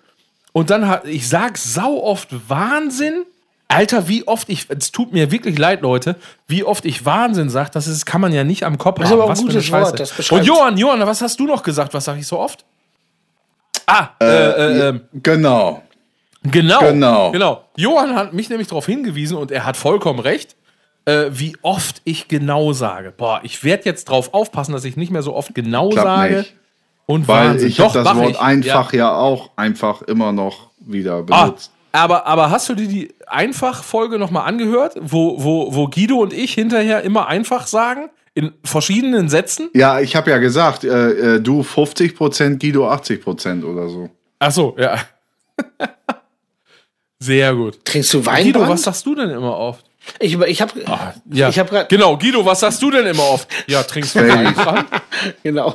Und dann hat, ich sag sau oft Wahnsinn. Alter, wie oft ich, es tut mir wirklich leid, Leute, wie oft ich Wahnsinn sage, das ist, kann man ja nicht am Kopf ist haben. aber ein Was für eine gutes Wort, Scheiße. das beschreibt's. Und Johann, Johann, was hast du noch gesagt? Was sage ich so oft? Ah, äh, äh, ähm, Genau. Genau, Genau. genau. Johann hat mich nämlich darauf hingewiesen und er hat vollkommen recht, äh, wie oft ich genau sage. Boah, ich werde jetzt drauf aufpassen, dass ich nicht mehr so oft genau Klappt sage. nicht. Und Weil Wahnsinn. ich habe das mach Wort ich. einfach ja. auch einfach immer noch wieder Ja. Ah, benutzt. Aber, aber hast du dir die Einfach-Folge nochmal angehört, wo, wo, wo Guido und ich hinterher immer einfach sagen? In verschiedenen Sätzen? Ja, ich habe ja gesagt, äh, äh, du 50%, Guido 80% oder so. Ach so, ja. Sehr gut. Trinkst du Wein? Guido, was sagst du denn immer oft? Ich, über- ich habe Ah, Ja. Ich hab grad- genau, Guido, was sagst du denn immer oft? Ja, trinkst du Wein? genau.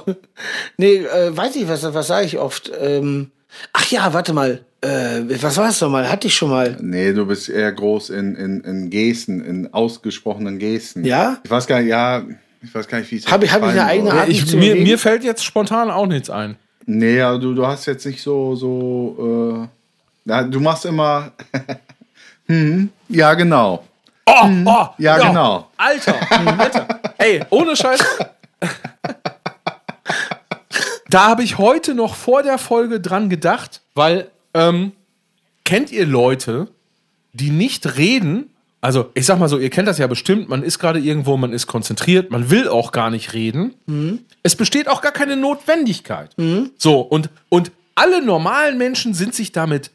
Nee, äh, weiß ich, was, was sage ich oft? Ähm, ach ja, warte mal. Äh, was war es nochmal? Hatte ich schon mal. Nee, du bist eher groß in, in, in Gesten, in ausgesprochenen Gesten. Ja? Ich weiß gar nicht, ja, ich weiß gar nicht, wie es Hab ich- hab ich eine fallen eigene soll. Art? Ich, Nicht zu mir, bewegen. mir fällt jetzt spontan auch nichts ein. Nee, ja, du, du hast jetzt nicht so, so, äh, na, du machst immer, hm, ja, genau. Oh, oh, ja, genau. Alter, Alter. Ey, ohne Scheiß. da habe ich heute noch vor der Folge dran gedacht, weil ähm, kennt ihr Leute, die nicht reden? Also, ich sag mal so, ihr kennt das ja bestimmt, man ist gerade irgendwo, man ist konzentriert, man will auch gar nicht reden. Mhm. Es besteht auch gar keine Notwendigkeit. So, und, und alle normalen Menschen sind sich damit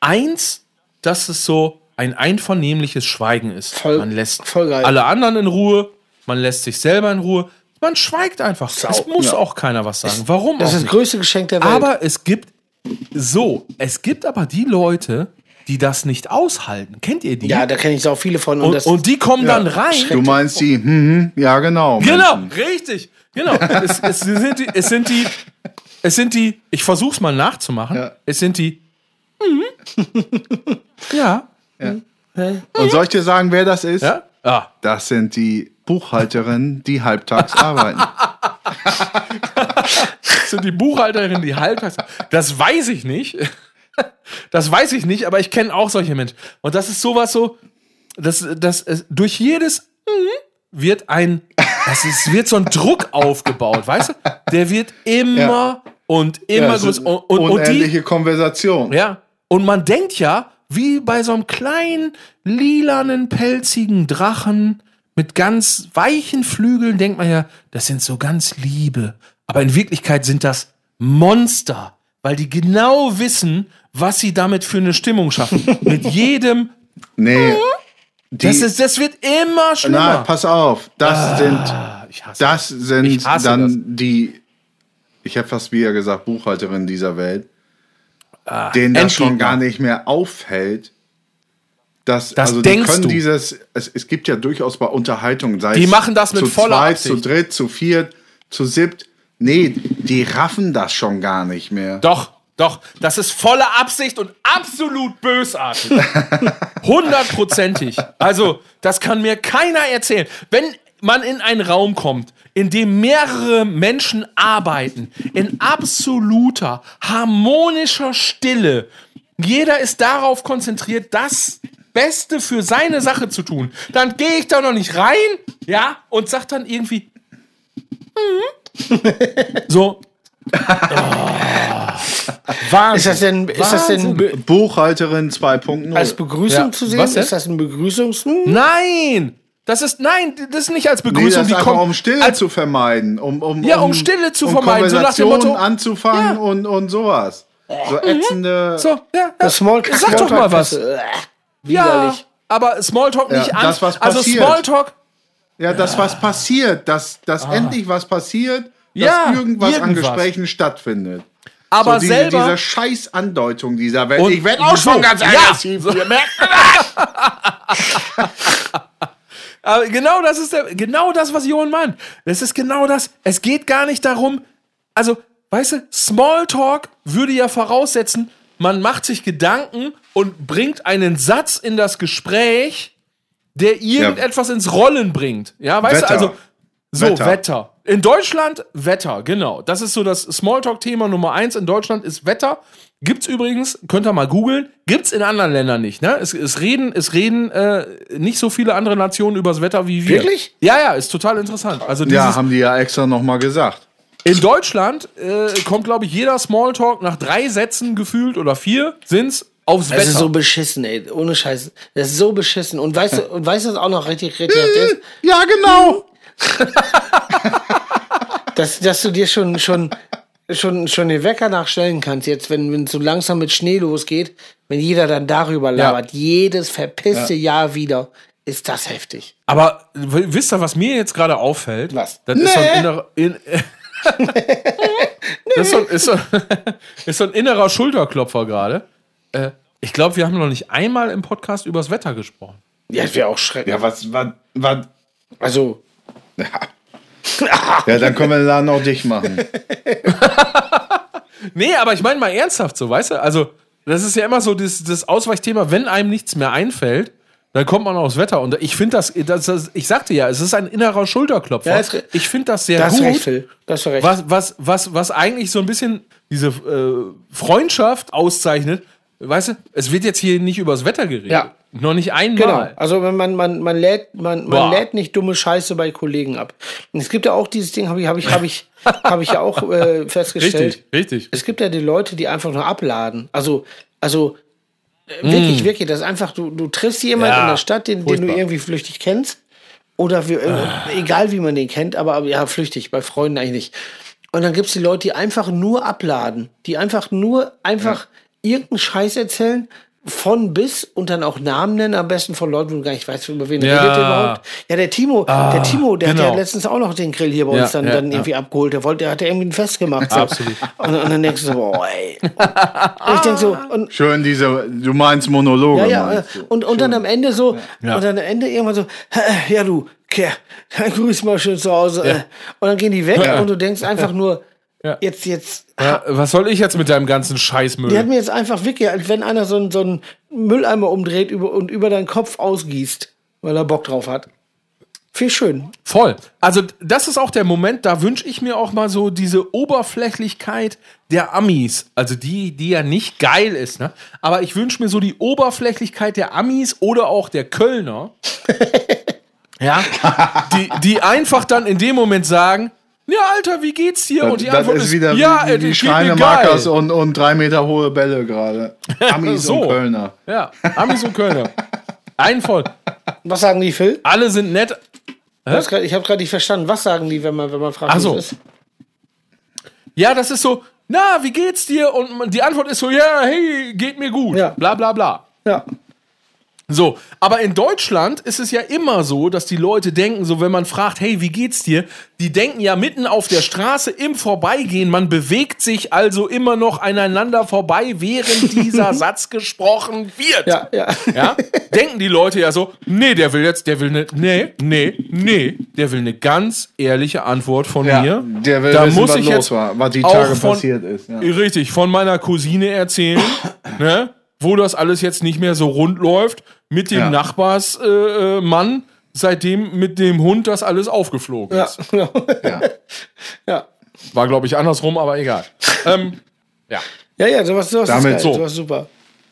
eins, dass es so ein einvernehmliches Schweigen ist. Voll- man lässt voll geil. alle anderen in Ruhe, man lässt sich selber in Ruhe, man schweigt einfach. es muss auch keiner was sagen. Warum auch Das ist das nicht? größte Geschenk der Welt. Oh. Aber es gibt so, es gibt aber die Leute, die das nicht aushalten. Kennt ihr die? ja, da kenne ich so viele von. Und, und, das, und die kommen dann Du rein. meinst die, hm, hm, ja, genau. Genau, richtig. Genau. es, es, sind die, es sind die, es sind die, ich versuch's mal nachzumachen. Es sind die. Mhm. ja. Und soll ich dir sagen, wer das ist? hm. Ja. Ah. Ja. Das sind die Buchhalterinnen, die halbtags arbeiten. Das sind die Buchhalterinnen, die halbtags. Das weiß ich nicht. Das weiß ich nicht, aber ich kenne auch solche Menschen. Und das ist sowas so, das, das, es- durch jedes Mhm wird ein, das ist, wird so ein Druck aufgebaut, weißt du? Der wird immer und immer das größer. ist Und, und, und die, unendliche Konversation. ja. Und man denkt ja, wie bei so einem kleinen, lilanen, pelzigen Drachen mit ganz weichen Flügeln, denkt man ja, das sind so ganz liebe. Aber in Wirklichkeit sind das Monster, weil die genau wissen, was sie damit für eine Stimmung schaffen. mit jedem. Nee, die, Mhm. Das, ist, das wird immer na, schlimmer. pass auf, das sind ich hasse Das sind Ich hasse dann das. die, ich habe fast wieder gesagt, Buchhalterin dieser Welt, denen das Ah, Endgegner. schon gar nicht mehr auffällt. Dass, Das also denkst die können du. dieses, es, es gibt ja durchaus bei Unterhaltung, sei Die es machen das mit zu voller zweit, Absicht. zu dritt, zu viert, zu siebt. Nee, die raffen das schon gar nicht mehr. Doch, doch. Das ist volle Absicht und absolut bösartig. Hundertprozentig. Also, das kann mir keiner erzählen. Wenn man in einen Raum kommt, in dem mehrere Menschen arbeiten, in absoluter, harmonischer Stille, jeder ist darauf konzentriert, das Beste für seine Sache zu tun, dann gehe ich da noch nicht rein, ja, und sag dann irgendwie, mhm. so. Oh. Wahnsinn. ist das denn, ist das denn be Buchhalterin 2.0. als Begrüßung Ja. zu sehen? Was denn? Ist das ein Begrüßungs... Hm? Nein! Das ist, nein, das ist nicht als Nee, das Begrüßung, ist die einfach, kommt. um Stille als, zu vermeiden. Um, um, Ja, um Stille zu vermeiden, so nach dem Konversationen Motto- anzufangen Ja. Mhm. und, und sowas. So ätzende. so, ja, ja. Small Äh, Sag doch mal was. Ja, Widerlich. aber Smalltalk nicht Ja, an. das, was also passiert. Smalltalk, Ja, dass was passiert, dass, dass endlich was passiert, Ah. Ja, dass irgendwas, an irgendwas. Gesprächen stattfindet. aber so diese, selber. diese Scheißandeutung dieser Welt. Und- ich werde auch so, schon ganz ja. aggressiv. Ihr merkt Aber genau das ist der, genau das, was Johann meint. Das ist genau das. Es geht gar nicht darum, also, weißt du, Smalltalk würde ja voraussetzen, man macht sich Gedanken und bringt einen Satz in das Gespräch, der irgendetwas ins Rollen bringt. Ja, weißt Wetter. du, also so Wetter. Wetter. In Deutschland Wetter, genau. Das ist so das Smalltalk-Thema Nummer eins in Deutschland ist Wetter. Gibt's übrigens, könnt ihr mal googeln, gibt's in anderen Ländern nicht. Ne? Es, es reden, es reden äh, nicht so viele andere Nationen übers Wetter wie wir. Wirklich? Ja, ja, ist total interessant. Also dieses, ja, haben die ja extra nochmal gesagt. in Deutschland äh, kommt, glaube ich, jeder Smalltalk nach drei Sätzen gefühlt oder vier sind's aufs Das Wetter. ist so beschissen, ey. Ohne Scheiß. Das ist so beschissen. Und weißt du, und weißt du, was auch noch richtig, richtig ist? Ja, genau. Dass, dass du dir schon, schon schon, schon den Wecker nachstellen kannst, jetzt, wenn wenn es so langsam mit Schnee losgeht, wenn jeder dann darüber labert, jedes verpisste Jahr wieder, ist das heftig. Aber w- wisst ihr, was mir jetzt gerade auffällt? Was? Das ist so ein innerer. In, das ist so, ein- ist, so, ist so ein innerer Schulterklopfer gerade. Äh, ich glaube, wir haben noch nicht einmal im Podcast übers Wetter gesprochen. Ja, das wäre auch schrecklich. Ja, was, was, was? Also, Ja, dann können wir den Laden auch dicht machen. Nee, aber ich meine mal ernsthaft so, weißt du? Also, das ist ja immer so das, das Ausweichthema, wenn einem nichts mehr einfällt, dann kommt man aufs Wetter. Und ich finde das, das, das, ich sagte ja, es ist ein innerer Schulterklopfer. Ja, es- ich finde das sehr das ist gut. recht, Phil. Das ist recht. was, was, was, was eigentlich so ein bisschen diese äh, Freundschaft auszeichnet, weißt du, es wird jetzt hier nicht übers Wetter geredet. Ja. Noch nicht Genau. einmal. Also wenn man man man lädt man Boah. man lädt nicht dumme Scheiße bei Kollegen ab. Und es gibt ja auch dieses Ding, habe ich habe ich habe ich habe ich ja auch äh, festgestellt. Richtig, richtig. Es gibt ja die Leute, die einfach nur abladen. Also also äh, wirklich wirklich, das ist einfach du du triffst jemanden Hm. Ja, in der Stadt, den, den du furchtbar. Ah. irgendwie flüchtig kennst oder wie, äh, egal wie man den kennt, aber, aber ja flüchtig bei Freunden eigentlich nicht. Und dann gibt es die Leute, die einfach nur abladen, die einfach nur einfach irgendeinen Scheiß erzählen von bis und dann auch Namen nennen, am besten von Leuten, wo du gar nicht weißt, über wen Ja. redet ihr überhaupt. Ja, der Timo, der Timo, der hat genau. ja letztens auch noch den Grill hier bei Ja, uns dann, ja, dann ja. irgendwie abgeholt. Der wollte, der hat ja irgendwie ein Fest gemacht. So. Absolut. Und, und dann denkst du so, boah, ey. Und ich denk so, und Schön diese, du meinst Monologe. ja, ja, meinst äh, du. und, und dann am Ende so, und dann am Ende irgendwann so, "Hä, ja du, Kerl, dann grüß mal schön zu Hause. äh. Und dann gehen die weg und du denkst einfach nur, jetzt, jetzt, Ja, was soll ich jetzt mit deinem ganzen Scheißmüll? die hat mir jetzt einfach wirklich, als wenn einer so einen, so einen Mülleimer umdreht über, und über deinen Kopf ausgießt, weil er Bock drauf hat. Viel schön. Voll. Also das ist auch der Moment, da wünsche ich mir auch mal so diese Oberflächlichkeit der Amis. Also die, die ja nicht geil ist, ne? Aber ich wünsche mir so die Oberflächlichkeit der Amis oder auch der Kölner. ja. Die, die einfach dann in dem Moment sagen, ja, Alter, wie geht's dir? Das, Und die das Antwort ist wieder ja, wie, wie es geht die mir Schreine geil." Markers und, und drei Meter hohe Bälle gerade. Amis So. und Kölner. Ja, Amis und Kölner. Ein voll. Was sagen die, Phil? Alle sind nett. Ich hab's grad- Ich habe gerade nicht verstanden. Was sagen die, wenn man, wenn man fragt, Ach wie so. es ist? Ja, das ist so, na, wie geht's dir? Und man- die Antwort ist so, ja, hey, geht mir gut. Ja. Bla bla bla. Ja. So, aber in Deutschland ist es ja immer so, dass die Leute denken, so wenn man fragt, hey, wie geht's dir? Die denken ja mitten auf der Straße im Vorbeigehen, man bewegt sich also immer noch aneinander vorbei, während dieser Satz gesprochen wird. Ja, ja. Ja? Denken die Leute ja so, nee, der will jetzt, der will ne, nee, nee, nee, der will eine ganz ehrliche Antwort von Ja, mir. der will wissen, was los war, was die auch Äh, Tage passiert ist, ja. Richtig, von meiner Cousine erzählen, ne, wo das alles jetzt nicht mehr so rund läuft, mit dem Ja. Nachbarsmann, äh, äh, Mann, seitdem mit dem Hund das alles aufgeflogen ist. genau. Ja. ja. War, glaube ich, andersrum, aber egal. ähm, ja. Ja, ja, sowas, sowas Damit ist geil. so. Sowas ist super.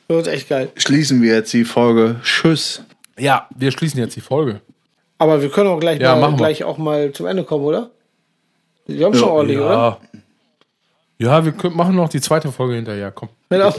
Sowas ist echt geil. Schließen wir jetzt die Folge. Tschüss. ja, wir schließen jetzt die Folge. Aber wir können auch gleich, Ja, machen mal, wir. gleich auch mal zum Ende kommen, oder? Wir haben schon ordentlich, oder? Ja, ja wir können, machen noch die zweite Folge hinterher, komm. Genau.